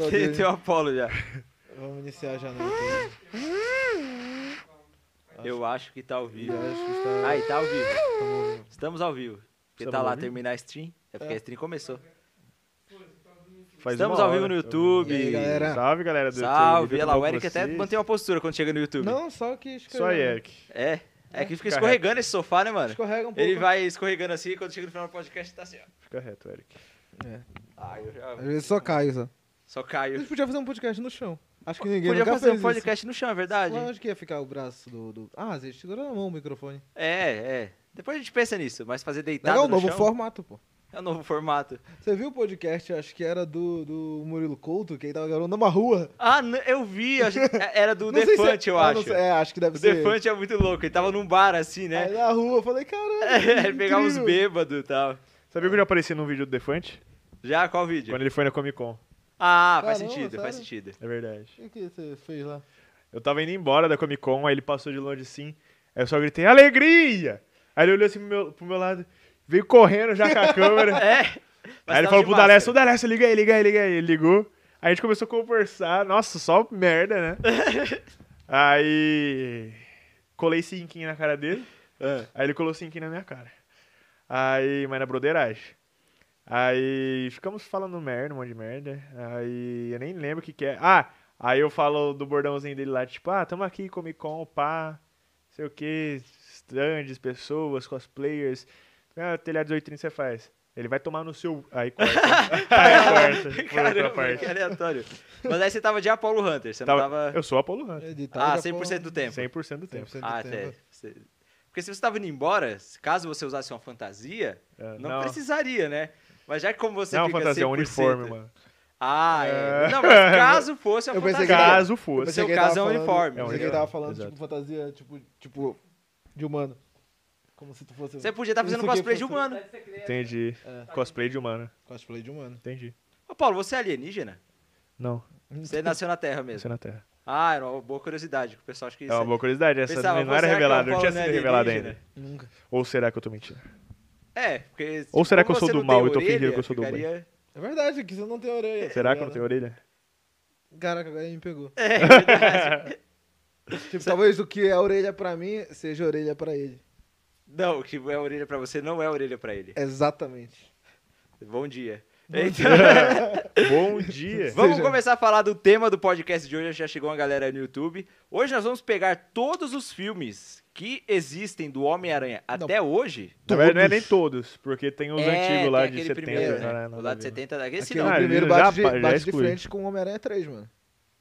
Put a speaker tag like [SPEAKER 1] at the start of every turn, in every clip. [SPEAKER 1] Só
[SPEAKER 2] Tem,
[SPEAKER 1] Deus.
[SPEAKER 2] tem o Apolo já.
[SPEAKER 1] Vamos iniciar já não. Então.
[SPEAKER 2] Eu acho que tá ao vivo.
[SPEAKER 1] Eu acho que está-
[SPEAKER 2] Aí, tá ao vivo.
[SPEAKER 1] estamos ouvindo.
[SPEAKER 2] Estamos ao vivo. Porque
[SPEAKER 3] Estamos
[SPEAKER 2] tá lá
[SPEAKER 3] ao vivo?
[SPEAKER 2] terminar a stream. É porque
[SPEAKER 1] né? É.
[SPEAKER 2] a stream começou.
[SPEAKER 3] Faz
[SPEAKER 2] Estamos
[SPEAKER 3] uma
[SPEAKER 2] ao vivo
[SPEAKER 3] hora.
[SPEAKER 2] no YouTube.
[SPEAKER 1] E aí, galera?
[SPEAKER 3] Salve, galera do
[SPEAKER 2] Salve.
[SPEAKER 3] YouTube.
[SPEAKER 2] Olha lá, o
[SPEAKER 3] Tudo bom
[SPEAKER 2] Eric
[SPEAKER 3] com
[SPEAKER 2] até
[SPEAKER 3] vocês?
[SPEAKER 2] mantém uma postura quando chega no YouTube.
[SPEAKER 1] Não, só que escorrega. um
[SPEAKER 3] Só aí, Eric.
[SPEAKER 2] É. É que fica
[SPEAKER 3] Fica
[SPEAKER 2] escorregando esse sofá, né, mano?
[SPEAKER 1] Escorrega um pouco.
[SPEAKER 2] Ele vai escorregando assim e quando chega no final do podcast tá assim, ó.
[SPEAKER 3] Fica reto, Eric.
[SPEAKER 2] Ah, eu já
[SPEAKER 1] Às vezes só cai, só.
[SPEAKER 2] só
[SPEAKER 1] A
[SPEAKER 2] caio.
[SPEAKER 1] gente podia fazer um podcast no chão. Acho que ninguém
[SPEAKER 2] Podia
[SPEAKER 1] nunca
[SPEAKER 2] fazer
[SPEAKER 1] fez
[SPEAKER 2] um podcast no chão, é verdade?
[SPEAKER 1] isso. Lá onde que ia ficar o braço do... do... Ah, Zé, segura na mão o microfone.
[SPEAKER 2] É, é. Depois a gente pensa nisso, mas fazer deitado
[SPEAKER 1] Legal, um
[SPEAKER 2] no
[SPEAKER 1] novo
[SPEAKER 2] chão
[SPEAKER 1] formato, pô.
[SPEAKER 2] é um novo formato.
[SPEAKER 1] Você viu o podcast, acho que era do, do Murilo Couto, que ele tava gravando numa rua.
[SPEAKER 2] Ah, n- eu vi, eu achei que era do
[SPEAKER 1] sei se é-
[SPEAKER 2] Defante, eu
[SPEAKER 1] Ah, não
[SPEAKER 2] acho.
[SPEAKER 1] sei- É, acho que deve
[SPEAKER 2] O
[SPEAKER 1] ser.
[SPEAKER 2] Defante é muito louco, ele tava num bar assim, né?
[SPEAKER 1] Aí na rua, eu falei, caralho.
[SPEAKER 2] É, pegar uns
[SPEAKER 1] incrível.
[SPEAKER 2] bêbados e tal.
[SPEAKER 3] Sabia que eu já apareci num vídeo do Defante?
[SPEAKER 2] Já, qual vídeo?
[SPEAKER 3] Quando ele foi na Comic Con.
[SPEAKER 2] Ah, faz
[SPEAKER 1] Caramba,
[SPEAKER 2] sentido, faz
[SPEAKER 1] sério?
[SPEAKER 2] sentido.
[SPEAKER 3] É verdade.
[SPEAKER 1] O que, que você fez lá?
[SPEAKER 3] Eu tava indo embora da Comic Con, aí ele passou de longe assim. Aí eu só gritei, alegria! Aí ele olhou assim pro meu, pro meu lado, veio correndo já com a câmera.
[SPEAKER 2] É. mas
[SPEAKER 3] aí ele
[SPEAKER 2] tava
[SPEAKER 3] falou
[SPEAKER 2] de
[SPEAKER 3] pro Dalessa, ô
[SPEAKER 2] máscara.
[SPEAKER 3] Dalessa, liga aí, liga aí, liga aí. Ele ligou. Aí a gente começou a conversar. Nossa, só merda, né? aí... Colei cinquinho na cara dele.
[SPEAKER 2] É.
[SPEAKER 3] Aí ele colou cinquinho na minha cara. Aí, mas na broderagem. Aí ficamos falando merda, um monte de merda. Aí eu nem lembro o que que é. Ah, aí eu falo do bordãozinho dele lá, tipo, ah, tamo aqui, Comic Con, pá, sei o que, strands, pessoas, cosplayers. Ah, telhado 1830 você faz. Ele vai tomar no seu... Aí corta. aí corta, por outra
[SPEAKER 2] Caramba, que
[SPEAKER 3] parte.
[SPEAKER 2] aleatório. Mas aí você tava de Apollo Hunter, você não
[SPEAKER 3] Tava-
[SPEAKER 2] tava...
[SPEAKER 3] Eu sou Apolo Hunter,
[SPEAKER 1] Editar
[SPEAKER 2] Ah,
[SPEAKER 1] já
[SPEAKER 2] 100% do tempo.
[SPEAKER 3] 100% do tempo.
[SPEAKER 1] 100% do
[SPEAKER 2] Ah,
[SPEAKER 1] tempo.
[SPEAKER 2] até. Você- Porque se você tava indo embora, se- caso você usasse uma fantasia,
[SPEAKER 3] É,
[SPEAKER 2] não, precisaria, né? Mas já que como você
[SPEAKER 3] Não,
[SPEAKER 2] fica
[SPEAKER 3] fantasia,
[SPEAKER 2] 100%,
[SPEAKER 3] um uniforme, mano.
[SPEAKER 2] Ah, é.
[SPEAKER 3] É.
[SPEAKER 2] Não, mas caso fosse a
[SPEAKER 1] Eu pensei
[SPEAKER 2] fantasia.
[SPEAKER 1] que-
[SPEAKER 3] Caso
[SPEAKER 1] Eu
[SPEAKER 3] fosse.
[SPEAKER 1] pensei
[SPEAKER 2] Seu
[SPEAKER 1] que ele tava
[SPEAKER 2] caso é um
[SPEAKER 1] falando-
[SPEAKER 2] uniforme.
[SPEAKER 3] É um
[SPEAKER 1] Eu pensei que ele
[SPEAKER 3] uniforme,
[SPEAKER 1] tava falando,
[SPEAKER 3] exato.
[SPEAKER 1] tipo, fantasia, tipo, tipo, de humano. Como se tu fosse...
[SPEAKER 2] Você podia estar fazendo
[SPEAKER 1] Isso aqui
[SPEAKER 2] cosplay de
[SPEAKER 1] fosse-
[SPEAKER 2] humano.
[SPEAKER 3] Entendi.
[SPEAKER 1] É.
[SPEAKER 3] Cosplay de humano.
[SPEAKER 1] Cosplay de humano.
[SPEAKER 3] Entendi.
[SPEAKER 2] Ô, Paulo, você é alienígena?
[SPEAKER 3] Não,
[SPEAKER 2] Você nasceu na Terra
[SPEAKER 3] isso
[SPEAKER 2] mesmo.
[SPEAKER 3] é na Terra.
[SPEAKER 2] Ah, era uma boa curiosidade, que o pessoal acha que isso
[SPEAKER 3] é uma
[SPEAKER 2] é-
[SPEAKER 3] boa curiosidade, essa
[SPEAKER 2] Pensava,
[SPEAKER 3] não
[SPEAKER 2] pô,
[SPEAKER 3] era
[SPEAKER 2] será que é o
[SPEAKER 3] revelada, não tinha
[SPEAKER 2] Paulo não
[SPEAKER 3] sido
[SPEAKER 2] é
[SPEAKER 3] revelada ainda.
[SPEAKER 2] alienígena?
[SPEAKER 1] Nunca.
[SPEAKER 3] Ou será que eu tô mentindo?
[SPEAKER 2] É, porque.
[SPEAKER 3] Ou será que
[SPEAKER 2] como
[SPEAKER 3] eu sou
[SPEAKER 2] você
[SPEAKER 3] do
[SPEAKER 2] não tem
[SPEAKER 3] mal e tô
[SPEAKER 2] orelha,
[SPEAKER 3] fingindo que eu sou do bem?
[SPEAKER 2] ficaria-
[SPEAKER 1] É verdade, que você não tem orelha. tá
[SPEAKER 3] Será que
[SPEAKER 1] ligado?
[SPEAKER 2] né?
[SPEAKER 3] eu não tenho orelha?
[SPEAKER 1] Caraca, agora ele me pegou.
[SPEAKER 2] É, é verdade.
[SPEAKER 1] Tipo, talvez o que é orelha pra mim seja orelha pra ele.
[SPEAKER 2] não, o que é orelha pra você não é orelha pra ele.
[SPEAKER 1] Exatamente.
[SPEAKER 2] Bom dia. Então,
[SPEAKER 3] Bom dia!
[SPEAKER 2] vamos
[SPEAKER 1] Seja-
[SPEAKER 2] começar a falar do tema do podcast de hoje. Já chegou uma galera aí no YouTube. Hoje nós vamos pegar todos os filmes que existem do Homem-Aranha até hoje.
[SPEAKER 3] Na verdade, não é
[SPEAKER 1] Todos.
[SPEAKER 3] nem todos, porque tem os
[SPEAKER 2] É, tem
[SPEAKER 3] antigos lá de
[SPEAKER 2] aquele
[SPEAKER 3] 70.
[SPEAKER 2] primeiro, né?
[SPEAKER 3] né?
[SPEAKER 2] o lá de 70, daquele
[SPEAKER 1] Aqui,
[SPEAKER 2] não.
[SPEAKER 1] é o
[SPEAKER 3] Ah,
[SPEAKER 1] primeiro
[SPEAKER 3] ele
[SPEAKER 1] bate,
[SPEAKER 3] já-
[SPEAKER 1] de,
[SPEAKER 3] já
[SPEAKER 1] bate de
[SPEAKER 3] exclui.
[SPEAKER 1] frente com o Homem-Aranha 3, mano.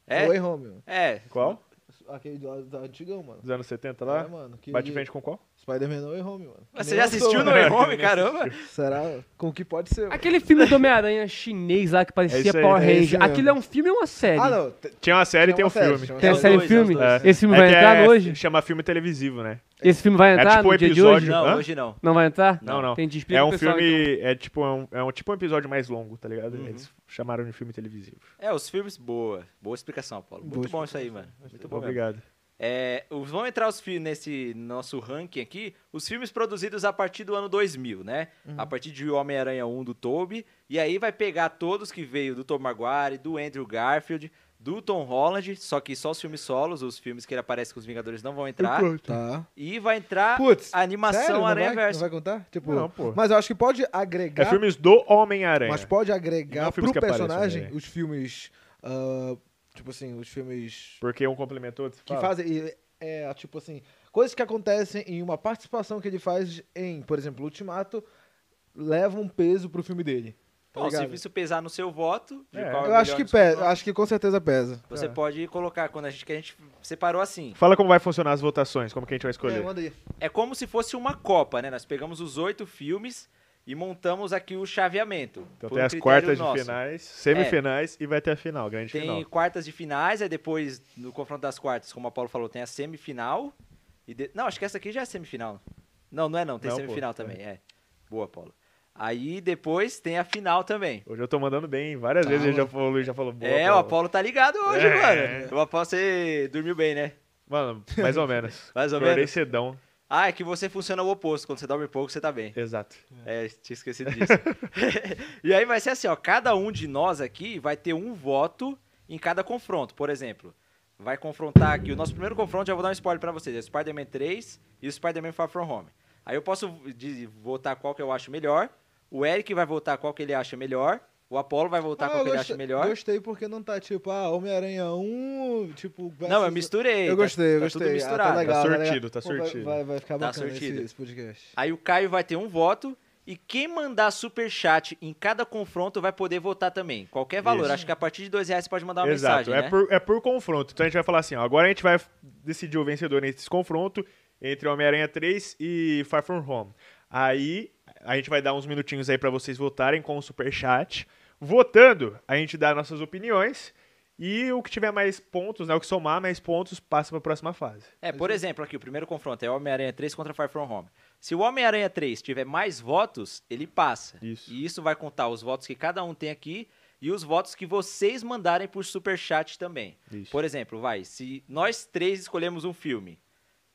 [SPEAKER 2] É?
[SPEAKER 1] No Way Home, mano.
[SPEAKER 2] É.
[SPEAKER 3] Qual?
[SPEAKER 1] Aquele do, do antigão, mano.
[SPEAKER 3] Dos anos 70 Tá lá?
[SPEAKER 1] É, mano.
[SPEAKER 2] um
[SPEAKER 1] Que
[SPEAKER 3] Bate de frente com qual?
[SPEAKER 1] Spider-Man No Way Home, mano.
[SPEAKER 2] Mas
[SPEAKER 1] Que
[SPEAKER 2] você
[SPEAKER 1] nem
[SPEAKER 2] já
[SPEAKER 1] lançou,
[SPEAKER 2] assistiu é? no
[SPEAKER 1] mano.
[SPEAKER 2] Way Home, caramba?
[SPEAKER 1] Será? Com o que pode ser? mano.
[SPEAKER 4] Aquele filme do Homem-Aranha chinês lá que
[SPEAKER 3] É
[SPEAKER 4] parecia
[SPEAKER 3] isso aí,
[SPEAKER 4] Power
[SPEAKER 1] é isso
[SPEAKER 4] Ranger.
[SPEAKER 1] mesmo.
[SPEAKER 4] Aquilo é um filme ou uma série?
[SPEAKER 1] Ah, não. te-
[SPEAKER 3] Tinha uma série e tem
[SPEAKER 1] uma
[SPEAKER 3] um
[SPEAKER 1] série, né?
[SPEAKER 3] filme.
[SPEAKER 1] tinha uma
[SPEAKER 4] Tem a
[SPEAKER 2] Os
[SPEAKER 4] série
[SPEAKER 2] dois,
[SPEAKER 4] e filme?
[SPEAKER 2] os dois.
[SPEAKER 3] É.
[SPEAKER 4] Esse filme
[SPEAKER 3] É
[SPEAKER 4] vai
[SPEAKER 3] que
[SPEAKER 4] entrar
[SPEAKER 3] é-
[SPEAKER 4] hoje?
[SPEAKER 3] Chama filme televisivo, né?
[SPEAKER 4] Esse filme vai
[SPEAKER 3] É
[SPEAKER 4] entrar
[SPEAKER 3] tipo
[SPEAKER 4] no
[SPEAKER 3] um
[SPEAKER 4] dia de
[SPEAKER 3] episódio.
[SPEAKER 4] hoje?
[SPEAKER 2] Não,
[SPEAKER 3] Hã?
[SPEAKER 2] hoje não.
[SPEAKER 4] Não vai entrar?
[SPEAKER 2] Não.
[SPEAKER 3] não.
[SPEAKER 4] Entendi. Explica
[SPEAKER 3] É um
[SPEAKER 4] pro pessoal, então.
[SPEAKER 3] filme. É tipo é um, é um tipo um episódio mais longo, tá ligado?
[SPEAKER 2] Uhum.
[SPEAKER 3] Eles chamaram de filme televisivo.
[SPEAKER 2] É, os filmes, boa. Boa explicação, Paulo.
[SPEAKER 1] Boa
[SPEAKER 2] Muito bom isso aí, mano. Muito bom mesmo.
[SPEAKER 3] Obrigado.
[SPEAKER 2] É, os- vão entrar os filmes nesse nosso ranking aqui, os filmes produzidos a partir do ano 2000, né?
[SPEAKER 1] Uhum.
[SPEAKER 2] A partir de Homem-Aranha 1 do Toby, e aí vai pegar todos que veio do Tom Maguire, do Andrew Garfield, do Tom Holland, só que só os filmes solos, os filmes que ele aparece com os Vingadores não vão entrar,
[SPEAKER 1] Tá.
[SPEAKER 2] e vai entrar
[SPEAKER 1] Putz,
[SPEAKER 2] a animação
[SPEAKER 1] Sério? Não vai-
[SPEAKER 2] Aranha Verso.
[SPEAKER 1] Não vai contar? Tipo,
[SPEAKER 3] Não, pô.
[SPEAKER 1] mas eu acho que pode
[SPEAKER 3] É
[SPEAKER 1] agregar.
[SPEAKER 3] filmes do Homem-Aranha.
[SPEAKER 2] né?
[SPEAKER 1] mas pode
[SPEAKER 2] é
[SPEAKER 3] E
[SPEAKER 2] um
[SPEAKER 1] agregar
[SPEAKER 3] não filmes
[SPEAKER 1] pro
[SPEAKER 3] que aparecem,
[SPEAKER 1] personagem
[SPEAKER 3] né?
[SPEAKER 1] os filmes. ah, tipo assim, os filmes
[SPEAKER 3] Porque um complementa o outro.
[SPEAKER 1] que
[SPEAKER 3] Fala.
[SPEAKER 1] fazem. e, É, tipo assim, coisas que acontecem em uma participação que ele faz em, por exemplo, Ultimato, leva um peso pro filme dele. Tá
[SPEAKER 2] Bom, se
[SPEAKER 1] ligado?
[SPEAKER 2] isso pesar no seu voto, de
[SPEAKER 3] É.
[SPEAKER 2] qual é o
[SPEAKER 1] eu acho
[SPEAKER 2] melhor
[SPEAKER 1] que
[SPEAKER 2] dos filmes,
[SPEAKER 1] pesa, acho que com certeza pesa.
[SPEAKER 2] Você
[SPEAKER 3] É.
[SPEAKER 2] pode colocar quando a gente que a gente separou assim.
[SPEAKER 3] Fala como vai funcionar as votações, como que a gente vai escolher.
[SPEAKER 1] É, manda aí.
[SPEAKER 2] É como se fosse uma copa, né? Nós pegamos os oito filmes e montamos aqui o chaveamento.
[SPEAKER 3] então
[SPEAKER 2] por
[SPEAKER 3] tem
[SPEAKER 2] um
[SPEAKER 3] as
[SPEAKER 2] critério
[SPEAKER 3] quartas
[SPEAKER 2] nosso. É.
[SPEAKER 3] de finais, semifinais e vai ter a final, grande
[SPEAKER 2] Tem
[SPEAKER 3] final.
[SPEAKER 2] quartas de finais, aí depois, no confronto das quartas, como a Paulo falou, tem a semifinal. E de- Não, acho que essa aqui já é semifinal. Não, não é não, tem
[SPEAKER 3] Não, pô,
[SPEAKER 2] semifinal também, é. Boa, Paulo. Aí depois tem a final também.
[SPEAKER 3] Hoje eu tô mandando bem, várias vezes ele já falou, o Luiz já falou boa.
[SPEAKER 2] Ah, é, o
[SPEAKER 3] Paulo.
[SPEAKER 2] Apolo tá ligado hoje,
[SPEAKER 3] É.
[SPEAKER 2] mano. O Apolo, você dormiu bem, né?
[SPEAKER 3] Mano, mais ou menos.
[SPEAKER 2] Mais ou
[SPEAKER 3] Acordei
[SPEAKER 2] menos.
[SPEAKER 3] cedão.
[SPEAKER 2] Ah, é que você funciona o oposto. Quando você dorme pouco, você tá bem.
[SPEAKER 3] Exato.
[SPEAKER 2] É, tinha esquecido disso. e aí vai ser assim, ó, cada um de nós aqui vai ter um voto em cada confronto. Por exemplo, vai confrontar aqui, o nosso primeiro confronto, já vou dar um spoiler pra vocês, é Spider-Man 3 e o Spider-Man Far From Home. Aí eu posso de- votar qual que eu acho melhor, o Eric vai votar qual que ele acha melhor, Tá o Apollo vai votar
[SPEAKER 1] Ah,
[SPEAKER 2] qual
[SPEAKER 1] eu
[SPEAKER 2] que ele
[SPEAKER 1] gostei-
[SPEAKER 2] acha melhor.
[SPEAKER 1] Gostei porque não tá tipo, ah, Homem-Aranha 1, tipo...
[SPEAKER 2] Não, eu
[SPEAKER 1] versus-
[SPEAKER 2] misturei.
[SPEAKER 1] Eu
[SPEAKER 2] tá-
[SPEAKER 1] gostei, eu
[SPEAKER 2] tá
[SPEAKER 1] gostei.
[SPEAKER 2] Tudo
[SPEAKER 1] Ah,
[SPEAKER 2] misturado.
[SPEAKER 1] tá legal,
[SPEAKER 3] sortido, tá
[SPEAKER 1] legal. Pô, vai-
[SPEAKER 3] sortido.
[SPEAKER 1] Vai, vai ficar
[SPEAKER 2] Tá
[SPEAKER 1] bacana esse,
[SPEAKER 2] sortido.
[SPEAKER 1] esse podcast.
[SPEAKER 2] Aí o Caio vai ter um voto. E quem mandar superchat em cada confronto vai poder votar também. Qualquer valor.
[SPEAKER 3] Isso.
[SPEAKER 2] Acho que a partir de dois reais você pode mandar uma
[SPEAKER 3] Exato,
[SPEAKER 2] mensagem,
[SPEAKER 3] é,
[SPEAKER 2] né?
[SPEAKER 3] por, é por confronto. Então a gente vai falar assim, ó, agora a gente vai decidir o vencedor nesse confronto entre Homem-Aranha 3 e Far From Home. Aí a gente vai dar uns minutinhos aí pra vocês votarem com o superchat. Votando, a gente dá nossas opiniões e o que tiver mais pontos, né, o que somar mais pontos passa pra próxima fase.
[SPEAKER 2] É, por exemplo, aqui, o primeiro confronto é Homem-Aranha 3 contra Far From Home. Se o Homem-Aranha 3 tiver mais votos, ele passa.
[SPEAKER 3] Isso.
[SPEAKER 2] E isso vai contar os votos que cada um tem aqui e os votos que vocês mandarem por superchat também.
[SPEAKER 3] Isso.
[SPEAKER 2] Por exemplo, vai, se nós três escolhemos um filme,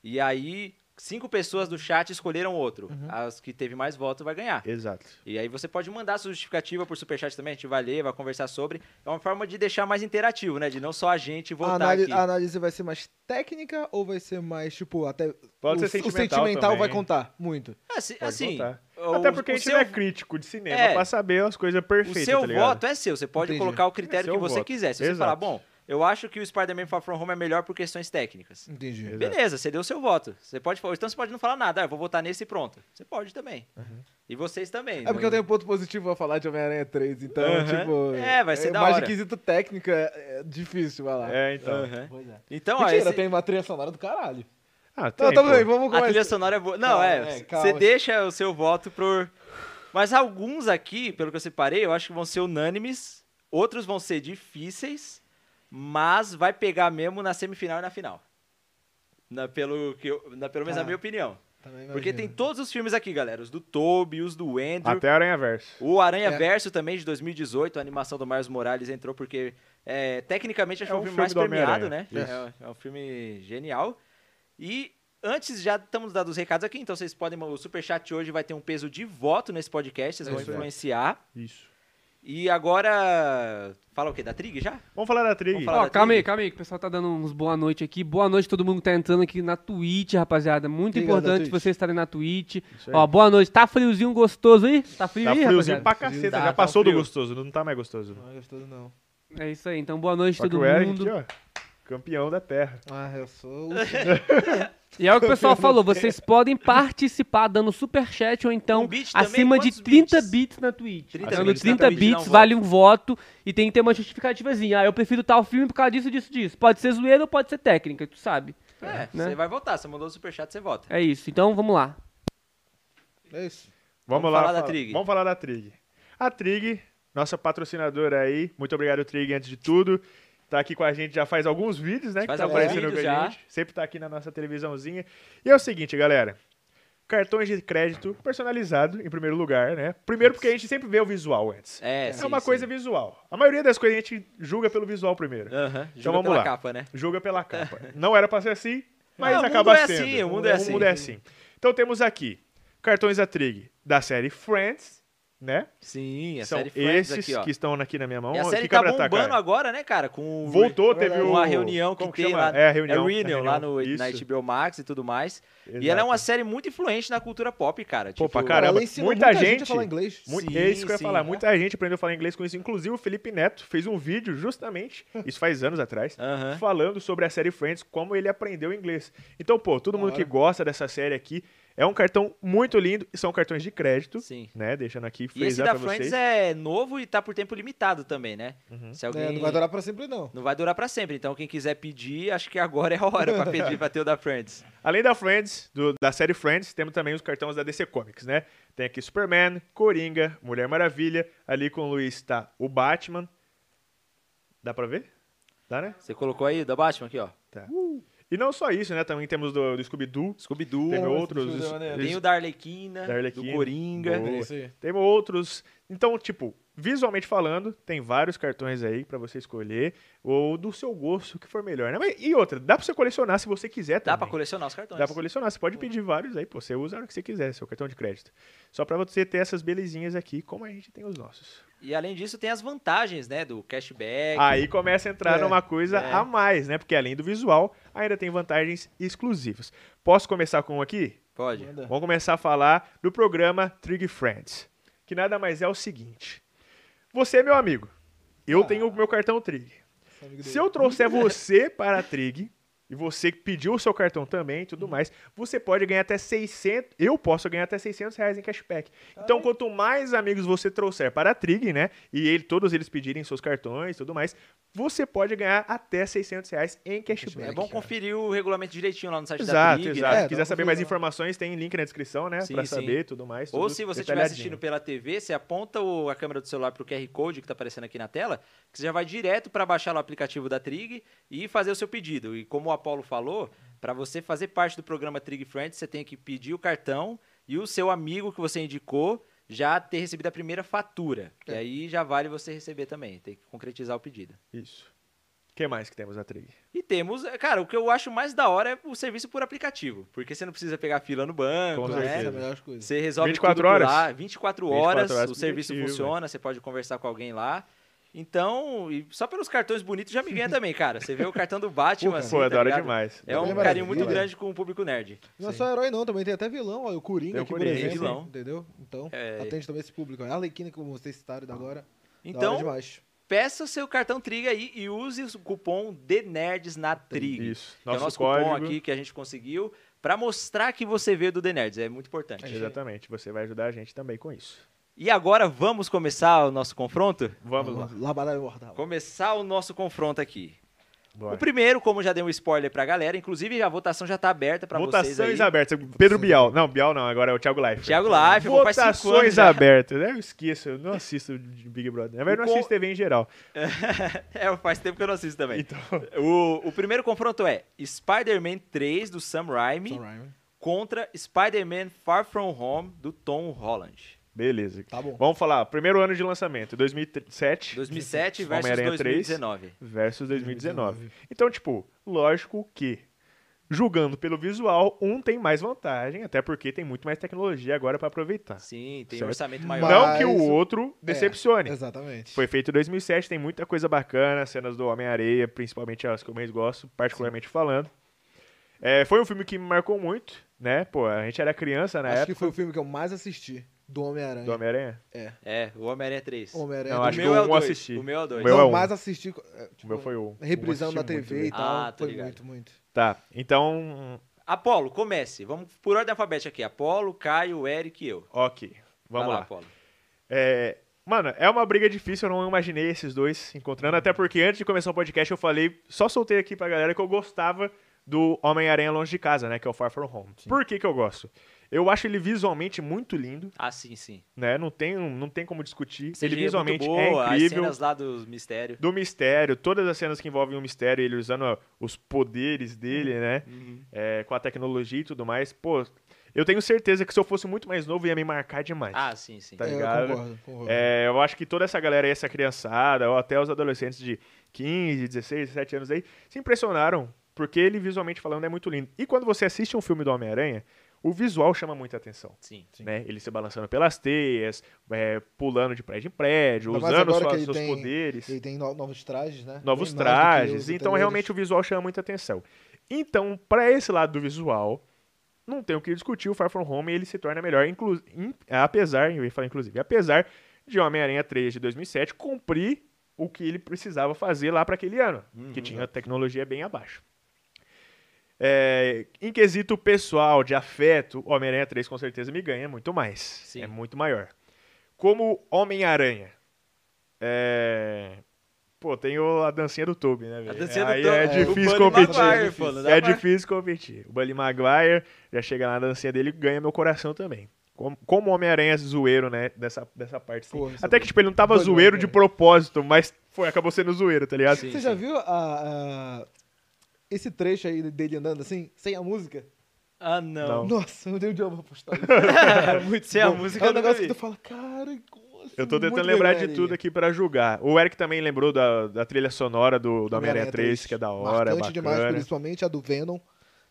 [SPEAKER 2] e aí cinco pessoas do chat escolheram outro,
[SPEAKER 3] Uhum.
[SPEAKER 2] as que teve mais votos vai ganhar.
[SPEAKER 3] Exato.
[SPEAKER 2] E aí você pode mandar sua justificativa por superchat também, a gente vai ler, vai conversar sobre. É uma forma de deixar mais interativo, né? De não só a gente
[SPEAKER 1] A,
[SPEAKER 2] votar
[SPEAKER 1] análise-
[SPEAKER 2] aqui.
[SPEAKER 1] a análise vai ser mais técnica ou vai ser mais, tipo, até...
[SPEAKER 3] Pode
[SPEAKER 1] o,
[SPEAKER 3] ser
[SPEAKER 1] o
[SPEAKER 3] sentimental também.
[SPEAKER 1] vai contar muito.
[SPEAKER 2] Assim,
[SPEAKER 3] Pode
[SPEAKER 2] assim,
[SPEAKER 3] votar.
[SPEAKER 2] o-
[SPEAKER 3] Até porque
[SPEAKER 2] o
[SPEAKER 3] a gente
[SPEAKER 2] seu-
[SPEAKER 3] não é crítico de cinema
[SPEAKER 2] É.
[SPEAKER 3] pra saber as coisas perfeitas,
[SPEAKER 2] O seu
[SPEAKER 3] tá ligado?
[SPEAKER 2] voto é seu, você pode
[SPEAKER 1] Entendi.
[SPEAKER 2] colocar o
[SPEAKER 3] É
[SPEAKER 2] critério
[SPEAKER 3] seu
[SPEAKER 2] que você
[SPEAKER 3] voto.
[SPEAKER 2] quiser. Se você
[SPEAKER 3] Exato.
[SPEAKER 2] falar, bom, eu acho que o Spider-Man Far From Home é melhor por questões técnicas.
[SPEAKER 1] Entendi.
[SPEAKER 3] Exato.
[SPEAKER 2] Beleza, você deu seu voto. Você pode, ou então você pode não falar nada, ah, eu vou votar nesse e pronto. Você pode também. E vocês também.
[SPEAKER 1] Uhum.
[SPEAKER 2] né?
[SPEAKER 1] É porque eu tenho ponto positivo a falar de Homem-Aranha 3, então,
[SPEAKER 2] Aham.
[SPEAKER 1] tipo...
[SPEAKER 2] É, vai ser da
[SPEAKER 1] mais
[SPEAKER 2] hora.
[SPEAKER 1] de quesito técnica, é difícil, vai lá.
[SPEAKER 3] É, então.
[SPEAKER 2] Aham.
[SPEAKER 1] Pois é.
[SPEAKER 2] Então, ó,
[SPEAKER 1] Mentira,
[SPEAKER 2] esse-
[SPEAKER 1] tem uma trilha sonora do caralho.
[SPEAKER 3] Ah, tem,
[SPEAKER 1] Não, tá
[SPEAKER 3] pô.
[SPEAKER 1] bem, vamos
[SPEAKER 2] a trilha
[SPEAKER 1] começar.
[SPEAKER 2] sonora é boa. Não,
[SPEAKER 1] Calma,
[SPEAKER 2] é,
[SPEAKER 1] é,
[SPEAKER 2] você
[SPEAKER 1] calma.
[SPEAKER 2] deixa o seu voto por... Mas alguns aqui, pelo que eu separei, eu acho que vão ser unânimes, outros vão ser difíceis, mas vai pegar mesmo na semifinal e na final. Na, pelo que eu, na, pelo menos na
[SPEAKER 1] Tá.
[SPEAKER 2] minha opinião.
[SPEAKER 1] Também
[SPEAKER 2] Porque tem
[SPEAKER 1] imagino.
[SPEAKER 2] todos os filmes aqui, galera. Os do Toby, os do Andrew.
[SPEAKER 3] Até Aranha Verso.
[SPEAKER 2] O Aranha
[SPEAKER 1] É.
[SPEAKER 2] Verso também, de 2018. A animação do Miles Morales entrou porque, é, tecnicamente, acho que
[SPEAKER 3] É
[SPEAKER 2] é o
[SPEAKER 3] um
[SPEAKER 2] filme mais
[SPEAKER 3] filme do
[SPEAKER 2] premiado, né?
[SPEAKER 3] Homem-Aranha,
[SPEAKER 2] É, é um filme genial. E antes, já estamos dando os recados aqui, então vocês podem... O Superchat hoje vai ter um peso de voto nesse podcast, vocês vão
[SPEAKER 3] é.
[SPEAKER 1] Isso aí.
[SPEAKER 2] influenciar.
[SPEAKER 3] Isso.
[SPEAKER 2] E agora... Fala o quê? Da Trig já?
[SPEAKER 3] Vamos falar da trilha.
[SPEAKER 2] Vamos falar
[SPEAKER 4] Ó,
[SPEAKER 2] da
[SPEAKER 4] calma
[SPEAKER 2] trilha.
[SPEAKER 4] aí, calma aí, que o pessoal tá dando uns boa noite aqui. Boa noite todo mundo que tá entrando aqui na Twitch, rapaziada. Muito
[SPEAKER 1] Obrigado,
[SPEAKER 4] importante
[SPEAKER 1] Twitch.
[SPEAKER 4] vocês estarem na Twitch.
[SPEAKER 3] Isso aí.
[SPEAKER 4] Ó, boa noite. Tá friozinho gostoso aí? Tá frio
[SPEAKER 3] Tá
[SPEAKER 4] aí,
[SPEAKER 3] friozinho
[SPEAKER 4] rapaziada?
[SPEAKER 3] pra caceta,
[SPEAKER 2] Tá,
[SPEAKER 3] já
[SPEAKER 2] tá
[SPEAKER 3] passou do
[SPEAKER 2] frio.
[SPEAKER 3] gostoso, não tá mais gostoso.
[SPEAKER 1] Não é gostoso, não.
[SPEAKER 4] É isso aí, então boa noite
[SPEAKER 3] Só que
[SPEAKER 4] todo
[SPEAKER 3] o Eric
[SPEAKER 4] mundo.
[SPEAKER 3] aqui, ó, campeão da terra.
[SPEAKER 1] Ah, eu sou...
[SPEAKER 4] E é o que o pessoal falou, vocês podem participar dando superchat ou então
[SPEAKER 2] Um bit também?
[SPEAKER 4] acima de
[SPEAKER 2] Quantos
[SPEAKER 4] 30
[SPEAKER 2] bits?
[SPEAKER 4] bits? na Twitch.
[SPEAKER 2] 30
[SPEAKER 4] Dando
[SPEAKER 2] bits na
[SPEAKER 4] 30
[SPEAKER 2] Twitch, dá um
[SPEAKER 4] bits
[SPEAKER 2] voto.
[SPEAKER 4] vale um voto e tem que ter uma justificativazinha. Ah, eu prefiro tal filme por causa disso, disso, disso. Pode ser zoeira ou pode ser técnica, tu sabe.
[SPEAKER 2] É,
[SPEAKER 4] Né?
[SPEAKER 2] você vai votar. Você mandou o Superchat, você vota.
[SPEAKER 4] É isso, então vamos lá.
[SPEAKER 1] É isso.
[SPEAKER 3] Vamos,
[SPEAKER 2] Vamos
[SPEAKER 3] lá.
[SPEAKER 2] falar da Trig.
[SPEAKER 3] Vamos falar da Trig. A Trig, nossa patrocinadora aí. Muito obrigado, Trig, antes de tudo. Tá aqui com a gente já faz alguns vídeos, né?
[SPEAKER 2] Faz
[SPEAKER 3] que tá
[SPEAKER 2] alguns
[SPEAKER 3] aparecendo com
[SPEAKER 2] vídeos
[SPEAKER 3] a
[SPEAKER 2] já.
[SPEAKER 3] gente. Sempre tá aqui na nossa televisãozinha. E é o seguinte, galera. Cartões de crédito personalizado, em primeiro lugar, né? Primeiro porque a gente sempre vê o visual antes.
[SPEAKER 2] É, sim,
[SPEAKER 3] uma
[SPEAKER 2] sim.
[SPEAKER 3] coisa visual. A maioria das coisas a gente julga pelo visual primeiro.
[SPEAKER 2] Aham, julga
[SPEAKER 3] Então vamos
[SPEAKER 2] pela
[SPEAKER 3] lá.
[SPEAKER 2] capa, né?
[SPEAKER 3] Julga pela capa. Não era pra ser assim, mas
[SPEAKER 2] Ah, o mundo
[SPEAKER 3] acaba
[SPEAKER 2] é
[SPEAKER 3] sendo.
[SPEAKER 2] assim, o mundo é assim.
[SPEAKER 3] Então temos aqui cartões da Trig da série Friends, né?
[SPEAKER 2] Sim, a
[SPEAKER 3] São
[SPEAKER 2] série Friends
[SPEAKER 3] esses
[SPEAKER 2] aqui, ó.
[SPEAKER 3] que estão aqui na minha mão.
[SPEAKER 2] E a
[SPEAKER 3] Que
[SPEAKER 2] série tá
[SPEAKER 3] câmera
[SPEAKER 2] bombando
[SPEAKER 3] cara?
[SPEAKER 2] agora, né, cara? Com o-
[SPEAKER 3] é. Voltou,
[SPEAKER 1] Verdade.
[SPEAKER 3] teve
[SPEAKER 2] uma
[SPEAKER 3] o-
[SPEAKER 2] reunião que
[SPEAKER 3] como
[SPEAKER 2] tem
[SPEAKER 3] chama?
[SPEAKER 2] lá.
[SPEAKER 3] É, a reunião.
[SPEAKER 2] é reunion, lá no,
[SPEAKER 3] Isso.
[SPEAKER 2] na HBO Max e tudo mais. E
[SPEAKER 3] Exato.
[SPEAKER 2] ela é uma série muito influente na cultura pop, cara.
[SPEAKER 3] Pô,
[SPEAKER 2] Tipo,
[SPEAKER 3] pra caramba.
[SPEAKER 1] Ela ensinou
[SPEAKER 3] muita
[SPEAKER 1] gente,
[SPEAKER 3] gente-
[SPEAKER 1] a falar inglês. Né,
[SPEAKER 3] Mu-
[SPEAKER 2] Sim,
[SPEAKER 3] é isso que eu ia
[SPEAKER 2] sim.
[SPEAKER 3] falar. Muita gente aprendeu a falar inglês com isso. Inclusive o Felipe Neto fez um vídeo justamente, isso faz anos atrás,
[SPEAKER 2] Aham.
[SPEAKER 3] falando sobre a série Friends, como ele aprendeu inglês. Então, pô,
[SPEAKER 1] Da
[SPEAKER 3] todo mundo que
[SPEAKER 1] hora.
[SPEAKER 3] gosta dessa série aqui, é um cartão muito lindo. E são cartões de crédito,
[SPEAKER 2] Sim.
[SPEAKER 3] né? Deixando aqui
[SPEAKER 2] E esse
[SPEAKER 3] frisar
[SPEAKER 2] da
[SPEAKER 3] pra
[SPEAKER 2] Friends
[SPEAKER 3] vocês. Uhum.
[SPEAKER 2] é novo e tá por tempo limitado também, né? Se alguém...
[SPEAKER 1] É, não vai durar pra sempre, não.
[SPEAKER 2] Não vai durar pra sempre. Então, quem quiser pedir, acho que agora é a hora pra pedir pra ter o da Friends.
[SPEAKER 3] Além da Friends, do- da série Friends, temos também os cartões da DC Comics, né? Tem aqui Superman, Coringa, Mulher Maravilha. Ali com o Luiz tá o Batman. Dá pra ver? Dá, né?
[SPEAKER 2] Você colocou aí o da Batman aqui, ó.
[SPEAKER 3] Tá. E não só isso, né? Também temos do, do Scooby-Doo.
[SPEAKER 2] Scooby-Doo.
[SPEAKER 3] Tem
[SPEAKER 1] Teve
[SPEAKER 3] outros.
[SPEAKER 1] Scooby-Doo é
[SPEAKER 3] es-
[SPEAKER 1] maneiro.
[SPEAKER 2] Tem o da Arlequina,
[SPEAKER 3] Da Arlequina.
[SPEAKER 2] do Coringa.
[SPEAKER 3] Boa.
[SPEAKER 1] É isso aí.
[SPEAKER 3] Tem outros. Então, tipo, Visualmente falando, tem vários cartões aí pra você escolher, ou do seu gosto, o que for melhor, né? Mas- e outra, dá pra você colecionar se você quiser também.
[SPEAKER 2] Dá pra colecionar os cartões.
[SPEAKER 3] Dá pra colecionar, você pode pedir vários aí, pô, você usa a hora que você quiser, seu cartão de crédito. Só pra você ter essas belezinhas aqui, como a gente tem os nossos.
[SPEAKER 2] E além disso, tem as vantagens, né? Do cashback.
[SPEAKER 3] Aí começa a entrar
[SPEAKER 1] É,
[SPEAKER 3] numa coisa
[SPEAKER 2] é.
[SPEAKER 3] a mais, né? Porque além do visual, ainda tem vantagens exclusivas. Posso começar com um aqui?
[SPEAKER 2] Pode.
[SPEAKER 3] Vamos começar a falar do programa Trig Friends, que nada mais é o seguinte. Você é meu amigo, eu tenho o meu cartão Trig. Se eu trouxer você para a Trig, e você que pediu o seu cartão também e
[SPEAKER 2] Uhum.
[SPEAKER 3] tudo mais, você pode ganhar até 600, eu posso ganhar até 600 reais em cashback.
[SPEAKER 2] Ah.
[SPEAKER 3] Então, quanto mais amigos você trouxer para a Trig, né, e ele- todos eles pedirem seus cartões e tudo mais, você pode ganhar até 600 reais em cashback.
[SPEAKER 2] É bom conferir o regulamento direitinho lá no site da
[SPEAKER 3] Exato,
[SPEAKER 2] Trig,
[SPEAKER 3] exato.
[SPEAKER 1] É,
[SPEAKER 2] né?
[SPEAKER 3] Se
[SPEAKER 1] dá pra
[SPEAKER 3] quiser saber mais
[SPEAKER 1] ver lá.
[SPEAKER 3] informações, tem link na descrição, né?
[SPEAKER 2] Sim,
[SPEAKER 3] pra
[SPEAKER 2] sim.
[SPEAKER 3] saber tudo mais.
[SPEAKER 2] Ou
[SPEAKER 3] tudo
[SPEAKER 2] se você estiver
[SPEAKER 3] detalhadinho.
[SPEAKER 2] assistindo pela TV, você aponta o- a câmera do celular pro QR Code que tá aparecendo aqui na tela, que você já vai direto para baixar lá o aplicativo da Trig e fazer o seu pedido. E como o Apolo falou, para você fazer parte do programa Trig Friends, você tem que pedir o cartão e o seu amigo que você indicou já ter recebido a primeira fatura. E
[SPEAKER 1] É.
[SPEAKER 2] aí já vale você receber também, tem que concretizar o pedido.
[SPEAKER 3] Isso. O que mais que temos na trig?
[SPEAKER 2] E temos, cara, o que eu acho mais da hora é o serviço por aplicativo, porque você não precisa pegar fila no banco,
[SPEAKER 3] Com
[SPEAKER 2] né?
[SPEAKER 1] Essa é
[SPEAKER 3] certeza.
[SPEAKER 1] a melhor coisa.
[SPEAKER 2] Você resolve
[SPEAKER 3] 24
[SPEAKER 2] tudo por
[SPEAKER 3] horas?
[SPEAKER 2] lá, 24 horas,
[SPEAKER 3] 24 horas é.
[SPEAKER 2] o serviço
[SPEAKER 3] positivo,
[SPEAKER 2] funciona, você pode conversar com alguém lá. Então, e só pelos cartões bonitos já me ganha também, cara. Você vê o cartão do Batman, assim,
[SPEAKER 3] Pô,
[SPEAKER 2] tá
[SPEAKER 3] é da hora
[SPEAKER 2] ligado?
[SPEAKER 3] demais.
[SPEAKER 2] É um
[SPEAKER 1] Maravilha,
[SPEAKER 2] carinho muito
[SPEAKER 1] maravilha.
[SPEAKER 2] grande com o público nerd.
[SPEAKER 1] Não é só herói, não, também tem até vilão, ó, o Coringa
[SPEAKER 3] Tem o
[SPEAKER 1] aqui,
[SPEAKER 3] Coringa,
[SPEAKER 1] por exemplo.
[SPEAKER 2] vilão.
[SPEAKER 1] Entendeu? Então,
[SPEAKER 2] É.
[SPEAKER 1] atende também esse público. A Arlequina, como vocês citaram agora. da hora
[SPEAKER 2] Então,
[SPEAKER 1] demais.
[SPEAKER 2] peça o seu cartão Triga aí e use o cupom DNERDS na Triga.
[SPEAKER 3] Isso.
[SPEAKER 2] Que é o
[SPEAKER 3] Nosso,
[SPEAKER 2] nosso
[SPEAKER 3] código.
[SPEAKER 2] cupom aqui que a gente conseguiu pra mostrar que você veio do The Nerds. É muito importante.
[SPEAKER 3] Exatamente. Você vai ajudar a gente também com isso.
[SPEAKER 2] E agora vamos começar o nosso confronto?
[SPEAKER 3] Vamos lá.
[SPEAKER 1] Labará Imortal.
[SPEAKER 2] Começar o nosso confronto aqui. O
[SPEAKER 3] Bora.
[SPEAKER 2] primeiro, como já dei um spoiler pra galera, inclusive a votação já tá aberta pra vocês aí.
[SPEAKER 3] Votações abertas. Pedro Bial. Não, Bial não, agora é o Thiago Life.
[SPEAKER 2] Thiago Life, pô, faz cinco anos
[SPEAKER 3] Votações
[SPEAKER 2] já.
[SPEAKER 3] abertas. né? Eu esqueço, eu não assisto de Big Brother. Na verdade, eu
[SPEAKER 2] O
[SPEAKER 3] não assisto
[SPEAKER 2] con-
[SPEAKER 3] TV em geral.
[SPEAKER 2] é, faz tempo que eu não assisto também.
[SPEAKER 3] Então,
[SPEAKER 2] O, o primeiro confronto é Spider-Man 3 do Sam Raimi
[SPEAKER 1] Sam Raimi.
[SPEAKER 2] contra Spider-Man Far From Home do Tom Holland.
[SPEAKER 3] beleza.
[SPEAKER 1] Tá bom.
[SPEAKER 3] Vamos falar. Primeiro ano de lançamento, 2007.
[SPEAKER 2] 2007 versus
[SPEAKER 3] Homem-Aranha 3.
[SPEAKER 2] 2019.
[SPEAKER 3] versus 2019. Então, tipo, lógico que, julgando pelo visual, um tem mais vantagem, até porque tem muito mais tecnologia agora pra aproveitar.
[SPEAKER 2] Sim, tem
[SPEAKER 3] Certo.
[SPEAKER 2] um orçamento
[SPEAKER 1] Mas-
[SPEAKER 2] maior.
[SPEAKER 3] Não que o
[SPEAKER 1] Mas o- é,
[SPEAKER 3] outro decepcione.
[SPEAKER 1] Exatamente.
[SPEAKER 3] Foi feito em 2007, tem muita coisa bacana, cenas do Homem-Areia, principalmente as que eu mais gosto, particularmente falando. É, foi um filme que me marcou muito, né? Pô, a gente era criança na
[SPEAKER 1] acho
[SPEAKER 3] época
[SPEAKER 1] que foi o filme que eu mais assisti do Homem-Aranha.
[SPEAKER 3] do Homem-Aranha.
[SPEAKER 2] É, o Homem-Aranha 3.
[SPEAKER 1] Homem-Aranha.
[SPEAKER 3] Não,
[SPEAKER 1] do-
[SPEAKER 3] acho
[SPEAKER 2] o
[SPEAKER 3] que
[SPEAKER 2] meu
[SPEAKER 3] eu
[SPEAKER 2] é
[SPEAKER 3] não
[SPEAKER 2] o 2.
[SPEAKER 3] assisti.
[SPEAKER 2] O meu é o 2.
[SPEAKER 3] meu
[SPEAKER 1] Não,
[SPEAKER 3] é um.
[SPEAKER 1] mais assisti. é,
[SPEAKER 3] O
[SPEAKER 1] Tipo,
[SPEAKER 3] meu foi o.
[SPEAKER 1] Reprisão
[SPEAKER 3] eu
[SPEAKER 1] da
[SPEAKER 3] assisti muito
[SPEAKER 1] TV e
[SPEAKER 3] ele.
[SPEAKER 1] tal.
[SPEAKER 2] Ah, tô
[SPEAKER 1] foi
[SPEAKER 2] ligado.
[SPEAKER 1] muito, muito.
[SPEAKER 3] Tá, então.
[SPEAKER 2] Apolo, comece. Vamos por ordem alfabética aqui. Apolo, Caio, Eric e eu.
[SPEAKER 3] Ok, vamos
[SPEAKER 2] Vai
[SPEAKER 3] lá.
[SPEAKER 2] Apolo.
[SPEAKER 3] É, mano, é uma briga difícil, eu não imaginei esses dois se encontrando, até porque antes de começar o podcast eu falei, só soltei aqui pra galera que eu gostava do Homem-Aranha Longe de Casa, né, que é o Far From Home. Por que que eu gosto? Eu acho ele visualmente muito lindo,
[SPEAKER 2] Ah, sim, sim.
[SPEAKER 3] né, não tem, não tem como discutir.
[SPEAKER 2] CGI
[SPEAKER 3] ele visualmente
[SPEAKER 2] é, muito
[SPEAKER 3] é
[SPEAKER 2] boa, As
[SPEAKER 3] incrível.
[SPEAKER 2] cenas lá do mistério.
[SPEAKER 3] Do mistério, todas as cenas que envolvem o mistério, ele usando ó, os poderes dele,
[SPEAKER 2] Uhum.
[SPEAKER 3] né? é, com a tecnologia e tudo mais. Pô, eu tenho certeza que se eu fosse muito mais novo ia me marcar demais.
[SPEAKER 2] Ah, sim, sim.
[SPEAKER 3] Tá
[SPEAKER 1] É,
[SPEAKER 3] ligado?
[SPEAKER 1] Eu concordo, concordo.
[SPEAKER 3] É, eu acho que toda essa galera aí, essa criançada, ou até os adolescentes de 15, 16, 17 anos aí, se impressionaram, porque ele visualmente falando é muito lindo. E quando você assiste um filme do Homem-Aranha, o visual chama muita atenção.
[SPEAKER 2] Sim.
[SPEAKER 3] Né? Ele se balançando pelas teias, é, pulando de prédio em prédio,
[SPEAKER 1] Ainda mais
[SPEAKER 3] usando
[SPEAKER 1] agora
[SPEAKER 3] sua-
[SPEAKER 1] que ele
[SPEAKER 3] seus
[SPEAKER 1] tem-
[SPEAKER 3] poderes,
[SPEAKER 1] E tem no- novos trajes, né?
[SPEAKER 3] novos
[SPEAKER 1] Bem mais do que
[SPEAKER 3] trajes.
[SPEAKER 1] os
[SPEAKER 3] Então,
[SPEAKER 1] anteriores.
[SPEAKER 3] realmente, o visual chama muita atenção. Então, pra esse lado do visual, não tem o que discutir, o Far From Home ele se torna melhor, inclu- in- apesar, eu ia falar inclusive, apesar de Homem-Aranha 3 de 2007 cumprir o que ele precisava fazer lá para aquele ano,
[SPEAKER 1] Uhum.
[SPEAKER 3] que tinha tecnologia bem abaixo. É, em quesito pessoal, de afeto, Homem-Aranha 3 com certeza me ganha muito mais,
[SPEAKER 2] Sim.
[SPEAKER 3] é muito maior. Como Homem-Aranha, é... Pô, tem o- a dancinha do Toby, né, velho?
[SPEAKER 2] A dancinha do
[SPEAKER 3] Aí
[SPEAKER 2] Toby,
[SPEAKER 3] é
[SPEAKER 2] é, o
[SPEAKER 3] difícil
[SPEAKER 2] Bunny
[SPEAKER 3] competir.
[SPEAKER 2] Maguire, mano, dá
[SPEAKER 3] é
[SPEAKER 2] pra-
[SPEAKER 3] difícil competir. O Bully Maguire já chega lá na dancinha dele e ganha meu coração também. Como, como o Homem-Aranha é zoeiro, né? Dessa, dessa parte. assim.
[SPEAKER 1] Porra, isso
[SPEAKER 3] Até
[SPEAKER 1] é
[SPEAKER 3] que, tipo, ele não tava
[SPEAKER 1] Bully
[SPEAKER 3] zoeiro de
[SPEAKER 1] Maguire.
[SPEAKER 3] propósito, mas foi, acabou sendo zoeiro, tá ligado?
[SPEAKER 2] Sim.
[SPEAKER 1] Você já viu a- a- esse trecho aí dele andando assim, sem a música?
[SPEAKER 2] Ah, não.
[SPEAKER 3] Não.
[SPEAKER 1] Nossa, eu dei um dia pra postar isso.
[SPEAKER 2] Muito sem a
[SPEAKER 1] Bom,
[SPEAKER 2] música.
[SPEAKER 1] É
[SPEAKER 2] eu
[SPEAKER 1] um
[SPEAKER 2] nunca
[SPEAKER 1] negócio que
[SPEAKER 2] vi.
[SPEAKER 1] tu fala, cara, como
[SPEAKER 3] Eu tô tentando
[SPEAKER 1] muito
[SPEAKER 3] lembrar
[SPEAKER 1] vergonha
[SPEAKER 3] de
[SPEAKER 1] alheia.
[SPEAKER 3] tudo aqui pra julgar. O Eric também lembrou da, da trilha sonora do, do Homem-Aranha
[SPEAKER 1] Homem-Aranha
[SPEAKER 3] 3, que é da hora, é
[SPEAKER 1] Marcante demais,
[SPEAKER 3] bacana.
[SPEAKER 1] principalmente a do Venom.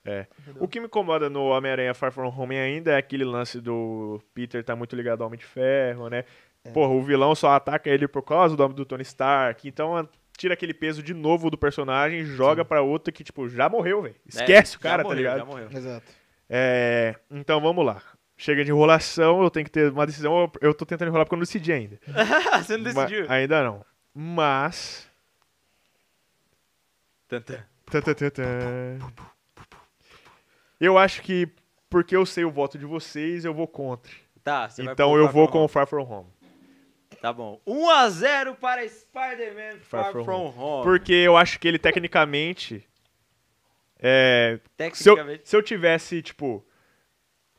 [SPEAKER 3] É. O que me incomoda no Homem-Aranha Far From Home ainda é aquele lance do Peter tá muito ligado ao Homem de Ferro, né?
[SPEAKER 2] É.
[SPEAKER 3] Porra, o vilão só ataca ele por causa do nome do Tony Stark. Então a- tira aquele peso de novo do personagem e joga pra outro que, tipo, já morreu, velho. Esquece o cara,
[SPEAKER 2] É, já
[SPEAKER 3] tá
[SPEAKER 2] morreu,
[SPEAKER 3] ligado?
[SPEAKER 2] Já morreu.
[SPEAKER 1] Exato.
[SPEAKER 3] É, então vamos lá. Chega de enrolação, eu tenho que ter uma decisão. eu- Eu tô tentando enrolar porque eu não decidi ainda.
[SPEAKER 2] Ah, você não
[SPEAKER 3] Ma-
[SPEAKER 2] decidiu.
[SPEAKER 3] ainda não. Mas.
[SPEAKER 2] Tantã.
[SPEAKER 3] Tã, tã, tã, tã. Eu acho que porque eu sei o voto de vocês, eu vou contra.
[SPEAKER 2] Tá, você vai
[SPEAKER 3] então
[SPEAKER 2] pro
[SPEAKER 3] eu
[SPEAKER 2] Far
[SPEAKER 3] vou
[SPEAKER 2] From
[SPEAKER 3] com o
[SPEAKER 2] Home.
[SPEAKER 3] Far From Home.
[SPEAKER 2] Tá bom. 1x0 para Spider-Man Far, From, Home.
[SPEAKER 3] Porque eu acho que ele tecnicamente. É, se, eu,
[SPEAKER 2] Tecnicamente.
[SPEAKER 3] se eu tivesse, tipo.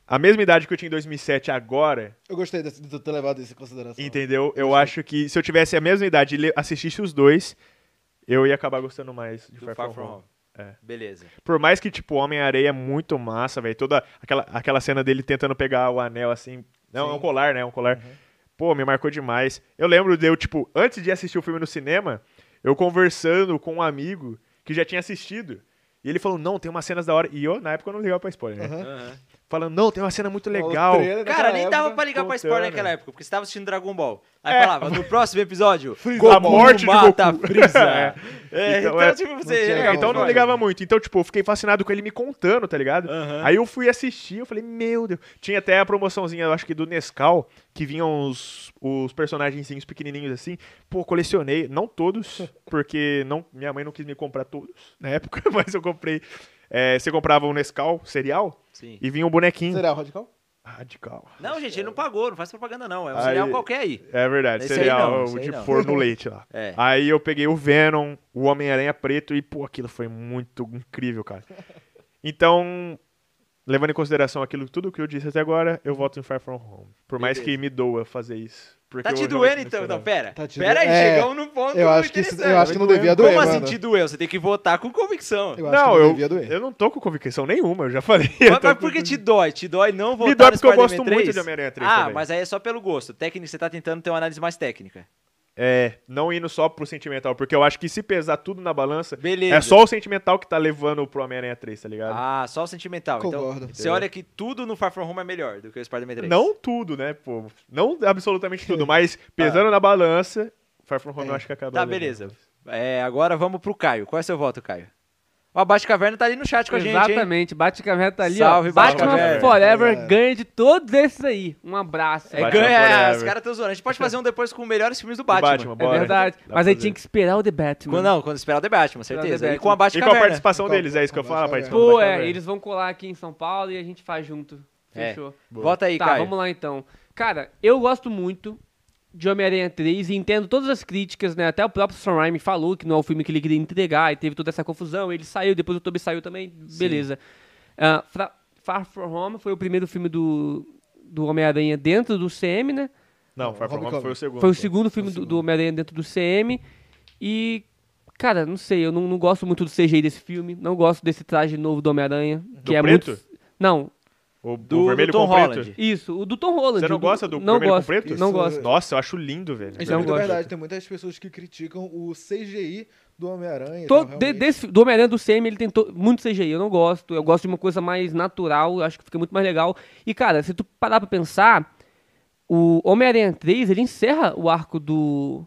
[SPEAKER 3] A mesma idade que eu tinha em 2007 agora,
[SPEAKER 1] Eu gostei desse- de ter levado isso em consideração.
[SPEAKER 3] Entendeu? Eu acho que se eu tivesse a mesma idade e le- assistisse os dois, eu ia acabar gostando mais de
[SPEAKER 2] do
[SPEAKER 3] Far, From, Home. É.
[SPEAKER 2] Beleza.
[SPEAKER 3] Por mais que, tipo, Homem-Areia é muito massa, velho. Toda aquela, aquela cena dele tentando pegar o anel assim. Não, é um
[SPEAKER 1] Sim. Uhum.
[SPEAKER 3] colar, né? É um colar. Pô, me marcou demais. Eu lembro de eu, tipo, antes de assistir o filme no cinema, eu conversando com um amigo que já tinha assistido. E ele falou, não, tem umas cenas da hora. E eu, na época, eu não ligava pra spoiler, né?
[SPEAKER 1] Aham.
[SPEAKER 2] Aham.
[SPEAKER 3] Falando, não, tem uma cena muito
[SPEAKER 1] Uhum. O
[SPEAKER 3] legal.
[SPEAKER 1] trailer
[SPEAKER 2] Cara,
[SPEAKER 1] naquela
[SPEAKER 2] nem
[SPEAKER 1] época-
[SPEAKER 2] dava pra ligar pra spoiler
[SPEAKER 3] contando.
[SPEAKER 2] naquela época, porque você tava assistindo Dragon Ball. Aí
[SPEAKER 3] É.
[SPEAKER 2] falava, no próximo episódio,
[SPEAKER 1] Freeza
[SPEAKER 3] a
[SPEAKER 2] Goku
[SPEAKER 3] morte de
[SPEAKER 2] mata
[SPEAKER 3] Goku.
[SPEAKER 2] Freeza.
[SPEAKER 3] É.
[SPEAKER 2] É,
[SPEAKER 3] Então,
[SPEAKER 2] então,
[SPEAKER 3] é.
[SPEAKER 2] tipo,
[SPEAKER 1] Não
[SPEAKER 2] você...
[SPEAKER 1] tinha
[SPEAKER 3] É, então eu não
[SPEAKER 1] Olha.
[SPEAKER 3] ligava muito. Então, tipo, eu fiquei fascinado com ele me contando, tá ligado?
[SPEAKER 2] Aham.
[SPEAKER 3] Aí eu fui assistir, eu falei, meu Deus. Tinha até a promoçãozinha, eu acho que do Nescau, que vinham os, os personagenzinhos pequenininhos assim. Pô, colecionei, não todos, porque não, minha mãe não quis me comprar todos na época, mas eu comprei. É, você comprava o Nescau, cereal,
[SPEAKER 2] Sim.
[SPEAKER 3] e vinha um bonequinho.
[SPEAKER 1] Será o Radical?
[SPEAKER 3] Radical.
[SPEAKER 2] Não, gente, ele
[SPEAKER 3] é.
[SPEAKER 2] não pagou, não faz propaganda não. É um
[SPEAKER 3] Aí-
[SPEAKER 2] cereal qualquer aí.
[SPEAKER 3] É verdade,
[SPEAKER 2] Esse aí não,
[SPEAKER 3] cereal
[SPEAKER 2] esse aí
[SPEAKER 3] de
[SPEAKER 2] não.
[SPEAKER 3] forno leite lá.
[SPEAKER 2] É.
[SPEAKER 3] Aí eu peguei o Venom, o Homem-Aranha Preto e, pô, aquilo foi muito incrível, cara. Então, levando em consideração aquilo, tudo que eu disse até agora, eu voto em Far From Home. Por mais
[SPEAKER 2] Beleza.
[SPEAKER 3] que me doa fazer isso. porque
[SPEAKER 2] Tá
[SPEAKER 3] eu
[SPEAKER 2] te
[SPEAKER 3] realmente
[SPEAKER 2] doendo
[SPEAKER 3] não
[SPEAKER 2] então?
[SPEAKER 3] esperava.
[SPEAKER 2] Não, pera.
[SPEAKER 1] Tá te
[SPEAKER 2] pera aí,
[SPEAKER 1] doendo. É,
[SPEAKER 2] chegamos num ponto
[SPEAKER 1] Eu acho, que,
[SPEAKER 2] interessante.
[SPEAKER 1] isso- eu acho que não devia doer,
[SPEAKER 2] Como assim
[SPEAKER 1] mano.
[SPEAKER 2] te doeu? Você tem que votar com convicção.
[SPEAKER 1] Eu acho
[SPEAKER 3] Não,
[SPEAKER 1] que não
[SPEAKER 3] eu,
[SPEAKER 1] devia doer.
[SPEAKER 3] eu não tô com convicção nenhuma, eu já falei.
[SPEAKER 2] Mas,
[SPEAKER 3] eu tô
[SPEAKER 2] mas
[SPEAKER 3] com-
[SPEAKER 2] por que te dói? Te dói não voltar no
[SPEAKER 3] dói porque eu
[SPEAKER 2] Spider-Man
[SPEAKER 3] gosto
[SPEAKER 2] 3?
[SPEAKER 3] muito de Homem-Aranha 3
[SPEAKER 2] Ah,
[SPEAKER 3] também.
[SPEAKER 2] mas aí é só pelo gosto. Técnica, você tá tentando ter uma análise mais técnica.
[SPEAKER 3] É, não indo só pro sentimental, porque eu acho que se pesar tudo na balança,
[SPEAKER 2] Beleza.
[SPEAKER 3] é só o sentimental que tá levando pro Homem-Aranha 3, tá ligado?
[SPEAKER 2] Ah, só o sentimental.
[SPEAKER 1] Concordo.
[SPEAKER 2] Então, você olha que tudo no Far From Home é melhor do que o Spider-Man 3.
[SPEAKER 3] Não tudo, né, pô? Não absolutamente tudo, mas pesando na balança, Far From Home eu acho que acaba.
[SPEAKER 2] Ah. Tá,
[SPEAKER 3] levando.
[SPEAKER 2] beleza. É, agora vamos pro Caio. Qual é seu voto, Caio? Ó, a Bate Caverna tá ali no chat com a gente, hein?
[SPEAKER 4] Exatamente, bate caverna tá ali,
[SPEAKER 2] Salve,
[SPEAKER 4] ó. Batman
[SPEAKER 2] Batcaverna.
[SPEAKER 4] Forever
[SPEAKER 1] Galera.
[SPEAKER 4] ganha de todos esses aí. Um abraço.
[SPEAKER 2] É,
[SPEAKER 3] Batman
[SPEAKER 2] ganha, é,
[SPEAKER 3] Forever.
[SPEAKER 2] os caras tão zoando. A gente pode fazer um depois com melhores filmes do
[SPEAKER 3] Do
[SPEAKER 2] Batman.
[SPEAKER 3] Batman,
[SPEAKER 4] É
[SPEAKER 3] bora.
[SPEAKER 4] verdade.
[SPEAKER 3] Dá
[SPEAKER 4] Mas
[SPEAKER 3] pra
[SPEAKER 4] aí
[SPEAKER 3] fazer.
[SPEAKER 4] tinha que esperar o The Batman.
[SPEAKER 2] Quando, não, quando esperar o The Batman,
[SPEAKER 4] Esperar o
[SPEAKER 2] certeza.
[SPEAKER 4] The
[SPEAKER 2] E com a Bate
[SPEAKER 3] E qual a
[SPEAKER 2] Caverna.
[SPEAKER 3] participação
[SPEAKER 1] Qual-
[SPEAKER 3] deles? É isso que eu
[SPEAKER 1] qual-
[SPEAKER 3] falo, a
[SPEAKER 1] qual-
[SPEAKER 3] participação
[SPEAKER 4] Pô,
[SPEAKER 3] da
[SPEAKER 4] é,
[SPEAKER 3] Caverna.
[SPEAKER 4] eles vão colar aqui em São Paulo e a gente faz junto.
[SPEAKER 2] É.
[SPEAKER 4] Fechou.
[SPEAKER 2] Vota aí,
[SPEAKER 4] tá,
[SPEAKER 2] Caio.
[SPEAKER 4] vamos lá então. Cara, eu gosto muito de Homem-Aranha 3 e entendo todas as críticas, né? Até o próprio Sam Raimi falou que não é o filme que ele queria entregar e teve toda essa confusão. Ele saiu, depois o Toby saiu também, beleza. Ah, Fra- Far From Home foi o primeiro filme do, do Homem-Aranha dentro do CM, né?
[SPEAKER 3] Não, Far From Home
[SPEAKER 1] Homecoming.
[SPEAKER 3] foi o segundo.
[SPEAKER 4] Foi o segundo filme do, do Homem-Aranha dentro do CM. E, cara, não sei, eu não, não gosto muito do CGI desse filme. Não gosto desse traje novo do Homem-Aranha. Que é
[SPEAKER 3] preto?
[SPEAKER 4] muito. Não,
[SPEAKER 3] O, o
[SPEAKER 2] Do- do
[SPEAKER 3] vermelho
[SPEAKER 2] Tom
[SPEAKER 3] com preto.
[SPEAKER 2] Holland.
[SPEAKER 4] isso, o do Tom Holland.
[SPEAKER 3] Você não
[SPEAKER 4] o
[SPEAKER 3] gosta do
[SPEAKER 4] não
[SPEAKER 3] vermelho
[SPEAKER 4] gosto,
[SPEAKER 3] com preto?
[SPEAKER 4] Não
[SPEAKER 1] Isso-
[SPEAKER 4] gosto.
[SPEAKER 3] Nossa, eu acho lindo, velho.
[SPEAKER 1] Isso
[SPEAKER 4] Não
[SPEAKER 1] é muito
[SPEAKER 4] gosto.
[SPEAKER 1] verdade. Tem muitas pessoas que criticam o CGI do Homem-Aranha.
[SPEAKER 4] To-
[SPEAKER 1] então,
[SPEAKER 4] de-
[SPEAKER 1] realmente-
[SPEAKER 4] desse, do Homem-Aranha do CM, ele tem to- muito CGI. Eu não gosto. Eu gosto de uma coisa mais natural. Eu acho que fica muito mais legal. E, cara, se tu parar pra pensar, o Homem-Aranha 3, ele encerra o arco do,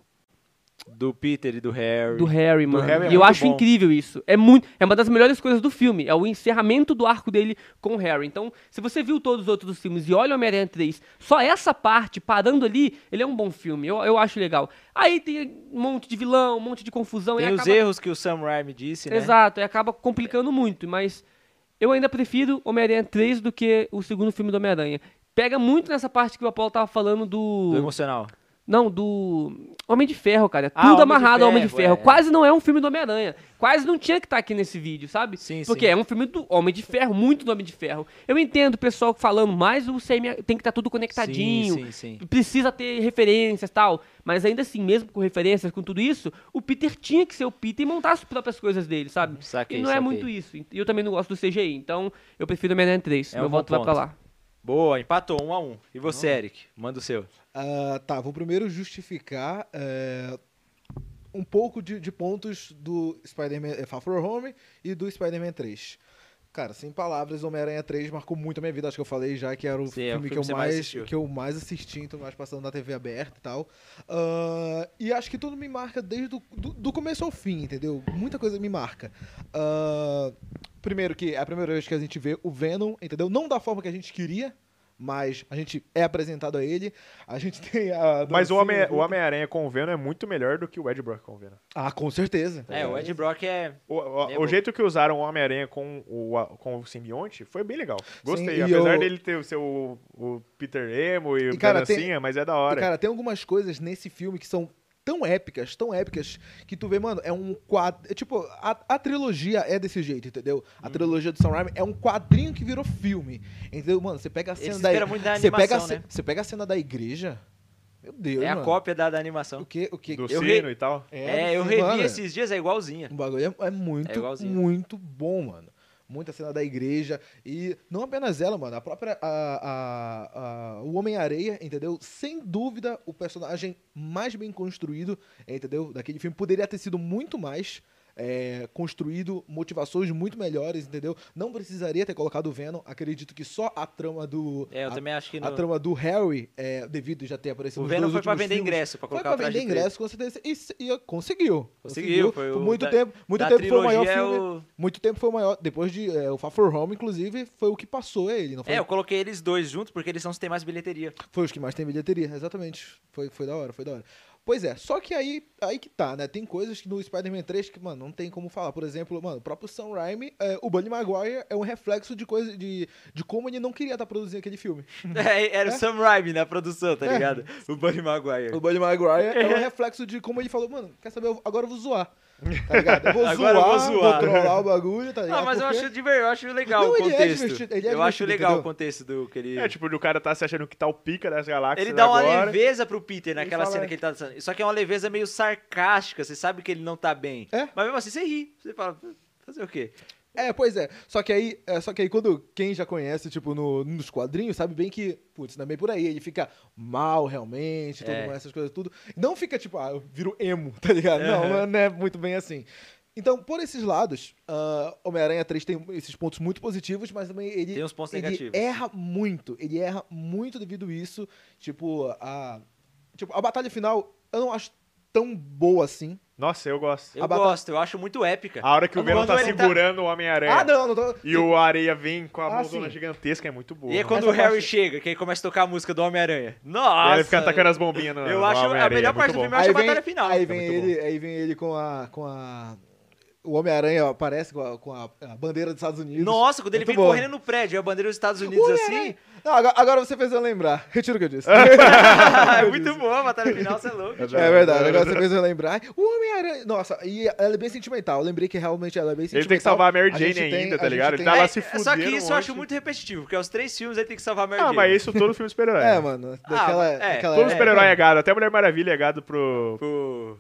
[SPEAKER 2] Do Peter e do Harry.
[SPEAKER 4] do Harry, mano.
[SPEAKER 2] Harry é
[SPEAKER 4] e eu
[SPEAKER 2] muito
[SPEAKER 4] acho
[SPEAKER 2] bom.
[SPEAKER 4] incrível isso. É muito, é uma das melhores coisas do filme, é o encerramento do arco dele com o Harry. Então, se você viu todos os outros filmes e olha o Homem-Aranha 3, só essa parte, parando ali, ele é um bom filme. Eu, eu acho legal. Aí tem um monte de vilão, um monte de confusão.
[SPEAKER 2] Tem
[SPEAKER 4] e
[SPEAKER 2] os
[SPEAKER 4] acaba...
[SPEAKER 2] erros que o Sam Raimi disse, né?
[SPEAKER 4] Exato, e acaba complicando muito, mas eu ainda prefiro Homem-Aranha 3 do que o segundo filme do Homem-Aranha. Pega muito nessa parte que o Apollo tava falando
[SPEAKER 2] Do emocional.
[SPEAKER 4] não, do Homem de Ferro, cara. É
[SPEAKER 2] Ah,
[SPEAKER 4] Tudo
[SPEAKER 2] Homem
[SPEAKER 4] amarrado
[SPEAKER 2] de
[SPEAKER 4] ao Homem de
[SPEAKER 2] Ferro,
[SPEAKER 4] Ferro.
[SPEAKER 2] é.
[SPEAKER 4] Quase não é um filme do Homem-Aranha. Quase não tinha que estar aqui nesse vídeo, sabe?
[SPEAKER 2] Sim,
[SPEAKER 4] Porque
[SPEAKER 2] sim.
[SPEAKER 4] é um filme do Homem de Ferro, muito do Homem de Ferro. Eu entendo o pessoal falando, mas o CM tem que estar tudo conectadinho.
[SPEAKER 2] Sim, sim, sim.
[SPEAKER 4] Precisa ter referências e tal. Mas ainda assim, mesmo com referências, com tudo isso, o Peter tinha que ser o Peter e montar as próprias coisas dele, sabe?
[SPEAKER 2] Saquei,
[SPEAKER 4] e não é
[SPEAKER 2] saquei.
[SPEAKER 4] muito isso. E eu também não gosto do CGI. Então, eu prefiro o Homem-Aranha 3.
[SPEAKER 2] É
[SPEAKER 4] Meu
[SPEAKER 2] um bom
[SPEAKER 4] voto vai pra
[SPEAKER 2] ponto.
[SPEAKER 4] lá.
[SPEAKER 2] Boa, empatou, um a um. E você, Eric? Manda o seu.
[SPEAKER 1] Ah, tá, vou primeiro justificar é, um pouco de, de pontos do Spider-Man é, Far From Home e do Spider-Man 3. Cara, sem palavras, Homem-Aranha 3 marcou muito a minha vida. Acho que eu falei já que era o
[SPEAKER 2] Sim,
[SPEAKER 1] filme,
[SPEAKER 2] é o filme
[SPEAKER 1] que, eu
[SPEAKER 2] que você
[SPEAKER 1] mais,
[SPEAKER 2] mais assistiu.
[SPEAKER 1] que eu mais assisti, então mais passando na TV aberta e tal. Ah, e acho que tudo me marca desde o do, do começo ao fim, entendeu? Muita coisa me marca. Ah, primeiro que é a primeira vez que a gente vê o Venom, entendeu? Não da forma que a gente queria, mas a gente é apresentado a ele. A gente tem a.
[SPEAKER 3] Mas o
[SPEAKER 1] dancinha
[SPEAKER 3] Homem- é-
[SPEAKER 1] junto.
[SPEAKER 3] o Homem-Aranha com o Venom é muito melhor do que o Ed Brock com o Venom.
[SPEAKER 1] Ah, com certeza.
[SPEAKER 2] É, o Ed Brock é.
[SPEAKER 3] O, o-
[SPEAKER 2] É
[SPEAKER 3] o
[SPEAKER 2] bom.
[SPEAKER 3] jeito que usaram o Homem-Aranha com o, a- com o simbionte foi bem legal. Gostei.
[SPEAKER 1] e
[SPEAKER 3] Apesar
[SPEAKER 1] eu-
[SPEAKER 3] dele ter o seu o Peter Emo e,
[SPEAKER 1] E,
[SPEAKER 3] o
[SPEAKER 1] cara,
[SPEAKER 3] cara,
[SPEAKER 1] tem-
[SPEAKER 3] mas é da
[SPEAKER 1] E,
[SPEAKER 3] hora.
[SPEAKER 1] cara, tem algumas coisas nesse filme que são tão épicas, tão épicas, que tu vê, mano, é um quadro. É, tipo, a, a trilogia é desse jeito, entendeu? A trilogia do Sam Raimi é um quadrinho que virou filme. Entendeu? Mano, você pega a
[SPEAKER 2] Ele
[SPEAKER 1] cena
[SPEAKER 2] se
[SPEAKER 1] da
[SPEAKER 2] inspira muito na
[SPEAKER 1] você pega, a
[SPEAKER 2] animação,
[SPEAKER 1] ce-
[SPEAKER 2] né?
[SPEAKER 1] você pega a cena da igreja. Meu Deus,
[SPEAKER 2] É a
[SPEAKER 1] mano.
[SPEAKER 2] cópia da, da
[SPEAKER 1] O
[SPEAKER 2] animação.
[SPEAKER 1] que o que
[SPEAKER 3] do
[SPEAKER 2] eu
[SPEAKER 3] sino
[SPEAKER 2] re-
[SPEAKER 3] e tal.
[SPEAKER 2] É, eu
[SPEAKER 1] sim,
[SPEAKER 2] revi
[SPEAKER 1] mano.
[SPEAKER 2] esses dias, é igualzinha.
[SPEAKER 1] O bagulho é, é muito,
[SPEAKER 2] É igualzinho.
[SPEAKER 1] muito bom, mano. Muita cena da igreja. E não apenas ela, mano. A própria. A, a, a- o Homem-Areia, entendeu? Sem dúvida, o personagem mais bem construído, entendeu? Daquele filme. Poderia ter sido muito mais. é, construído motivações muito melhores, entendeu? Não precisaria ter colocado o Venom. Acredito que só a trama do.
[SPEAKER 2] É, eu
[SPEAKER 1] a,
[SPEAKER 2] também acho que
[SPEAKER 1] a
[SPEAKER 2] não.
[SPEAKER 1] trama do Harry, é, devido já ter aparecido
[SPEAKER 2] O
[SPEAKER 1] nos
[SPEAKER 2] Venom
[SPEAKER 1] dois
[SPEAKER 2] foi pra
[SPEAKER 1] últimos
[SPEAKER 2] vender
[SPEAKER 1] filmes,
[SPEAKER 2] ingresso, pra
[SPEAKER 1] foi
[SPEAKER 2] colocar
[SPEAKER 1] pra
[SPEAKER 2] atrás
[SPEAKER 1] vender
[SPEAKER 2] de preto.
[SPEAKER 1] ingresso, com certeza. E, se- e conseguiu.
[SPEAKER 2] Conseguiu, foi
[SPEAKER 1] Por
[SPEAKER 2] o
[SPEAKER 1] muito
[SPEAKER 2] da-
[SPEAKER 1] tempo. Muito
[SPEAKER 2] da
[SPEAKER 1] tempo foi o maior
[SPEAKER 2] trilogia é
[SPEAKER 1] filme.
[SPEAKER 2] o-
[SPEAKER 1] Muito tempo foi o maior. Depois de é, o Far From Home, inclusive, foi o que passou ele, não foi?
[SPEAKER 2] É, eu coloquei eles dois juntos porque eles são os que tem mais bilheteria.
[SPEAKER 1] Foi os que mais tem bilheteria, exatamente. Foi, foi da hora, foi da hora. Pois é, só que aí, aí que tá, né? Tem coisas que no Spider-Man 3 que, mano, não tem como falar. Por exemplo, mano, o próprio Sam Raimi, é, o Bunny Maguire é um reflexo de coisa de, de como ele não queria estar produzindo aquele filme.
[SPEAKER 2] É, era o Sam Raimi na produção, tá
[SPEAKER 1] É.
[SPEAKER 2] ligado? O Bunny Maguire.
[SPEAKER 1] O Bunny Maguire é um reflexo de como ele falou, mano, quer saber, eu- agora eu vou zoar. Tá ligado? Eu vou
[SPEAKER 2] Agora eu
[SPEAKER 1] zoar,
[SPEAKER 2] vou zoar.
[SPEAKER 1] trollar o bagulho, tá ligado?
[SPEAKER 2] Ah, mas eu
[SPEAKER 1] Porque-
[SPEAKER 2] acho, diver- eu acho legal
[SPEAKER 1] Não,
[SPEAKER 2] o
[SPEAKER 1] ele é
[SPEAKER 2] contexto.
[SPEAKER 1] divertido, ele é
[SPEAKER 2] eu acho
[SPEAKER 1] divertido,
[SPEAKER 2] legal
[SPEAKER 1] entendeu?
[SPEAKER 2] o contexto do que ele...
[SPEAKER 3] É, tipo, o cara tá se achando que tá o pica das galáxias
[SPEAKER 2] Ele dá um uma
[SPEAKER 3] agora.
[SPEAKER 2] leveza pro Peter naquela
[SPEAKER 3] fala-
[SPEAKER 2] cena que ele tá dançando. Só que é uma leveza meio sarcástica, você sabe que ele não tá bem.
[SPEAKER 1] É.
[SPEAKER 2] Mas mesmo assim, você ri. Você fala, fazer o quê?
[SPEAKER 1] É, pois é. Só que aí, é, só que aí quando quem já conhece, tipo, no- nos quadrinhos, sabe bem que, putz, não é bem por aí. Ele fica mal realmente, todo
[SPEAKER 2] É.
[SPEAKER 1] mundo, essas coisas tudo. Não fica tipo, ah, eu viro emo, tá ligado? Não, não é muito bem assim. Então, por esses lados, ah, Homem-Aranha 3 tem esses pontos muito positivos, mas também ele.
[SPEAKER 2] Tem uns pontos
[SPEAKER 1] ele
[SPEAKER 2] negativos.
[SPEAKER 1] erra muito. Ele erra muito devido a isso. Tipo, a. Tipo, a batalha final, eu não acho tão boa assim.
[SPEAKER 3] Nossa, eu gosto.
[SPEAKER 2] Eu
[SPEAKER 1] A batalha-
[SPEAKER 2] gosto, eu acho muito épica.
[SPEAKER 3] A hora que o
[SPEAKER 2] Quando
[SPEAKER 3] Venom tá
[SPEAKER 2] ele tá-
[SPEAKER 3] segurando o Homem-Aranha
[SPEAKER 1] Ah, não, não tô.
[SPEAKER 3] e o Areia vem com a
[SPEAKER 1] Ah,
[SPEAKER 3] mãozona
[SPEAKER 1] sim.
[SPEAKER 3] gigantesca é muito boa.
[SPEAKER 2] E é
[SPEAKER 3] né?
[SPEAKER 2] quando
[SPEAKER 1] Essa
[SPEAKER 2] o Harry
[SPEAKER 1] parte-
[SPEAKER 2] chega, que aí começa a tocar a música do Homem-Aranha.
[SPEAKER 3] E aí
[SPEAKER 2] Nossa!
[SPEAKER 3] ele fica atacando as bombinhas no
[SPEAKER 2] Eu
[SPEAKER 3] no
[SPEAKER 2] acho a
[SPEAKER 3] Homem-Aranha, é
[SPEAKER 2] melhor
[SPEAKER 3] muito
[SPEAKER 2] parte do
[SPEAKER 3] bom.
[SPEAKER 2] filme, eu acho a batalha final. Tá
[SPEAKER 1] Aí
[SPEAKER 3] É
[SPEAKER 1] vem,
[SPEAKER 3] muito
[SPEAKER 1] ele, aí vem ele com a. com a. O Homem-Aranha aparece com a, com a- a bandeira dos Estados Unidos.
[SPEAKER 2] Nossa, quando ele
[SPEAKER 1] Muito
[SPEAKER 2] vem
[SPEAKER 1] bom. né?
[SPEAKER 2] correndo no prédio, é a bandeira dos Estados
[SPEAKER 1] O
[SPEAKER 2] Unidos assim.
[SPEAKER 1] Homem-Aranha- Não, agora, agora você fez eu lembrar. Retiro o que eu disse.
[SPEAKER 2] é muito boa a batalha final, você é louco.
[SPEAKER 3] da
[SPEAKER 1] É
[SPEAKER 3] hora.
[SPEAKER 1] verdade, agora você fez eu lembrar. O Homem-Aranha. Nossa, e ela é bem sentimental. Eu lembrei que realmente ela é bem sentimental.
[SPEAKER 3] Ele tem que salvar a Mary
[SPEAKER 1] A gente
[SPEAKER 3] Jane
[SPEAKER 1] tem-
[SPEAKER 3] ainda,
[SPEAKER 1] a
[SPEAKER 3] tá
[SPEAKER 1] gente tem-
[SPEAKER 3] ligado? Ele tá lá se
[SPEAKER 2] É, Só que
[SPEAKER 3] fudendo,
[SPEAKER 2] isso
[SPEAKER 3] um
[SPEAKER 2] eu acho
[SPEAKER 3] monte.
[SPEAKER 2] muito repetitivo, porque é os três filmes ele tem que salvar a Mary
[SPEAKER 3] Ah,
[SPEAKER 2] Jane.
[SPEAKER 3] mas isso todo filme super-herói.
[SPEAKER 1] É, mano. Daquela,
[SPEAKER 2] mas- é,
[SPEAKER 1] daquela
[SPEAKER 3] Todo
[SPEAKER 2] é.
[SPEAKER 3] super-herói é gado, até Mulher Maravilha é gado pro
[SPEAKER 2] Pô,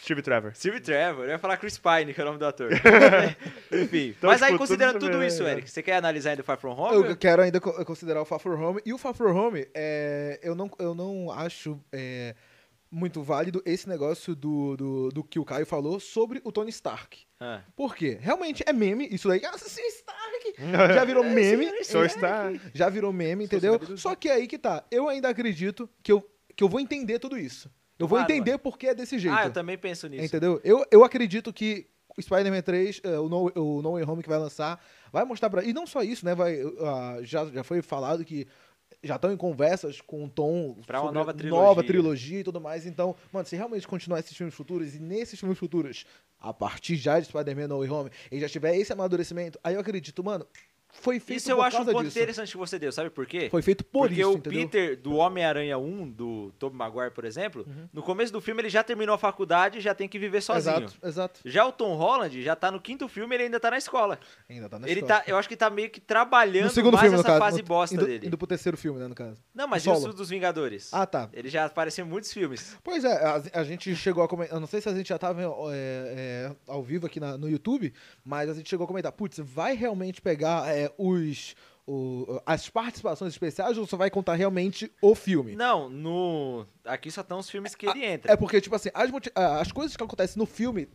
[SPEAKER 3] Steve Trevor.
[SPEAKER 2] Steve Trevor, eu ia falar Chris Pine, que é o nome do ator. Enfim.
[SPEAKER 3] Então,
[SPEAKER 2] mas aí,
[SPEAKER 3] tipo,
[SPEAKER 2] considerando
[SPEAKER 3] tudo
[SPEAKER 2] tudo isso,
[SPEAKER 3] bem,
[SPEAKER 2] Eric, você quer analisar ainda o Far From Home?
[SPEAKER 1] é- Eu quero ainda co- considerar o Far From Home. E o Far From Home, é, eu, não, eu não acho é, muito válido esse negócio do, do, do que o Caio falou sobre o Tony Stark.
[SPEAKER 2] Ah.
[SPEAKER 1] Por quê? Realmente é meme, isso daí. Ah, Sr. Stark! Já virou
[SPEAKER 2] É,
[SPEAKER 1] meme. é.
[SPEAKER 3] Só está...
[SPEAKER 1] Já virou meme, entendeu? Só que aí que tá. Eu ainda acredito que eu, que eu vou entender tudo isso. Eu vou
[SPEAKER 2] Claro,
[SPEAKER 1] entender por que é desse jeito.
[SPEAKER 2] Então Ah, eu também penso
[SPEAKER 1] é
[SPEAKER 2] nisso.
[SPEAKER 1] Entendeu? Eu, eu acredito que o Spider-Man 3, eh, o, no, o No Way Home que vai lançar, vai mostrar pra. E não só isso, né? Vai, ah, já, já foi falado que já estão em conversas com o Tom
[SPEAKER 2] Pra uma
[SPEAKER 1] sobre
[SPEAKER 2] nova
[SPEAKER 1] nova
[SPEAKER 2] trilogia.
[SPEAKER 1] trilogia e tudo mais. Então, mano, se realmente continuar esses filmes futuros e nesses filmes futuros, a partir já de Spider-Man No Way Home, e já tiver esse amadurecimento, aí eu acredito, mano, foi feito
[SPEAKER 2] Isso
[SPEAKER 1] por
[SPEAKER 2] eu acho um
[SPEAKER 1] causa
[SPEAKER 2] ponto
[SPEAKER 1] disso.
[SPEAKER 2] interessante que você deu, sabe por quê?
[SPEAKER 1] Foi feito por
[SPEAKER 2] Porque
[SPEAKER 1] isso,
[SPEAKER 2] o
[SPEAKER 1] entendeu?
[SPEAKER 2] Peter do Homem-Aranha 1, do Tobey Maguire, por exemplo,
[SPEAKER 1] Uhum.
[SPEAKER 2] no começo do filme ele já terminou a faculdade e já tem que viver sozinho.
[SPEAKER 1] Exato, exato.
[SPEAKER 2] Já o Tom Holland já tá no quinto filme, ele ainda tá na escola.
[SPEAKER 1] Ainda tá na
[SPEAKER 2] ele
[SPEAKER 1] história.
[SPEAKER 2] tá, eu acho que tá meio que trabalhando
[SPEAKER 1] no segundo
[SPEAKER 2] mais
[SPEAKER 1] filme, no
[SPEAKER 2] essa
[SPEAKER 1] caso.
[SPEAKER 2] fase
[SPEAKER 1] no-
[SPEAKER 2] bosta
[SPEAKER 1] indo,
[SPEAKER 2] dele.
[SPEAKER 1] Indo pro terceiro filme, né, no caso.
[SPEAKER 2] Não, mas
[SPEAKER 1] No
[SPEAKER 2] e
[SPEAKER 1] solo.
[SPEAKER 2] o dos Vingadores?
[SPEAKER 1] Ah, tá.
[SPEAKER 2] Ele já apareceu em muitos filmes.
[SPEAKER 1] Pois é, a, a gente chegou a comentar. Eu não sei se a gente já tava é, é, ao vivo aqui na- no YouTube, mas a gente chegou a comentar. Putz, vai realmente pegar é, é, os, o- as participações especiais ou só vai contar realmente o filme?
[SPEAKER 2] Não, no. Aqui só estão os filmes que ele entra.
[SPEAKER 1] É porque, tipo assim, as, moti- ah, as coisas que acontecem no filme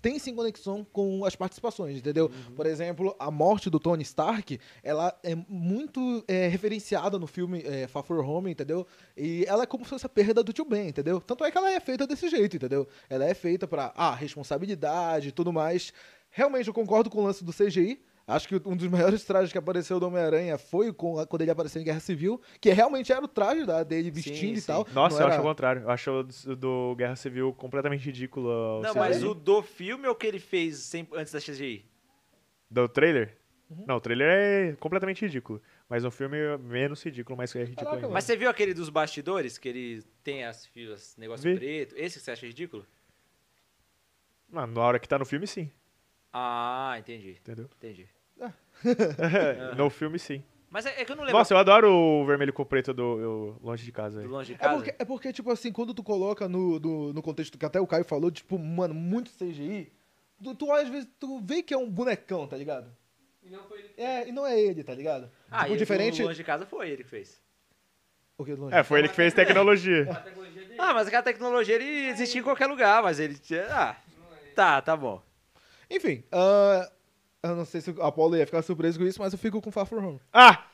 [SPEAKER 1] têm sim conexão com as participações, entendeu?
[SPEAKER 3] Uhum.
[SPEAKER 1] Por exemplo, a morte do Tony Stark, ela é muito é, referenciada no filme é, Far From Home, entendeu? E ela é como se fosse a perda do tio Ben, entendeu? Tanto é que ela é feita desse jeito, entendeu? Ela é feita pra, ah, responsabilidade e tudo mais. Realmente, eu concordo com o lance do CGI, Acho que um dos maiores trajes que apareceu do Homem-Aranha foi com- quando ele apareceu em Guerra Civil, que realmente era o traje da, dele vestindo e
[SPEAKER 2] sim.
[SPEAKER 1] tal.
[SPEAKER 3] Nossa,
[SPEAKER 1] não
[SPEAKER 3] eu
[SPEAKER 1] era-
[SPEAKER 3] acho o contrário. Eu acho o do- do Guerra Civil completamente ridículo. o
[SPEAKER 2] Não,
[SPEAKER 3] CGI.
[SPEAKER 2] mas o do filme é o que ele fez sem- antes da CGI?
[SPEAKER 3] Do trailer?
[SPEAKER 2] Uhum.
[SPEAKER 3] Não, o trailer é completamente ridículo. Mas o filme é menos ridículo, mas é ridículo
[SPEAKER 1] Caraca,
[SPEAKER 3] ainda.
[SPEAKER 1] mano.
[SPEAKER 2] Mas você viu aquele dos bastidores, que ele tem as filas, negócio
[SPEAKER 3] Vi.
[SPEAKER 2] preto? Esse que você acha ridículo?
[SPEAKER 3] Ah, na hora que tá no filme, sim.
[SPEAKER 2] Ah, entendi,
[SPEAKER 3] Entendeu?
[SPEAKER 2] entendi.
[SPEAKER 3] no filme, sim.
[SPEAKER 2] Mas é, é que eu não lembro
[SPEAKER 3] Nossa, eu adoro o vermelho com preto do eu- Longe de Casa.
[SPEAKER 2] do
[SPEAKER 3] velho.
[SPEAKER 2] longe de
[SPEAKER 1] É
[SPEAKER 2] casa.
[SPEAKER 1] porque, é porque, tipo assim, quando tu coloca no, no, no contexto que até o Caio falou, tipo, mano, muito CGI, tu, tu às vezes tu vê que é um bonecão, tá ligado? É, e não é ele, tá ligado?
[SPEAKER 2] Ah,
[SPEAKER 1] tipo,
[SPEAKER 2] e
[SPEAKER 1] diferente.
[SPEAKER 2] o longe de casa foi ele que fez.
[SPEAKER 1] O que longe?
[SPEAKER 3] É, foi ele que fez tecnologia.
[SPEAKER 1] tá
[SPEAKER 2] Ah, mas aquela tecnologia ele existia em qualquer lugar, mas ele tinha... Ah, tá, tá bom.
[SPEAKER 1] Enfim, ah, eu não sei se o Apolo ia ficar surpreso com isso, mas eu fico com Far From Home.
[SPEAKER 3] Ah!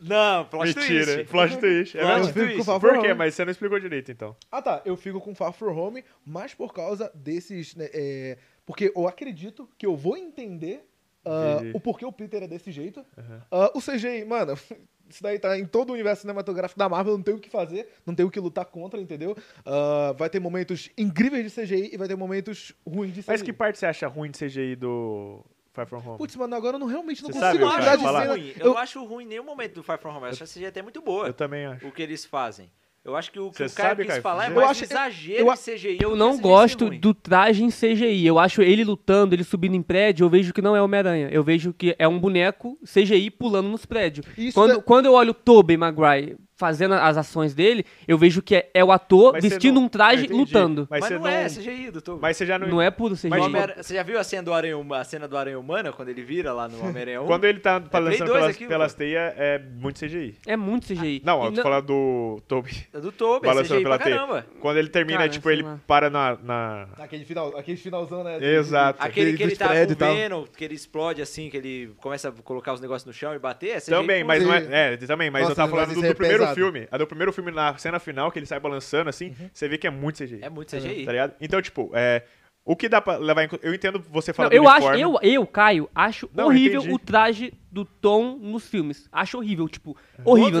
[SPEAKER 2] Não, plot
[SPEAKER 3] mentira.
[SPEAKER 2] twist.
[SPEAKER 3] Flash twist. É
[SPEAKER 2] Plot
[SPEAKER 3] mesmo?
[SPEAKER 1] Eu fico com
[SPEAKER 2] twist.
[SPEAKER 1] Far From
[SPEAKER 3] Por quê?
[SPEAKER 1] Home.
[SPEAKER 3] Mas você não explicou direito, então.
[SPEAKER 1] Ah tá, eu fico com Far From Home, mas por causa desses. né, é, porque eu acredito que eu vou entender ah,
[SPEAKER 3] Entendi.
[SPEAKER 1] o porquê o Peter é desse jeito. Ah, o CGI, mano, isso daí tá em todo o universo cinematográfico da Marvel, não tem o que fazer, não tem o que lutar contra, entendeu? Ah, vai ter momentos incríveis de CGI e vai ter momentos ruins de CGI.
[SPEAKER 3] Mas que parte você acha ruim de CGI do Fire From Home?
[SPEAKER 1] Putz, mano, agora eu não, realmente não
[SPEAKER 3] Você
[SPEAKER 2] Eu
[SPEAKER 3] sabe
[SPEAKER 1] consigo
[SPEAKER 3] o
[SPEAKER 2] não
[SPEAKER 3] que eu
[SPEAKER 1] lembrar
[SPEAKER 3] ia
[SPEAKER 1] de
[SPEAKER 3] falar?
[SPEAKER 1] cena.
[SPEAKER 2] acho ruim. Eu, não acho ruim nenhum momento do Far From Home. Eu acho essa CG até é muito boa.
[SPEAKER 3] Eu também acho.
[SPEAKER 2] o que eles fazem. Eu acho que o que
[SPEAKER 3] Você
[SPEAKER 2] o cara
[SPEAKER 3] sabe,
[SPEAKER 2] quis
[SPEAKER 3] Caio,
[SPEAKER 2] falar é
[SPEAKER 3] eu
[SPEAKER 2] mais
[SPEAKER 1] acho-
[SPEAKER 2] um exagero
[SPEAKER 1] eu-
[SPEAKER 2] de CGI.
[SPEAKER 4] Eu
[SPEAKER 2] do
[SPEAKER 4] não
[SPEAKER 2] que CGI ser
[SPEAKER 3] assim, é
[SPEAKER 4] gosto
[SPEAKER 2] ruim.
[SPEAKER 4] do traje em CGI. Eu acho ele lutando, ele subindo em prédio, eu vejo que não é Homem-Aranha. Eu vejo que é um boneco CGI pulando nos prédios.
[SPEAKER 1] Isso
[SPEAKER 4] Quando,
[SPEAKER 1] é-
[SPEAKER 4] quando eu olho o Tobey Maguire fazendo as ações dele, eu vejo que é, é o ator
[SPEAKER 3] Mas você
[SPEAKER 4] vestindo
[SPEAKER 3] não-
[SPEAKER 4] um
[SPEAKER 3] Eu
[SPEAKER 4] traje
[SPEAKER 3] entendi.
[SPEAKER 4] lutando.
[SPEAKER 3] Mas,
[SPEAKER 2] Mas,
[SPEAKER 3] você
[SPEAKER 2] não,
[SPEAKER 3] não,
[SPEAKER 2] é CGI do Toby.
[SPEAKER 3] Mas você já não.
[SPEAKER 4] Não é puro CGI.
[SPEAKER 2] O Homem-Aranha- Você já viu a cena do Aranha, a cena do Aranha Humana, quando ele vira lá no Homem-Aranha 1?
[SPEAKER 3] Quando ele tá
[SPEAKER 2] É Play
[SPEAKER 3] balançando
[SPEAKER 2] dois
[SPEAKER 3] pelas,
[SPEAKER 2] aquilo,
[SPEAKER 3] pelas teias, é muito CGI.
[SPEAKER 4] É muito CGI.
[SPEAKER 3] Não,
[SPEAKER 4] E
[SPEAKER 3] eu tô falando do Toby.
[SPEAKER 2] É Do Toby, é
[SPEAKER 3] balançando
[SPEAKER 2] CGI pra
[SPEAKER 3] pela teia.
[SPEAKER 2] caramba.
[SPEAKER 3] Quando ele termina,
[SPEAKER 4] Cara,
[SPEAKER 3] tipo,
[SPEAKER 4] sei
[SPEAKER 3] ele
[SPEAKER 4] lá.
[SPEAKER 3] para na. na-
[SPEAKER 1] Aquele, final, aquele finalzão, né?
[SPEAKER 3] Exato.
[SPEAKER 2] Aquele que
[SPEAKER 1] dos
[SPEAKER 2] ele tá
[SPEAKER 1] prédios e
[SPEAKER 2] com
[SPEAKER 1] tal.
[SPEAKER 2] o Venom, que ele explode assim, que ele começa a colocar os negócios no chão e bater, é CGI
[SPEAKER 3] Também,
[SPEAKER 2] puro.
[SPEAKER 3] mas não
[SPEAKER 1] Sim.
[SPEAKER 3] é. É, também, mas
[SPEAKER 1] Nossa,
[SPEAKER 3] eu tava
[SPEAKER 1] mas
[SPEAKER 3] falando do,
[SPEAKER 1] isso é
[SPEAKER 3] do primeiro
[SPEAKER 1] pesado. Uhum.
[SPEAKER 3] filme. A do primeiro filme, na cena final, que ele sai balançando assim, você vê que é muito CGI.
[SPEAKER 2] É muito
[SPEAKER 4] Uhum.
[SPEAKER 2] CGI.
[SPEAKER 3] Tá ligado? Então, tipo, é. O que dá pra levar em. con- Eu entendo você
[SPEAKER 4] Não,
[SPEAKER 3] falar
[SPEAKER 4] eu
[SPEAKER 3] do
[SPEAKER 4] acho,
[SPEAKER 3] uniforme.
[SPEAKER 4] eu, eu, Caio, acho
[SPEAKER 3] Não,
[SPEAKER 4] horrível
[SPEAKER 3] entendi.
[SPEAKER 4] o traje do Tom nos filmes. Acho horrível, tipo, horrível,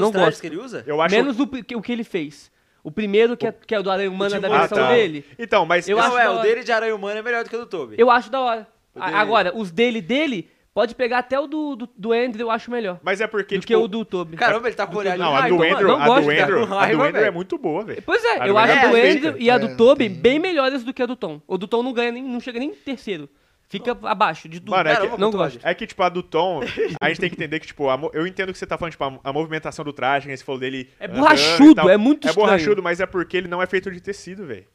[SPEAKER 2] Todos
[SPEAKER 4] não
[SPEAKER 2] os trajes
[SPEAKER 4] gosto.
[SPEAKER 2] que ele usa?
[SPEAKER 3] eu acho.
[SPEAKER 4] Menos o, pri- que- o que ele fez. O primeiro, que é, que é o do Aranha Humana, da
[SPEAKER 3] Ah,
[SPEAKER 4] versão
[SPEAKER 3] tá.
[SPEAKER 4] dele.
[SPEAKER 3] Então, mas.
[SPEAKER 4] Eu
[SPEAKER 2] não,
[SPEAKER 4] acho
[SPEAKER 2] é,
[SPEAKER 4] da
[SPEAKER 2] o
[SPEAKER 4] hora.
[SPEAKER 2] dele de Aranha Humana é melhor do que o do Toby.
[SPEAKER 4] Eu acho da hora.
[SPEAKER 2] O
[SPEAKER 4] A-
[SPEAKER 2] dele-
[SPEAKER 4] Agora, os dele dele, pode pegar até o do, do, do Andrew, eu acho melhor.
[SPEAKER 3] Mas é porque,
[SPEAKER 4] do
[SPEAKER 3] tipo.
[SPEAKER 4] que o do Toby.
[SPEAKER 2] Caramba, ele tá com o olhar de
[SPEAKER 3] Não, a
[SPEAKER 2] raiva,
[SPEAKER 3] do
[SPEAKER 2] mano.
[SPEAKER 3] Andrew,
[SPEAKER 4] não
[SPEAKER 3] a
[SPEAKER 4] gosto
[SPEAKER 3] do
[SPEAKER 4] de ficar
[SPEAKER 3] Andrew,
[SPEAKER 2] com
[SPEAKER 3] a do
[SPEAKER 2] raiva,
[SPEAKER 3] Andrew é
[SPEAKER 2] velho.
[SPEAKER 3] muito boa, velho.
[SPEAKER 4] Pois é,
[SPEAKER 3] A do Andrew
[SPEAKER 4] eu acho a do
[SPEAKER 2] perfeita.
[SPEAKER 4] Andrew e a
[SPEAKER 1] É,
[SPEAKER 4] do Toby
[SPEAKER 1] tem-
[SPEAKER 4] bem melhores do que a do Tom. O do Tom não ganha nem, não chega nem em terceiro. Fica abaixo de tudo.
[SPEAKER 3] Mano, é
[SPEAKER 4] Caramba,
[SPEAKER 3] que-
[SPEAKER 4] não gosto.
[SPEAKER 3] É que, tipo, a do Tom, a gente tem que entender que, tipo, a mo- eu entendo que você tá falando, tipo, a, a movimentação do traje, que você falou dele.
[SPEAKER 4] É
[SPEAKER 3] andando e
[SPEAKER 4] borrachudo,
[SPEAKER 3] tal.
[SPEAKER 4] é muito
[SPEAKER 3] É
[SPEAKER 4] estranho.
[SPEAKER 3] borrachudo, mas é porque ele não é feito de tecido, velho.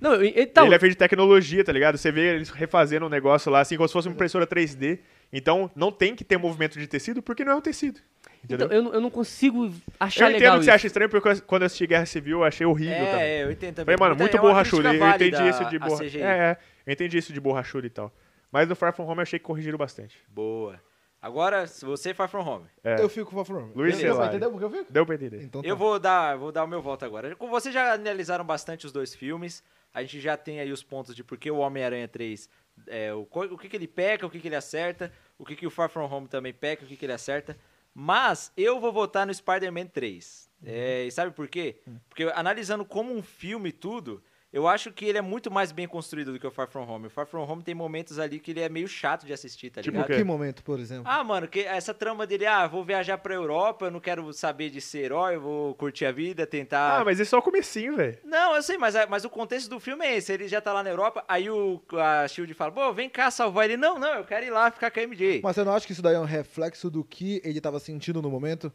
[SPEAKER 4] Não, eu- então,
[SPEAKER 3] Ele é feito de tecnologia, tá ligado? Você vê eles refazendo um negócio lá, assim, como se fosse uma impressora 3D. Então, não tem que ter movimento de tecido porque não é um tecido. Entendeu?
[SPEAKER 4] então eu, não- eu não consigo achar
[SPEAKER 3] eu entendo
[SPEAKER 4] legal
[SPEAKER 3] que você
[SPEAKER 4] isso.
[SPEAKER 3] acha estranho, porque quando eu assisti Guerra Civil, eu achei horrível
[SPEAKER 2] É,
[SPEAKER 3] também.
[SPEAKER 2] é, eu entendo também.
[SPEAKER 3] Falei, mano,
[SPEAKER 2] Então,
[SPEAKER 3] muito
[SPEAKER 2] é uma
[SPEAKER 3] borrachudo. Eu
[SPEAKER 2] crítica
[SPEAKER 3] entendi
[SPEAKER 2] válida
[SPEAKER 3] isso de
[SPEAKER 2] a
[SPEAKER 3] borrachudo.
[SPEAKER 2] CGI.
[SPEAKER 3] É, é, eu entendi isso de borrachudo e tal. Mas no Far From Home eu achei que corrigiram bastante.
[SPEAKER 2] Boa. Agora, se você Far From Home.
[SPEAKER 3] É.
[SPEAKER 1] Eu fico com Far From Home.
[SPEAKER 3] Luiz
[SPEAKER 1] Entendeu?
[SPEAKER 3] Celari.
[SPEAKER 1] Entendeu por que eu fico?
[SPEAKER 3] Deu pra entender.
[SPEAKER 1] Então,
[SPEAKER 2] Eu
[SPEAKER 1] tá.
[SPEAKER 2] vou dar, vou dar o meu voto agora. Com Vocês já analisaram bastante os dois filmes. A gente já tem aí os pontos de por que o Homem-Aranha 3, é, o, co- o que, que ele peca, o que, que ele acerta, o que, que o Far From Home também peca, o que, que ele acerta. Mas eu vou votar no Spider-Man 3.
[SPEAKER 1] Uhum.
[SPEAKER 2] É, e sabe por quê?
[SPEAKER 1] Hum.
[SPEAKER 2] Porque analisando como um filme e tudo, eu acho que ele é muito mais bem construído do que o Far From Home. O Far From Home tem momentos ali que ele é meio chato de assistir, tá
[SPEAKER 3] Tipo
[SPEAKER 2] ligado?
[SPEAKER 3] o quê?
[SPEAKER 1] Que momento, por exemplo?
[SPEAKER 2] Ah, mano, que essa trama dele, ah, vou viajar pra Europa, eu não quero saber de ser herói, eu vou curtir a vida, tentar.
[SPEAKER 3] Ah, mas isso é só o comecinho, velho.
[SPEAKER 2] Não, eu sei, mas, a- mas o contexto do filme é esse. Ele já tá lá na Europa, aí o a Shield fala, pô, vem cá salvar ele. Não, não, eu quero ir lá ficar com a MJ.
[SPEAKER 1] Mas você não acha que isso daí é um reflexo do que ele tava sentindo no momento?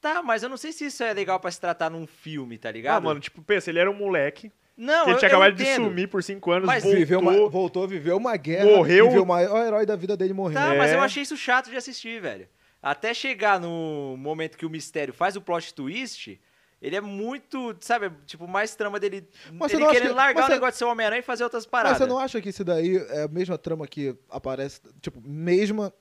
[SPEAKER 2] Tá, mas eu não sei se isso é legal pra se tratar num filme, tá ligado?
[SPEAKER 3] Ah, mano, tipo, pensa, ele era um moleque.
[SPEAKER 2] não,
[SPEAKER 3] que ele
[SPEAKER 2] eu,
[SPEAKER 3] tinha
[SPEAKER 2] eu
[SPEAKER 3] acabado de
[SPEAKER 2] entendo.
[SPEAKER 3] sumir por 5 anos,
[SPEAKER 2] Mas
[SPEAKER 3] voltou.
[SPEAKER 1] Viveu uma, voltou, viveu uma guerra.
[SPEAKER 3] Morreu.
[SPEAKER 1] Viveu o maior herói da vida dele morrendo.
[SPEAKER 2] Tá,
[SPEAKER 3] É.
[SPEAKER 2] mas eu achei isso chato de assistir, velho. Até chegar no momento que o mistério faz o plot twist, ele é muito, sabe, tipo, mais trama dele.
[SPEAKER 1] Mas você
[SPEAKER 2] ele
[SPEAKER 1] não acha
[SPEAKER 2] querendo
[SPEAKER 1] que-
[SPEAKER 2] largar
[SPEAKER 1] mas
[SPEAKER 2] o
[SPEAKER 1] você-
[SPEAKER 2] negócio de ser o Homem-Aranha e fazer outras
[SPEAKER 1] Mas
[SPEAKER 2] paradas.
[SPEAKER 1] você não acha que isso daí é a mesma trama que aparece, tipo, mesma,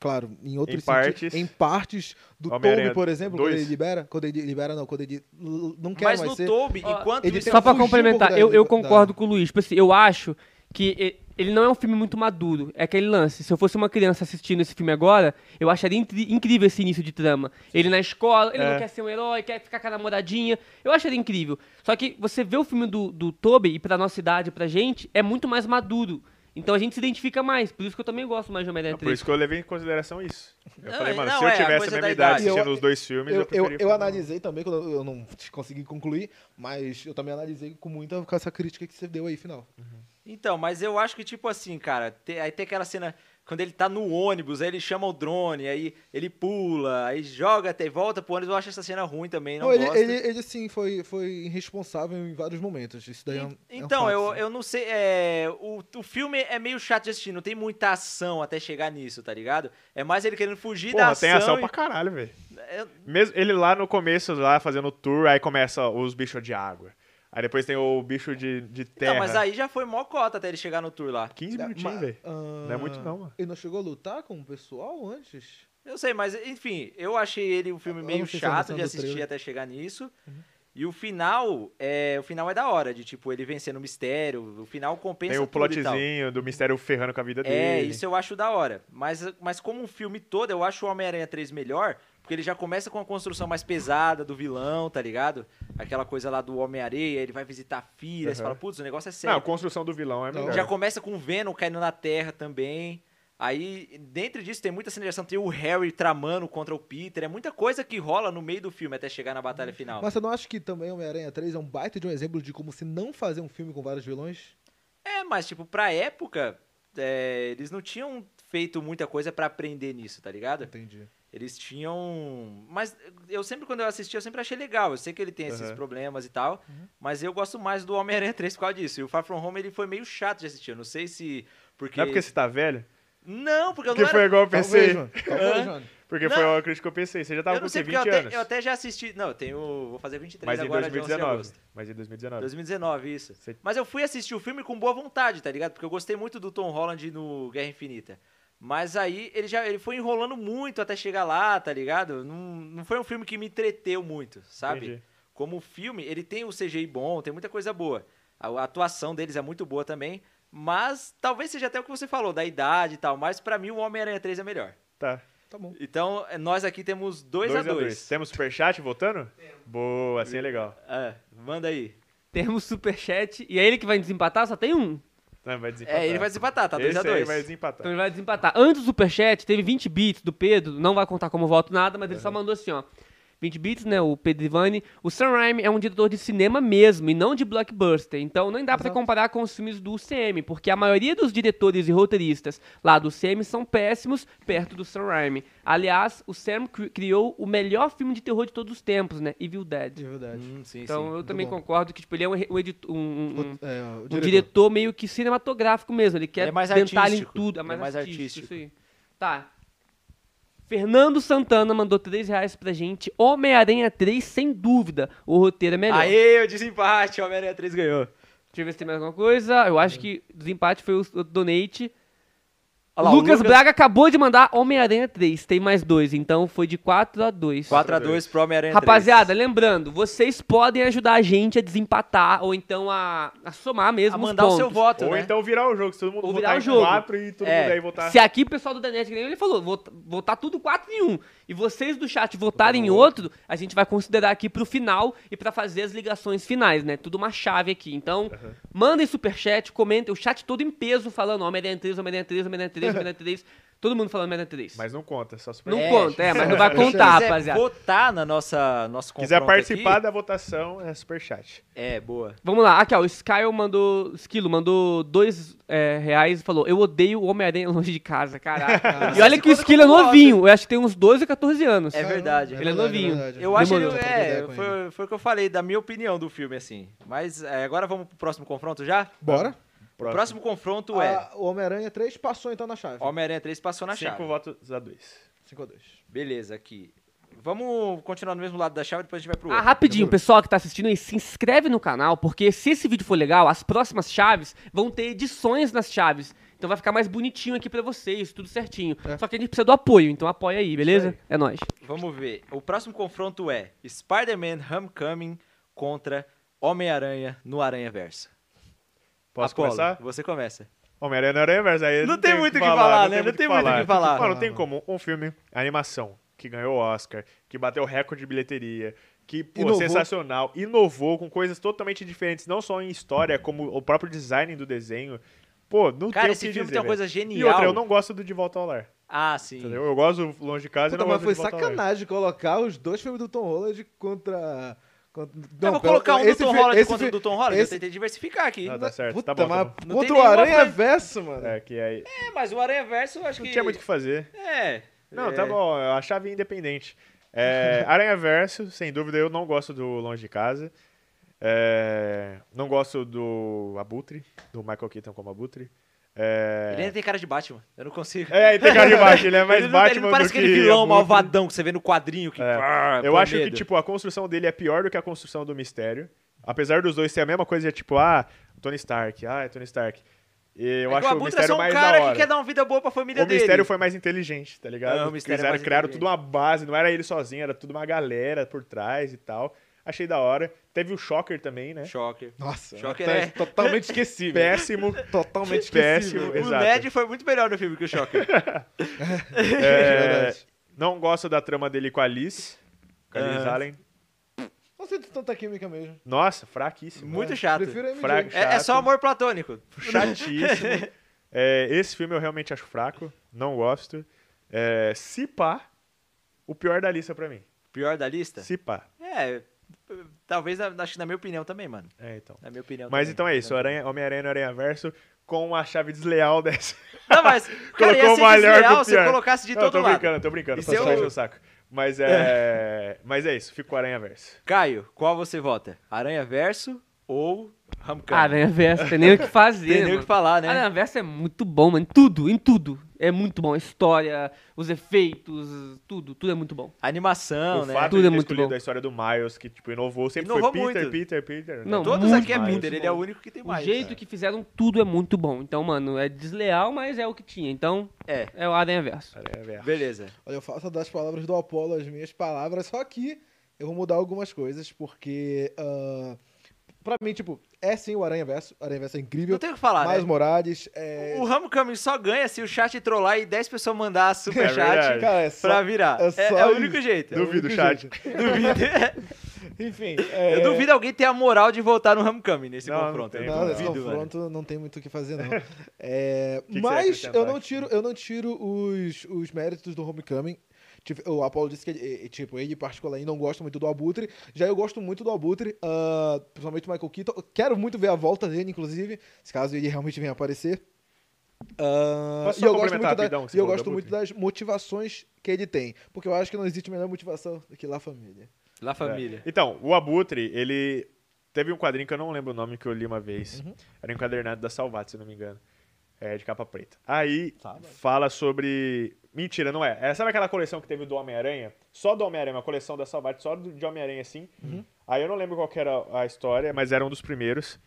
[SPEAKER 1] claro, em outros
[SPEAKER 3] Em partes.
[SPEAKER 1] em partes do
[SPEAKER 3] Homem-Aranha
[SPEAKER 1] Toby, por exemplo, quando
[SPEAKER 3] dois.
[SPEAKER 1] ele libera, quando ele libera não, quando ele l- não quer
[SPEAKER 2] Mas
[SPEAKER 1] mais
[SPEAKER 2] no
[SPEAKER 1] ser.
[SPEAKER 2] Toby,
[SPEAKER 4] Ó,
[SPEAKER 2] enquanto
[SPEAKER 1] ele
[SPEAKER 2] isso.
[SPEAKER 1] tem
[SPEAKER 4] Só pra
[SPEAKER 1] fugir um
[SPEAKER 4] complementar,
[SPEAKER 1] pouco da-
[SPEAKER 4] eu, eu
[SPEAKER 1] da-
[SPEAKER 4] concordo com o Luiz. Tipo assim, eu acho que e- ele não é um filme muito maduro. É aquele lance. Se eu fosse uma criança assistindo esse filme agora, eu acharia intri- incrível esse início de trama. Ele na escola, ele não
[SPEAKER 3] É.
[SPEAKER 4] quer ser um herói, quer ficar com a namoradinha. Eu acharia incrível. Só que você vê o filme do, do Toby, e pra nossa idade, pra gente, é muito mais maduro. Então a gente se identifica mais. Por isso que eu também gosto mais de Homem-Aranha
[SPEAKER 3] É por
[SPEAKER 4] 3.
[SPEAKER 3] isso que eu levei em consideração isso. Eu
[SPEAKER 2] Não,
[SPEAKER 3] falei,
[SPEAKER 2] é-
[SPEAKER 3] mano,
[SPEAKER 2] não,
[SPEAKER 3] se eu
[SPEAKER 2] é, a
[SPEAKER 3] tivesse a
[SPEAKER 2] coisa
[SPEAKER 3] mesma
[SPEAKER 2] da
[SPEAKER 3] idade
[SPEAKER 2] idade.
[SPEAKER 3] assistindo os dois filmes,
[SPEAKER 1] Eu,
[SPEAKER 3] eu,
[SPEAKER 1] eu,
[SPEAKER 3] preferia
[SPEAKER 1] eu
[SPEAKER 3] falar,
[SPEAKER 1] analisei também, quando eu- eu não consegui concluir, mas eu também analisei com muita com essa crítica que você deu aí, final.
[SPEAKER 2] Então, mas eu acho que, tipo assim, cara, te- aí tem aquela cena. Quando ele tá no ônibus, aí ele chama o drone, aí ele pula, aí joga até e volta pro ônibus. Eu acho essa cena ruim também, não,
[SPEAKER 1] Não, ele,
[SPEAKER 2] gosto.
[SPEAKER 1] ele, ele, sim foi, foi irresponsável em vários momentos. Isso daí é um- é um
[SPEAKER 2] Então,
[SPEAKER 1] fato,
[SPEAKER 2] eu,
[SPEAKER 1] sim.
[SPEAKER 2] eu não sei. é, o, o filme é meio chato de assistir, não tem muita ação até chegar nisso, tá ligado? É mais ele querendo fugir da
[SPEAKER 3] Porra,
[SPEAKER 2] ação.
[SPEAKER 3] tem ação
[SPEAKER 2] e-
[SPEAKER 3] pra caralho, velho.
[SPEAKER 2] é,
[SPEAKER 3] Mesmo ele lá no começo, lá fazendo o tour, aí começa os bichos de água. Aí depois tem o bicho de, de terra.
[SPEAKER 2] Não, mas aí já foi mó cota até ele chegar no tour lá.
[SPEAKER 3] 15
[SPEAKER 1] Ah,
[SPEAKER 3] minutinhos,
[SPEAKER 1] ma-
[SPEAKER 3] velho.
[SPEAKER 1] ah,
[SPEAKER 3] Não é muito não, mano.
[SPEAKER 1] Ele não chegou a lutar com o pessoal antes?
[SPEAKER 2] Eu sei, mas enfim, eu achei ele um filme
[SPEAKER 1] Eu
[SPEAKER 2] meio
[SPEAKER 1] não sei se é
[SPEAKER 2] chato
[SPEAKER 1] versão
[SPEAKER 2] de
[SPEAKER 1] do
[SPEAKER 2] assistir
[SPEAKER 1] trailer. Uhum.
[SPEAKER 2] até chegar nisso. E o final, é, o final é da hora, de tipo, ele vencendo o mistério, o final compensa
[SPEAKER 3] Tem o
[SPEAKER 2] tudo e tal.
[SPEAKER 3] plotzinho do mistério ferrando com a vida dele.
[SPEAKER 2] É, isso eu acho da hora. Mas, mas como um filme todo, eu acho o Homem-Aranha 3 melhor, porque ele já começa com uma construção mais pesada do vilão, tá ligado? Aquela coisa lá do Homem-Areia, ele vai visitar a filha, você
[SPEAKER 3] Aham.
[SPEAKER 2] fala, putz, o negócio é
[SPEAKER 3] Não, a
[SPEAKER 2] sério.
[SPEAKER 3] construção do vilão é
[SPEAKER 1] Não.
[SPEAKER 3] melhor.
[SPEAKER 2] Já começa com o Venom caindo na terra também. Aí, dentro disso, tem muita cena de ação. Tem o Harry tramando contra o Peter. É muita coisa que rola no meio do filme até chegar na batalha
[SPEAKER 3] Hum,
[SPEAKER 2] final.
[SPEAKER 1] Mas você não acha que também Homem-Aranha 3 é um baita de um exemplo de como se não fazer um filme com vários vilões?
[SPEAKER 2] É, mas, tipo, pra época, é, eles não tinham feito muita coisa pra aprender nisso, tá ligado?
[SPEAKER 1] Entendi.
[SPEAKER 2] Eles tinham. Mas eu sempre, quando eu assisti, eu sempre achei legal. Eu sei que ele tem esses
[SPEAKER 3] Aham. Uhum.
[SPEAKER 2] problemas e tal. Mas eu gosto mais do Homem-Aranha 3 por causa disso. E o Far From Home ele foi meio chato de assistir. Eu não sei se. Porque...
[SPEAKER 3] Não é porque você tá velho?
[SPEAKER 2] Não, porque eu
[SPEAKER 3] Porque
[SPEAKER 2] não
[SPEAKER 3] foi
[SPEAKER 2] era.
[SPEAKER 3] igual eu pensei.
[SPEAKER 1] Talvez, mano. Talvez, mano.
[SPEAKER 3] Porque
[SPEAKER 2] Não.
[SPEAKER 3] foi a crítica que eu pensei. Você já tava
[SPEAKER 2] eu
[SPEAKER 3] com
[SPEAKER 2] não
[SPEAKER 3] o
[SPEAKER 2] sei
[SPEAKER 3] quê?
[SPEAKER 2] porque eu
[SPEAKER 3] 20
[SPEAKER 2] até,
[SPEAKER 3] anos.
[SPEAKER 2] eu até já assisti. Não, eu tenho. Vou fazer 23
[SPEAKER 3] Mas em
[SPEAKER 2] agora de 11 de
[SPEAKER 3] 2019.
[SPEAKER 2] agosto.
[SPEAKER 3] Mas em 2019.
[SPEAKER 2] 2019, isso.
[SPEAKER 3] Você-
[SPEAKER 2] Mas eu fui assistir o filme com boa vontade, tá ligado? Porque eu gostei muito do Tom Holland no Guerra Infinita. Mas aí ele já ele foi enrolando muito até chegar lá, tá ligado? Não, não foi um filme que me entreteu muito, sabe?
[SPEAKER 3] Entendi.
[SPEAKER 2] Como filme, ele tem o CGI bom, tem muita coisa boa. A, a atuação deles é muito boa também. Mas talvez seja até o que você falou, da idade e tal. Mas pra mim o Homem-Aranha 3 é melhor.
[SPEAKER 3] Tá.
[SPEAKER 1] Tá bom.
[SPEAKER 2] Então eh, nós aqui temos 2
[SPEAKER 3] 2
[SPEAKER 2] a 2
[SPEAKER 3] Temos superchat voltando? Boa, assim é legal.
[SPEAKER 2] É, manda aí.
[SPEAKER 4] Temos superchat. E é ele que vai desempatar, só tem um.
[SPEAKER 3] Não, vai desempatar.
[SPEAKER 2] É, ele vai desempatar, tá 2x2.
[SPEAKER 3] Esse aí vai desempatar.
[SPEAKER 4] Então ele vai desempatar. Antes do superchat, teve 20 bits do Pedro, não vai contar como voto nada, mas ele
[SPEAKER 2] Uhum.
[SPEAKER 4] só mandou assim, ó. 20 bits, né? O Pedro Ivani. O Sam Raimi é um diretor de cinema mesmo, e não de blockbuster. Então nem dá pra
[SPEAKER 1] Exato.
[SPEAKER 4] comparar com os filmes do UCM, porque a maioria dos diretores e roteiristas lá do UCM são péssimos perto do Sam Raimi. Aliás, o Sam cri- criou o melhor filme de terror de todos os tempos, né? Evil Dead.
[SPEAKER 1] De verdade.
[SPEAKER 2] Hum, sim,
[SPEAKER 4] Então
[SPEAKER 2] sim.
[SPEAKER 4] eu também
[SPEAKER 1] bom.
[SPEAKER 4] concordo que tipo, ele é um, re- um edit- um- um-
[SPEAKER 2] hum.
[SPEAKER 4] um-
[SPEAKER 1] O- é, o
[SPEAKER 4] um
[SPEAKER 1] diretor.
[SPEAKER 4] diretor meio que cinematográfico mesmo. Ele quer
[SPEAKER 2] Ele é mais
[SPEAKER 4] detalhe em
[SPEAKER 2] artístico.
[SPEAKER 4] tudo. É
[SPEAKER 2] Ele
[SPEAKER 4] mais,
[SPEAKER 2] é mais
[SPEAKER 4] artístico. Isso aí. Tá. Fernando Santana mandou 3 reais pra gente. Homem-Aranha 3, sem dúvida. O roteiro é melhor.
[SPEAKER 2] Aê, o desempate, o Homem-Aranha 3 ganhou.
[SPEAKER 4] Deixa eu ver se tem mais alguma coisa. Eu acho que o desempate foi o o donate.
[SPEAKER 2] Olha lá, o
[SPEAKER 4] Lucas,
[SPEAKER 2] Lucas-
[SPEAKER 4] Braga acabou de mandar Homem-Aranha 3. Tem mais dois, então foi de 4 a 2.
[SPEAKER 2] 4x2 pro Homem-Aranha 3.
[SPEAKER 4] Rapaziada, lembrando, vocês podem ajudar a gente a desempatar ou então a, a somar mesmo
[SPEAKER 2] a
[SPEAKER 4] os
[SPEAKER 2] mandar o seu
[SPEAKER 4] pontos.
[SPEAKER 2] voto,
[SPEAKER 3] Ou
[SPEAKER 2] né?
[SPEAKER 3] então virar o jogo, se todo mundo
[SPEAKER 4] Ou
[SPEAKER 3] votar
[SPEAKER 4] virar o
[SPEAKER 3] em
[SPEAKER 4] jogo.
[SPEAKER 3] 4 e todo
[SPEAKER 2] É.
[SPEAKER 3] mundo aí votar.
[SPEAKER 4] Se aqui o pessoal do Danet que nem ele falou, vota- votar tudo 4 em 1, e vocês do chat
[SPEAKER 2] Tá
[SPEAKER 4] votarem em outro, a gente vai considerar aqui pro final e pra fazer as ligações finais, né? Tudo uma chave aqui. Então, mandem superchat, comentem, o chat todo em peso falando Homem-Aranha 3, Homem-Aranha 3, Homem-Aranha 3, Homem-Aranha 3, todo mundo falando Homem-Aranha 3.
[SPEAKER 3] Mas não conta, só super
[SPEAKER 4] não
[SPEAKER 2] É,
[SPEAKER 4] conta, é, mas não vai
[SPEAKER 1] se
[SPEAKER 4] contar,
[SPEAKER 2] quiser
[SPEAKER 4] rapaziada.
[SPEAKER 2] votar na nossa nosso
[SPEAKER 3] Se quiser
[SPEAKER 2] confronto
[SPEAKER 3] participar
[SPEAKER 2] aqui-
[SPEAKER 3] da votação, é superchat.
[SPEAKER 2] É, boa.
[SPEAKER 4] Vamos lá, aqui ó, o Skyle mandou, Esquilo mandou dois é, reais e falou, eu odeio o Homem-Aranha longe de casa, caraca. e olha que o Esquilo é novinho, eu acho que tem uns 12 ou 14 anos.
[SPEAKER 2] É verdade.
[SPEAKER 4] Ele é novinho.
[SPEAKER 2] Eu acho
[SPEAKER 4] Demorou.
[SPEAKER 2] que
[SPEAKER 1] Troca
[SPEAKER 2] é,
[SPEAKER 1] ideia com ele.
[SPEAKER 2] foi, foi o que eu falei, da minha opinião do filme, assim. Mas é, agora vamos pro próximo confronto já?
[SPEAKER 1] Bora?
[SPEAKER 2] O próximo confronto é
[SPEAKER 3] Ah.
[SPEAKER 1] Ah, o Homem-Aranha 3 passou então na chave.
[SPEAKER 2] Homem-Aranha 3 passou tá na
[SPEAKER 3] 5
[SPEAKER 2] chave.
[SPEAKER 3] votos a 2.
[SPEAKER 1] 5x2.
[SPEAKER 2] Beleza, aqui. Vamos continuar no mesmo lado da chave, depois a gente vai pro
[SPEAKER 4] Ah,
[SPEAKER 2] outro.
[SPEAKER 4] rapidinho, pessoal que tá assistindo aí, se inscreve no canal, porque se esse vídeo for legal, as próximas chaves vão ter edições nas chaves. Então vai ficar mais bonitinho aqui pra vocês, tudo certinho.
[SPEAKER 1] É.
[SPEAKER 4] Só que a gente precisa do apoio, então apoia aí, beleza? É nóis.
[SPEAKER 2] Vamos ver. O próximo confronto é Spider-Man Homecoming contra Homem-Aranha no Aranha Versa.
[SPEAKER 3] Posso
[SPEAKER 2] Apolo,
[SPEAKER 3] começar?
[SPEAKER 2] Você começa.
[SPEAKER 3] Homem-Aranha no Aranhaverse, aí
[SPEAKER 2] Não tem muito o que falar, né? Não tem muito o que falar.
[SPEAKER 3] Mano, não tem como um filme, animação, que ganhou Oscar, que bateu recorde de bilheteria, que, pô,
[SPEAKER 1] Inovou.
[SPEAKER 3] sensacional, inovou com coisas totalmente diferentes, não só em história, como o próprio design do desenho. Pô, não
[SPEAKER 2] Cara,
[SPEAKER 3] tem
[SPEAKER 2] esse
[SPEAKER 3] o que
[SPEAKER 2] filme
[SPEAKER 3] dizer,
[SPEAKER 2] tem uma
[SPEAKER 3] velho.
[SPEAKER 2] coisa
[SPEAKER 3] E
[SPEAKER 2] genial.
[SPEAKER 3] outra, eu não gosto do De Volta ao Lar,
[SPEAKER 2] Ah, sim.
[SPEAKER 3] entendeu? Eu gosto do Longe de Casa e
[SPEAKER 1] Puta,
[SPEAKER 3] não
[SPEAKER 1] mas
[SPEAKER 3] gosto do
[SPEAKER 1] foi
[SPEAKER 3] De Volta ao Lar.
[SPEAKER 1] sacanagem colocar os dois filmes do Tom Holland contra. contra
[SPEAKER 2] Eu vou colocar um do Tom Holland contra o do Tom Holland. Eu tentei diversificar aqui.
[SPEAKER 3] Ah,
[SPEAKER 1] Tá
[SPEAKER 3] tá certo,
[SPEAKER 1] Puta,
[SPEAKER 3] tá bom.
[SPEAKER 1] mas
[SPEAKER 3] Tá bom.
[SPEAKER 2] Não tem
[SPEAKER 1] contra o
[SPEAKER 2] nenhuma
[SPEAKER 1] Aranha
[SPEAKER 2] foi-
[SPEAKER 1] Verso, mano.
[SPEAKER 3] É, que aí...
[SPEAKER 2] É, mas o Aranha Verso eu acho que.
[SPEAKER 3] Não tinha muito o que fazer.
[SPEAKER 2] É.
[SPEAKER 3] Não,
[SPEAKER 2] é.
[SPEAKER 3] tá bom, a chave é independente. É, Aranha Verso, sem dúvida, eu não gosto do Longe de Casa. É, não gosto do Abutre, do Michael Keaton como Abutre. É,
[SPEAKER 2] Ele ainda tem cara de Batman. Eu não consigo.
[SPEAKER 3] é ele tem cara de baixo, ele é mais
[SPEAKER 2] ele não,
[SPEAKER 3] Batman
[SPEAKER 2] ele não parece
[SPEAKER 3] do que
[SPEAKER 2] aquele vilão
[SPEAKER 3] Abutre.
[SPEAKER 2] malvadão que você vê no quadrinho que.
[SPEAKER 3] É,
[SPEAKER 2] pá,
[SPEAKER 3] Eu
[SPEAKER 2] põe
[SPEAKER 3] acho que,
[SPEAKER 2] medo.
[SPEAKER 3] tipo, a construção dele é pior do que a construção do Mistério. Apesar dos dois ser a mesma coisa, é tipo, ah, Tony Stark, ah, é Tony Stark. E eu
[SPEAKER 2] é que
[SPEAKER 3] acho
[SPEAKER 2] o
[SPEAKER 3] o
[SPEAKER 2] Abutre é
[SPEAKER 3] Mistério
[SPEAKER 2] só um
[SPEAKER 3] mais
[SPEAKER 2] cara
[SPEAKER 3] da hora.
[SPEAKER 2] que quer dar uma vida boa pra família
[SPEAKER 3] O
[SPEAKER 2] dele.
[SPEAKER 3] mistério foi mais inteligente, tá ligado?
[SPEAKER 2] É, o
[SPEAKER 3] Porque
[SPEAKER 2] mistério é
[SPEAKER 3] Eles eram-
[SPEAKER 2] mais
[SPEAKER 3] criaram
[SPEAKER 2] inteligente.
[SPEAKER 3] tudo uma base, não era ele sozinho, era tudo uma galera por trás e tal. Achei da hora. Teve o Shocker também, né?
[SPEAKER 2] Shocker.
[SPEAKER 1] Nossa,
[SPEAKER 2] Shocker
[SPEAKER 1] tá
[SPEAKER 2] é-
[SPEAKER 1] totalmente esquecível.
[SPEAKER 3] Péssimo.
[SPEAKER 1] Totalmente
[SPEAKER 3] Péssimo.
[SPEAKER 1] esquecível.
[SPEAKER 2] O
[SPEAKER 3] Exato.
[SPEAKER 2] Ned foi muito melhor no filme que o Shocker.
[SPEAKER 3] É,
[SPEAKER 1] Verdade.
[SPEAKER 3] não gosto da trama dele com a Alice. Com a Alice
[SPEAKER 2] Ah.
[SPEAKER 3] Allen.
[SPEAKER 1] Não sinto tanta química mesmo.
[SPEAKER 3] Nossa, fraquíssimo. né?
[SPEAKER 2] muito chato.
[SPEAKER 1] Prefiro a MJ.
[SPEAKER 3] Fraco.
[SPEAKER 2] É, é só
[SPEAKER 3] chato.
[SPEAKER 2] amor platônico.
[SPEAKER 3] Chatíssimo. É, esse filme eu realmente acho fraco. Não gosto. É, se pá, o pior da lista pra mim.
[SPEAKER 2] Pior da lista?
[SPEAKER 3] Se pá.
[SPEAKER 2] É. Talvez, na- acho que na minha opinião também, mano.
[SPEAKER 3] É, então.
[SPEAKER 2] Na minha opinião
[SPEAKER 3] Mas
[SPEAKER 2] também. né?
[SPEAKER 3] então é isso. Aranha- Homem-Aranha no Aranha Verso com a chave desleal dessa.
[SPEAKER 2] Não, mas. cara, ia
[SPEAKER 3] colocou
[SPEAKER 2] ser
[SPEAKER 3] o melhor
[SPEAKER 2] desleal
[SPEAKER 3] do
[SPEAKER 2] se eu
[SPEAKER 3] pior.
[SPEAKER 2] colocasse de
[SPEAKER 3] Não,
[SPEAKER 2] todo
[SPEAKER 3] tô
[SPEAKER 2] lado.
[SPEAKER 3] brincando, tô brincando.
[SPEAKER 2] E
[SPEAKER 3] Só
[SPEAKER 2] se eu-
[SPEAKER 3] pra encher o saco. Mas é... Mas é isso, fico com o Aranha Verso.
[SPEAKER 2] Caio, qual você vota? Aranha Verso ou Homecoming?
[SPEAKER 4] Aranha Ah, Versa, tem nem o que fazer.
[SPEAKER 2] Tem nem o
[SPEAKER 4] mano.
[SPEAKER 2] que falar, né?
[SPEAKER 4] Aranha Versa é muito bom, mano. Em tudo, em tudo. É muito bom. A história, os efeitos, tudo, tudo é muito bom.
[SPEAKER 2] A Animação,
[SPEAKER 3] o
[SPEAKER 2] né?
[SPEAKER 3] fato
[SPEAKER 4] Tudo
[SPEAKER 3] de
[SPEAKER 4] é
[SPEAKER 3] ter
[SPEAKER 4] muito
[SPEAKER 3] escolhido
[SPEAKER 4] bom.
[SPEAKER 3] a história do Miles, que tipo, inovou, sempre
[SPEAKER 2] Inovou
[SPEAKER 3] foi Peter,
[SPEAKER 2] muito.
[SPEAKER 3] Peter, Peter. né?
[SPEAKER 4] Não,
[SPEAKER 2] Todos
[SPEAKER 4] muito
[SPEAKER 2] aqui é
[SPEAKER 4] mais.
[SPEAKER 2] Peter, ele é o único que tem mais.
[SPEAKER 4] o jeito que fizeram tudo é muito bom. Então, mano, é desleal, mas é o que tinha. Então,
[SPEAKER 2] É.
[SPEAKER 4] é o Aranha Versa.
[SPEAKER 3] Aranha Verso.
[SPEAKER 2] Beleza.
[SPEAKER 1] Olha, eu faço das palavras do Apolo as minhas palavras, só que eu vou mudar algumas coisas, porque. ah, pra mim, tipo, é sim o Aranha Verso. Aranha Verso é incrível.
[SPEAKER 2] Não tem o que falar,
[SPEAKER 1] Mais
[SPEAKER 2] né?
[SPEAKER 1] Morales. É...
[SPEAKER 2] O Homecoming só ganha se o chat trollar e 10 pessoas mandar
[SPEAKER 3] É
[SPEAKER 2] superchat
[SPEAKER 3] verdade.
[SPEAKER 1] Cara, é só.
[SPEAKER 2] pra virar.
[SPEAKER 1] é
[SPEAKER 2] É,
[SPEAKER 1] só
[SPEAKER 2] é o
[SPEAKER 1] isso.
[SPEAKER 2] único jeito.
[SPEAKER 1] É o único
[SPEAKER 3] Duvido, chat.
[SPEAKER 1] jeito.
[SPEAKER 2] Duvido.
[SPEAKER 1] Enfim. é-
[SPEAKER 2] Eu duvido alguém ter a moral de voltar no Homecoming nesse
[SPEAKER 3] Não, não
[SPEAKER 2] confronto.
[SPEAKER 3] tem.
[SPEAKER 2] Eu
[SPEAKER 1] Não, nesse
[SPEAKER 2] duvido, mano.
[SPEAKER 1] confronto não tem muito o que fazer, não. É,
[SPEAKER 3] que você ia
[SPEAKER 1] mas
[SPEAKER 3] acrescentar
[SPEAKER 1] eu não
[SPEAKER 3] aqui?
[SPEAKER 1] tiro, eu não tiro os, os méritos do Homecoming. Tipo, O Apollo disse que ele, eh, tipo, ele em particular aí não gosta muito do Abutre. Já eu gosto muito do Abutre, ah, principalmente o Michael Keaton. Eu Quero muito ver a volta dele, inclusive, se caso ele realmente venha aparecer. Ah,
[SPEAKER 3] Posso
[SPEAKER 1] e
[SPEAKER 3] só
[SPEAKER 1] eu gosto, muito,
[SPEAKER 3] complementar
[SPEAKER 1] da-
[SPEAKER 3] rapidão, que
[SPEAKER 1] e
[SPEAKER 3] você
[SPEAKER 1] eu
[SPEAKER 3] falou do
[SPEAKER 1] gosto muito das motivações que ele tem. Porque eu acho que não existe melhor motivação do que lá família.
[SPEAKER 2] La Família.
[SPEAKER 3] É. Então, o Abutre, ele teve um quadrinho que eu não lembro o nome que eu li uma vez. Era um encadernado da Salvat, se eu não me engano. É, de capa preta. Aí fala sobre. Mentira, não é. é. Sabe aquela coleção que teve do Homem-Aranha? Só do Homem-Aranha, uma coleção da Salvat, só do- de Homem-Aranha assim. Aí eu não lembro qual que era a história, mas era um dos primeiros.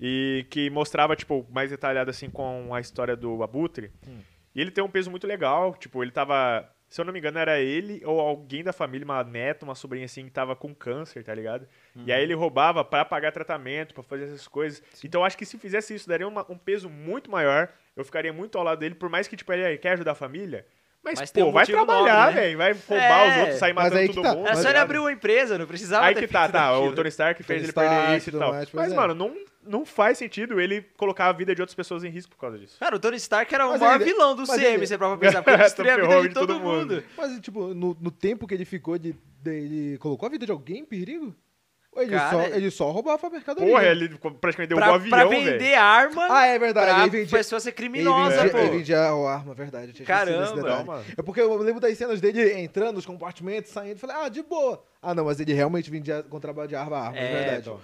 [SPEAKER 3] E que mostrava, tipo, mais detalhado assim com a história do Abutre. E ele tem um peso muito legal, tipo, ele tava. Se eu não me engano, era ele ou alguém da família, uma neta, uma sobrinha assim, que tava com câncer, tá ligado? E
[SPEAKER 2] Uhum.
[SPEAKER 3] aí ele roubava pra pagar tratamento, pra fazer essas coisas. Então eu acho que se fizesse isso, daria uma- um peso muito maior. Eu ficaria muito ao lado dele, por mais que, tipo, ele "Ah, quer ajudar a família. Mas,
[SPEAKER 2] Mas tem
[SPEAKER 3] pô,
[SPEAKER 2] um
[SPEAKER 3] vai
[SPEAKER 2] motivo
[SPEAKER 3] trabalhar,
[SPEAKER 2] nobre, né?
[SPEAKER 3] velho. Vai roubar os
[SPEAKER 2] É.
[SPEAKER 3] outros, sair
[SPEAKER 1] Mas
[SPEAKER 3] matando
[SPEAKER 1] aí que
[SPEAKER 3] todo
[SPEAKER 1] tá.
[SPEAKER 3] mundo.
[SPEAKER 2] Era
[SPEAKER 1] Mas
[SPEAKER 2] só
[SPEAKER 3] tá
[SPEAKER 2] ele
[SPEAKER 3] ligado?
[SPEAKER 2] abrir uma empresa, não precisava
[SPEAKER 3] Aí
[SPEAKER 2] ter
[SPEAKER 3] que tá,
[SPEAKER 2] feito
[SPEAKER 3] tá.
[SPEAKER 2] daquilo.
[SPEAKER 3] O Tony Stark fez
[SPEAKER 1] Tony
[SPEAKER 3] ele perder
[SPEAKER 1] Stark,
[SPEAKER 3] isso e
[SPEAKER 1] tudo
[SPEAKER 3] tal.
[SPEAKER 1] mais, pois
[SPEAKER 3] Mas,
[SPEAKER 1] é.
[SPEAKER 3] mano, não, não faz sentido ele colocar a vida de outras pessoas em risco por causa disso.
[SPEAKER 2] Cara, o Tony Stark era o
[SPEAKER 1] Mas
[SPEAKER 2] maior
[SPEAKER 1] ele-
[SPEAKER 2] vilão do
[SPEAKER 1] mas
[SPEAKER 2] CM,
[SPEAKER 1] ele-
[SPEAKER 2] você prova pensar, porque ele destruiu a vida
[SPEAKER 3] Ferrou
[SPEAKER 2] de todo mundo.
[SPEAKER 1] Mas, tipo, no, no tempo que ele ficou, de, de- ele colocou a vida de alguém em perigo? Ou ele,
[SPEAKER 2] Cara,
[SPEAKER 1] só,
[SPEAKER 2] ele-
[SPEAKER 1] ele só roubava a mercadoria?
[SPEAKER 3] Porra, ele praticamente deu um
[SPEAKER 2] Pra,
[SPEAKER 3] avião,
[SPEAKER 2] pra
[SPEAKER 3] velho.
[SPEAKER 2] vender arma
[SPEAKER 1] Ah, é
[SPEAKER 2] pra
[SPEAKER 1] verdade. Ele vendia,
[SPEAKER 2] pessoa ser
[SPEAKER 1] ele
[SPEAKER 2] criminosa,
[SPEAKER 1] vendia-
[SPEAKER 2] pô.
[SPEAKER 1] ele vendia a arma, verdade. eu tinha esquecido desse
[SPEAKER 2] Caramba.
[SPEAKER 1] detalhe.
[SPEAKER 3] Calma.
[SPEAKER 1] É porque eu lembro das cenas dele entrando nos compartimentos, saindo, falei, ah, de boa. Ah, não, mas ele realmente vendia contrabando de arma, arma,
[SPEAKER 2] É,
[SPEAKER 1] é verdade.
[SPEAKER 2] então.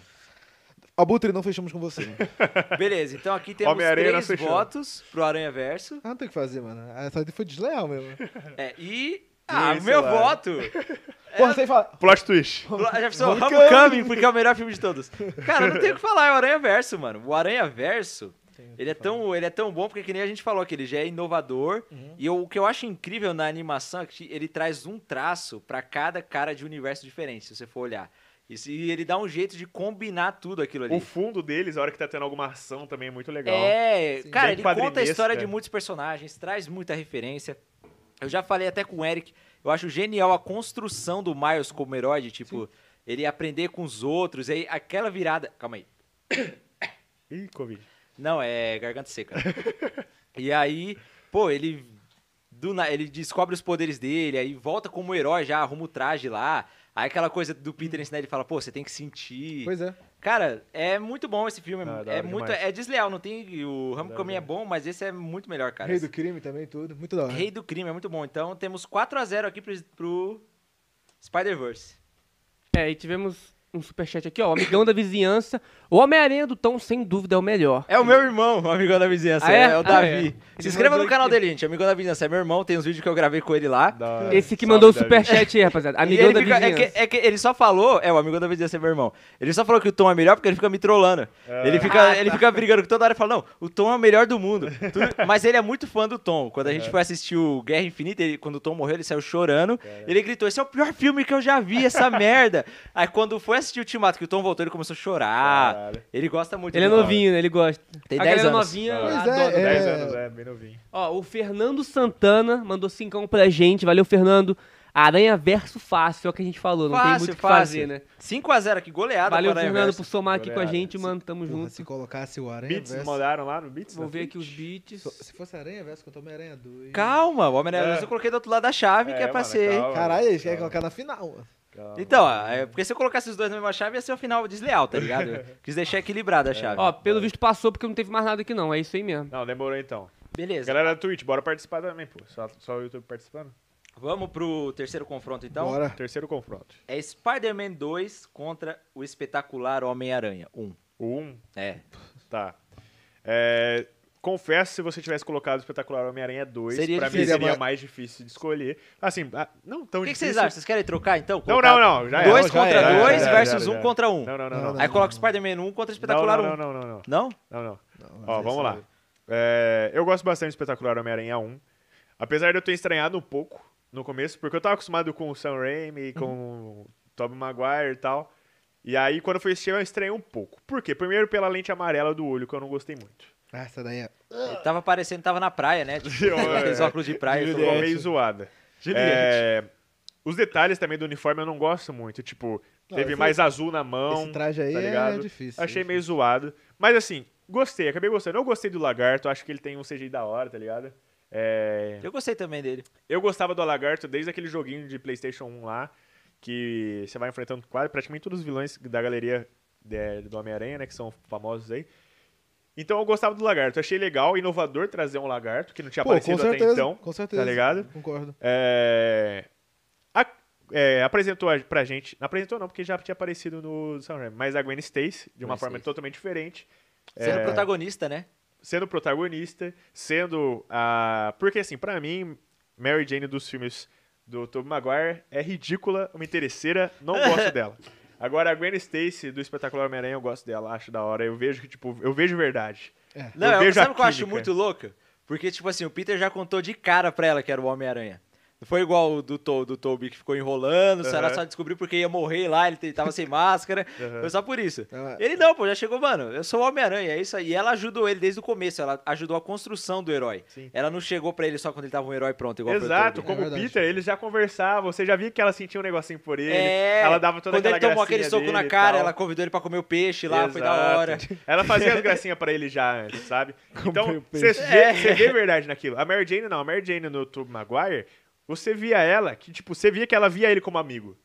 [SPEAKER 1] Abutre, não fechamos com você.
[SPEAKER 2] Beleza, então aqui temos
[SPEAKER 3] Homem-Aranha
[SPEAKER 2] três
[SPEAKER 3] não fechou.
[SPEAKER 2] votos pro Aranha Verso.
[SPEAKER 1] ah, não tem o que fazer, mano. Essa foi desleal mesmo.
[SPEAKER 2] É, e Ah,
[SPEAKER 3] sei
[SPEAKER 2] meu
[SPEAKER 3] lá.
[SPEAKER 2] voto! É,
[SPEAKER 1] Porra, sem falar.
[SPEAKER 3] Plot twist.
[SPEAKER 2] Já pensou?
[SPEAKER 1] Homecoming.
[SPEAKER 2] Homecoming, porque é o melhor filme de todos. Cara, não tem o que falar, é o Aranha Verso, mano. O Aranha Verso, ele é, tão, ele é tão bom, porque que nem a gente falou que ele já é inovador. E eu- o que eu acho incrível na animação é que ele traz um traço pra cada cara de universo diferente, se você for olhar. E se- e ele dá um jeito de combinar tudo aquilo ali.
[SPEAKER 3] O fundo deles, a hora que tá tendo alguma ação também é muito legal.
[SPEAKER 2] É,
[SPEAKER 1] Sim.
[SPEAKER 2] cara,
[SPEAKER 3] Bem é.
[SPEAKER 2] ele conta a
[SPEAKER 3] quadrinesca.
[SPEAKER 2] história de muitos personagens, traz muita referência. Eu já falei até com o Eric, eu acho genial a construção do Miles como herói, de, tipo, ele aprender com os outros, e aí aquela virada. Calma aí.
[SPEAKER 3] Ih, Covid.
[SPEAKER 2] Não, é garganta seca. e aí, pô, ele do na- ele descobre os poderes dele, aí volta como herói já, arruma o traje lá. Aí aquela coisa do
[SPEAKER 3] Uhum.
[SPEAKER 2] Peter ensinar ele fala, pô, você tem que sentir.
[SPEAKER 1] Pois é.
[SPEAKER 2] Cara, é muito bom esse filme.
[SPEAKER 3] Ah, da
[SPEAKER 2] é
[SPEAKER 3] hora
[SPEAKER 2] muito,
[SPEAKER 3] demais.
[SPEAKER 2] é desleal, não tem. O Homecoming é bom, mas esse é muito melhor, cara.
[SPEAKER 1] Rei do crime também, tudo. Muito da hora.
[SPEAKER 2] Rei do crime é muito bom. Então temos 4 a 0 aqui pro, pro Spider-Verse.
[SPEAKER 4] É, e tivemos um superchat aqui, ó. Amigão da vizinhança. O Homem-Aranha do Tom, sem dúvida, é o melhor.
[SPEAKER 2] É o meu irmão, o amigão da vizinhança.
[SPEAKER 4] Ah,
[SPEAKER 2] é?
[SPEAKER 4] é?
[SPEAKER 2] o
[SPEAKER 4] Ah, é.
[SPEAKER 2] Davi.
[SPEAKER 4] Ele
[SPEAKER 2] Se inscreva no
[SPEAKER 4] mandou
[SPEAKER 2] canal
[SPEAKER 4] aqui.
[SPEAKER 2] dele, gente. Amigão da vizinhança é meu irmão. Tem uns vídeos que eu gravei com ele lá.
[SPEAKER 3] Da hora.
[SPEAKER 4] Esse que
[SPEAKER 3] Salve,
[SPEAKER 4] mandou o
[SPEAKER 3] Davi.
[SPEAKER 4] superchat aí, rapaziada.
[SPEAKER 2] E
[SPEAKER 4] Amigão
[SPEAKER 2] É, ele
[SPEAKER 4] da
[SPEAKER 2] fica- é
[SPEAKER 4] vizinhança.
[SPEAKER 2] que, é que ele só falou, é o amigo da vizinhança é meu irmão. Ele só falou que o Tom é melhor porque ele fica me trollando.
[SPEAKER 3] É.
[SPEAKER 2] Ele, fica,
[SPEAKER 4] Ah,
[SPEAKER 2] ele fica brigando com toda hora e fala: Não, o Tom é o melhor do mundo. Tudo- Mas ele é muito fã do Tom. Quando a
[SPEAKER 3] É.
[SPEAKER 2] gente foi assistir o Guerra Infinita, ele- quando o Tom morreu, ele saiu chorando. Ele gritou: Esse é o pior filme que eu já vi, essa merda. Aí quando foi assistir o Ultimato, que o Tom voltou, ele começou a chorar.
[SPEAKER 3] Caralho.
[SPEAKER 2] Ele gosta muito
[SPEAKER 4] Ele é
[SPEAKER 2] do Tom.
[SPEAKER 4] novinho, né? Ele gosta.
[SPEAKER 2] Tem
[SPEAKER 4] A
[SPEAKER 2] 10
[SPEAKER 4] galera
[SPEAKER 2] anos.
[SPEAKER 4] novinha
[SPEAKER 3] Pois
[SPEAKER 4] adora. né?
[SPEAKER 1] É.
[SPEAKER 3] 10 anos, é, bem novinho.
[SPEAKER 4] Ó, o Fernando Santana mandou cincão pra gente. Valeu, Fernando. Aranha verso fácil, é o que a gente falou. Não tem muito o que fazer, né?
[SPEAKER 2] 5x0 aqui, goleada
[SPEAKER 4] Valeu,
[SPEAKER 2] para o
[SPEAKER 4] Fernando, por somar aqui com a
[SPEAKER 3] Goleada.
[SPEAKER 4] gente, mano. Tamo
[SPEAKER 1] Porra,
[SPEAKER 4] junto.
[SPEAKER 1] se colocasse o Aranha
[SPEAKER 3] Beats
[SPEAKER 1] Verso.
[SPEAKER 3] mandaram lá no Beats?
[SPEAKER 4] Vou
[SPEAKER 3] né?
[SPEAKER 4] ver aqui os beats.
[SPEAKER 1] So- Se fosse Aranha Verso, que eu tomei Aranha 2.
[SPEAKER 2] Calma, o homem
[SPEAKER 3] É.
[SPEAKER 2] eu coloquei do outro lado da chave, que é pra
[SPEAKER 3] mano,
[SPEAKER 2] ser.
[SPEAKER 3] calma,
[SPEAKER 1] Caralho, eles querem
[SPEAKER 3] calma,
[SPEAKER 1] colocar na final.
[SPEAKER 3] calma.
[SPEAKER 2] Então, ó, é porque se eu colocasse os dois na mesma chave, ia ser o final desleal, tá ligado? Eu quis deixar
[SPEAKER 3] É.
[SPEAKER 2] equilibrada a chave.
[SPEAKER 4] Ó, pelo visto passou porque não teve mais nada aqui, não. É isso aí mesmo.
[SPEAKER 3] Não, demorou então.
[SPEAKER 2] beleza.
[SPEAKER 3] Galera da Twitch, bora participar também, pô. Só, só o YouTube participando.
[SPEAKER 2] Vamos pro terceiro confronto, então.
[SPEAKER 1] Bora.
[SPEAKER 3] Terceiro confronto.
[SPEAKER 2] É Spider-Man 2 contra o espetacular Homem-Aranha 1.
[SPEAKER 3] O 1,
[SPEAKER 2] É.
[SPEAKER 3] tá. É, confesso, se você tivesse colocado o Espetacular Homem-Aranha 2,
[SPEAKER 2] Seria
[SPEAKER 3] pra
[SPEAKER 2] difícil.
[SPEAKER 3] mim seria
[SPEAKER 1] Seria
[SPEAKER 3] mais difícil de escolher. Assim, ah, não tão
[SPEAKER 2] O que, que
[SPEAKER 3] difícil.
[SPEAKER 2] vocês acham? Vocês querem trocar, então?
[SPEAKER 3] Não,
[SPEAKER 2] Colocar
[SPEAKER 3] não, não. Já
[SPEAKER 2] Dois
[SPEAKER 3] era, já
[SPEAKER 2] contra
[SPEAKER 3] era, já
[SPEAKER 2] dois
[SPEAKER 3] era, já
[SPEAKER 2] versus
[SPEAKER 3] era,
[SPEAKER 2] um
[SPEAKER 3] já
[SPEAKER 2] contra um.
[SPEAKER 3] era. Não, não,
[SPEAKER 1] Não,
[SPEAKER 3] não.
[SPEAKER 1] não.
[SPEAKER 2] Aí coloca o Spider-Man 1 contra o espetacular
[SPEAKER 3] Não,
[SPEAKER 2] 1.
[SPEAKER 3] não, não, não, não.
[SPEAKER 2] Não?
[SPEAKER 3] Não, não.
[SPEAKER 1] Não,
[SPEAKER 3] Ó,
[SPEAKER 1] mas
[SPEAKER 3] vamos
[SPEAKER 1] esse
[SPEAKER 3] lá. É, eu gosto bastante do Espetacular Homem-Aranha 1. Apesar de eu ter estranhado um pouco no começo, porque eu tava acostumado com o Sam Raimi, com o Tobey Maguire e tal. E aí, quando eu fui assistir, eu estranhei um pouco. Por quê? Primeiro pela lente amarela do olho, que eu não gostei muito.
[SPEAKER 1] Ah, essa daí é.
[SPEAKER 2] Ele tava parecendo, tava na praia, né? Tipo,
[SPEAKER 3] Eu- é.
[SPEAKER 2] aqueles óculos de praia.
[SPEAKER 3] Ficou
[SPEAKER 2] falou,
[SPEAKER 3] meio zoada. É, os detalhes também do uniforme eu não gosto muito. Tipo,
[SPEAKER 1] Não,
[SPEAKER 3] teve
[SPEAKER 1] esse-
[SPEAKER 3] mais azul na mão.
[SPEAKER 1] esse traje aí
[SPEAKER 3] tá
[SPEAKER 1] é
[SPEAKER 3] ligado?
[SPEAKER 1] difícil,
[SPEAKER 3] Achei
[SPEAKER 1] é
[SPEAKER 3] meio zoado. Mas assim, gostei, acabei gostando. Eu gostei do lagarto, acho que ele tem um CGI da hora, tá ligado? É,
[SPEAKER 2] Eu gostei também dele.
[SPEAKER 3] eu gostava do Lagarto desde aquele joguinho de PlayStation 1 lá, que você vai enfrentando quase praticamente todos os vilões da galeria é, do Homem-Aranha, né? Que são famosos aí. Então eu gostava do Lagarto. Achei legal, inovador trazer um Lagarto, que não tinha
[SPEAKER 1] Pô, com
[SPEAKER 3] aparecido
[SPEAKER 1] certeza.
[SPEAKER 3] até então.
[SPEAKER 1] com certeza.
[SPEAKER 3] Tá ligado?
[SPEAKER 1] Concordo.
[SPEAKER 3] É, a- é, apresentou a- pra gente. Não apresentou, não, porque já tinha aparecido no Sam Raimi, mas a Gwen Stacy, de uma
[SPEAKER 2] Gwen
[SPEAKER 3] forma
[SPEAKER 2] Stacy.
[SPEAKER 3] totalmente diferente.
[SPEAKER 2] Sendo
[SPEAKER 3] É.
[SPEAKER 2] protagonista, né?
[SPEAKER 3] sendo protagonista, sendo a. Porque assim, pra mim, Mary Jane dos filmes do Tobey Maguire é ridícula, uma interesseira, não gosto dela. Agora a Gwen Stacy do Espetacular Homem-Aranha eu gosto dela, acho da hora. Eu vejo que tipo, eu vejo verdade.
[SPEAKER 1] É.
[SPEAKER 2] Não,
[SPEAKER 3] eu
[SPEAKER 2] eu-
[SPEAKER 3] vejo
[SPEAKER 2] sabe
[SPEAKER 3] a
[SPEAKER 2] o que eu acho
[SPEAKER 3] química.
[SPEAKER 2] muito louco? Porque, tipo assim, o Peter já contou de cara pra ela que era o Homem-Aranha. Não foi igual o do, to, do Toby que ficou enrolando, só ela
[SPEAKER 3] Aham.
[SPEAKER 2] só descobriu porque ia morrer lá, ele te- tava sem máscara.
[SPEAKER 3] Aham.
[SPEAKER 2] Foi só por isso.
[SPEAKER 1] Ah.
[SPEAKER 2] Ele não, pô, já chegou, mano, eu sou o Homem-Aranha, é isso aí. E ela ajudou ele desde o começo, ela ajudou a construção do herói.
[SPEAKER 3] Sim.
[SPEAKER 2] Ela não chegou pra ele só quando ele tava um herói pronto, igual foi o
[SPEAKER 3] Exato,
[SPEAKER 2] Toby.
[SPEAKER 1] É
[SPEAKER 3] como o
[SPEAKER 1] verdade.
[SPEAKER 3] Peter, eles já conversavam, você já via que ela sentia um negocinho por ele.
[SPEAKER 2] É,
[SPEAKER 3] ela dava toda
[SPEAKER 2] quando
[SPEAKER 3] aquela
[SPEAKER 2] ele tomou aquele
[SPEAKER 3] gracinha
[SPEAKER 2] soco na
[SPEAKER 3] dele e
[SPEAKER 2] cara,
[SPEAKER 3] tal.
[SPEAKER 2] ela convidou ele pra comer o peixe lá, foi da
[SPEAKER 3] Exato.
[SPEAKER 2] hora.
[SPEAKER 3] Ela fazia as gracinhas pra ele já antes, sabe?
[SPEAKER 1] Comprei o
[SPEAKER 3] Então,
[SPEAKER 1] peixe.
[SPEAKER 3] você
[SPEAKER 2] É.
[SPEAKER 3] vê, você vê verdade naquilo. A Mary Jane não, a Mary Jane no Tobey Maguire, você via ela, que tipo, você via que ela via ele como amigo.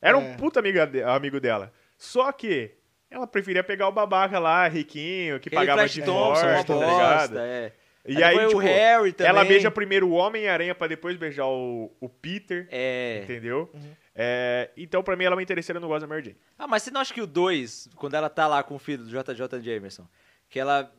[SPEAKER 3] Era um
[SPEAKER 1] É.
[SPEAKER 3] puta amiga de- amigo dela. Só que ela preferia pegar o babaca lá, riquinho, que
[SPEAKER 2] Aquele
[SPEAKER 3] pagava
[SPEAKER 2] Flash
[SPEAKER 3] de
[SPEAKER 2] Thompson, uma
[SPEAKER 3] morte, tá ligado?
[SPEAKER 2] bosta, é.
[SPEAKER 3] E aí,
[SPEAKER 2] depois
[SPEAKER 3] tipo,
[SPEAKER 2] o Harry também.
[SPEAKER 3] ela beija primeiro o Homem-Aranha pra depois beijar o, o Peter,
[SPEAKER 2] É.
[SPEAKER 3] entendeu? É, então, pra mim, ela é uma interesseira, eu não gosto da Mary Jane.
[SPEAKER 2] Ah, mas você não acha que o 2, quando ela tá lá com o filho do JJ Jameson, que ela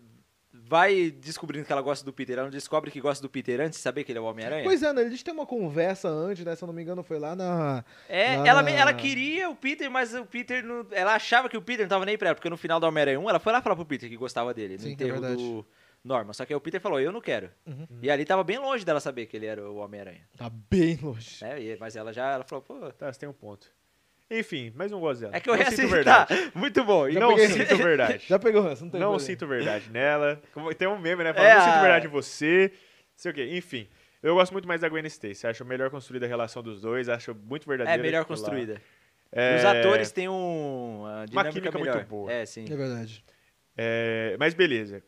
[SPEAKER 2] vai descobrindo que ela gosta do Peter. Ela não descobre que gosta do Peter antes de saber que ele é o Homem-Aranha?
[SPEAKER 1] Pois é, né? Eles têm uma conversa antes, né? Se eu não me engano, foi lá na.
[SPEAKER 2] É,
[SPEAKER 1] lá
[SPEAKER 2] ela,
[SPEAKER 1] na-
[SPEAKER 2] me- ela queria o Peter, mas o Peter não, ela achava que o Peter não tava nem pra ela, porque no final da Homem-Aranha 1 ela foi lá falar pro Peter que gostava dele, no
[SPEAKER 1] Sim, é
[SPEAKER 2] enterro
[SPEAKER 1] verdade. Uhum.
[SPEAKER 2] do Norman. Só que aí o Peter falou, eu não quero. E ali tava bem longe dela saber que ele era o Homem-Aranha.
[SPEAKER 1] Tá bem longe.
[SPEAKER 2] Né? E- Mas ela já ela falou, pô.
[SPEAKER 3] Tá, você tem um ponto. Enfim, mas não gosto dela.
[SPEAKER 2] É que eu
[SPEAKER 3] não sinto
[SPEAKER 2] reassisti. Tá,
[SPEAKER 3] verdade.
[SPEAKER 2] muito bom.
[SPEAKER 1] assim
[SPEAKER 2] E É,
[SPEAKER 1] Já
[SPEAKER 3] Não
[SPEAKER 1] peguei-
[SPEAKER 3] sinto verdade.
[SPEAKER 1] Já pegou o ranço, não tem
[SPEAKER 3] Não
[SPEAKER 1] problema.
[SPEAKER 3] sinto verdade nela. Como- Tem um meme, né?
[SPEAKER 2] É,
[SPEAKER 3] Falando, não
[SPEAKER 2] a-
[SPEAKER 3] sinto verdade em você. não Sei o quê. Enfim, eu gosto muito mais da Gwen Stacy. Acho melhor construída a relação dos dois. Acho muito
[SPEAKER 2] É
[SPEAKER 3] verdadeira.
[SPEAKER 2] melhor
[SPEAKER 3] aquilo lá.
[SPEAKER 2] construída.
[SPEAKER 3] É,
[SPEAKER 2] E Os atores têm um, uma dinâmica
[SPEAKER 3] química muito
[SPEAKER 2] melhor.
[SPEAKER 3] boa.
[SPEAKER 2] É, sim.
[SPEAKER 1] É verdade.
[SPEAKER 3] é, mas beleza.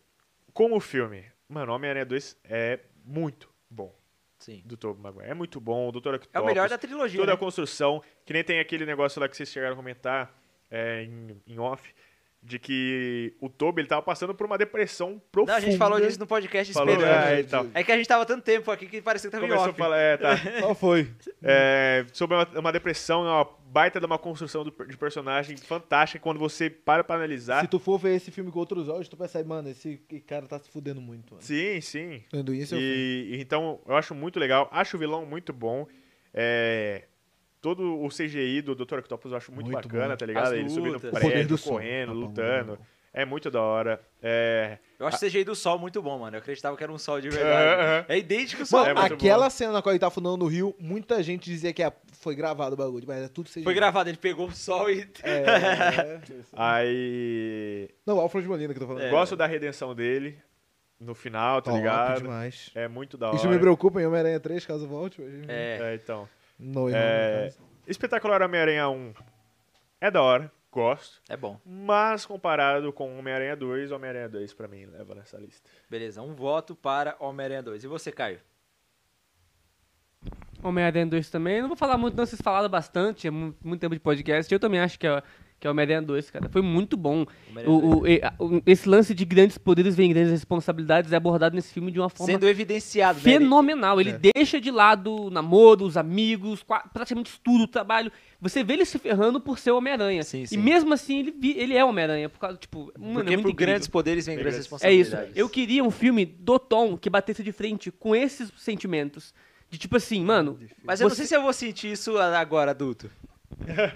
[SPEAKER 3] Como o filme, mano, Homem-Aranha 2 é muito bom.
[SPEAKER 2] sim.
[SPEAKER 3] Do Tobey Maguire. É muito bom. O Dr.
[SPEAKER 2] É o
[SPEAKER 3] Octopus,
[SPEAKER 2] melhor da trilogia.
[SPEAKER 3] Toda
[SPEAKER 2] né?
[SPEAKER 3] a construção, que nem tem aquele negócio lá que vocês chegaram a comentar é, em, em off, de que o Toby ele tava passando por uma depressão profunda.
[SPEAKER 2] Não, a gente falou disso no podcast
[SPEAKER 3] Falou,
[SPEAKER 2] esperando.
[SPEAKER 3] é, e tal.
[SPEAKER 2] É que a gente tava tanto tempo aqui que parecia que tava
[SPEAKER 3] Começou
[SPEAKER 2] em
[SPEAKER 3] a
[SPEAKER 2] off.
[SPEAKER 3] falar, é, tá.
[SPEAKER 1] Qual foi?
[SPEAKER 3] É, sobre uma, uma depressão, é uma baita de uma construção do- de personagem fantástica, quando você para pra analisar.
[SPEAKER 1] Se tu for ver esse filme com outros olhos, tu percebe, mano, esse cara tá se fudendo muito, mano.
[SPEAKER 3] Sim, sim.
[SPEAKER 1] Dando isso, eu
[SPEAKER 3] E, e então, eu acho muito legal. Acho o vilão muito bom. É, todo o CGI do Dr. Octopus eu acho muito,
[SPEAKER 1] Muito
[SPEAKER 3] bacana,
[SPEAKER 1] bom.
[SPEAKER 3] tá ligado?
[SPEAKER 2] As
[SPEAKER 3] Ele subindo
[SPEAKER 2] lutas.
[SPEAKER 3] no
[SPEAKER 2] O
[SPEAKER 1] poder do
[SPEAKER 3] prédio,
[SPEAKER 1] som.
[SPEAKER 3] correndo,
[SPEAKER 1] Tá bom,
[SPEAKER 3] lutando.
[SPEAKER 1] tá
[SPEAKER 3] É muito da hora. É,
[SPEAKER 2] Eu acho o CGI do sol muito bom, mano. Eu acreditava que era um sol de verdade. É idêntico ao sol.
[SPEAKER 3] É
[SPEAKER 1] Mano,
[SPEAKER 3] muito
[SPEAKER 1] aquela cena na qual ele tá fundando no Rio, muita gente dizia que é- foi gravado o bagulho, mas é tudo CGI.
[SPEAKER 2] Foi gravado, ele pegou o sol e.
[SPEAKER 1] É, é, isso.
[SPEAKER 3] aí.
[SPEAKER 1] Não, Alfred Molina que eu tô
[SPEAKER 2] É.
[SPEAKER 1] falando.
[SPEAKER 3] Gosto da redenção dele no final, tá
[SPEAKER 1] Top
[SPEAKER 3] ligado?
[SPEAKER 1] demais.
[SPEAKER 3] É muito da hora.
[SPEAKER 1] Isso me preocupa em Homem-Aranha 3, caso volte. mas- né,
[SPEAKER 2] É.
[SPEAKER 3] É, então.
[SPEAKER 1] Não, irmão.
[SPEAKER 3] É,
[SPEAKER 1] não,
[SPEAKER 3] Espetacular Homem-Aranha 1 é da hora, gosto.
[SPEAKER 2] É bom.
[SPEAKER 3] Mas comparado com Homem-Aranha 2, Homem-Aranha 2 pra mim leva nessa lista.
[SPEAKER 2] Beleza, um voto para Homem-Aranha 2. E você, Caio?
[SPEAKER 4] Homem-Aranha 2 também. Não vou falar muito, não. Vocês falaram bastante. É mu- muito tempo de podcast. Eu também acho que é, que é Homem-Aranha 2, cara. Foi muito bom.
[SPEAKER 2] Homem-Aranha
[SPEAKER 4] O, o- e- a- o- esse lance de grandes poderes vem grandes responsabilidades é abordado nesse filme de uma forma
[SPEAKER 2] Sendo evidenciado, né? Ele-
[SPEAKER 4] fenomenal. Ele deixa de lado o namoro, os amigos, qua- praticamente tudo, o trabalho. Você vê ele se ferrando por ser Homem-Aranha.
[SPEAKER 2] Sim, sim.
[SPEAKER 4] E mesmo assim, ele, vi- ele é Homem-Aranha. Por causa, tipo, mano, é
[SPEAKER 2] Porque
[SPEAKER 4] muito
[SPEAKER 2] por
[SPEAKER 4] incrível.
[SPEAKER 2] grandes poderes vem
[SPEAKER 3] Tem
[SPEAKER 2] grandes
[SPEAKER 3] grandes-
[SPEAKER 4] É isso.
[SPEAKER 2] responsabilidades.
[SPEAKER 4] Eu queria um filme do Tom que batesse de frente com esses sentimentos. De tipo assim, mano.
[SPEAKER 2] Mas eu não
[SPEAKER 4] você-
[SPEAKER 2] sei se eu vou sentir isso agora, adulto.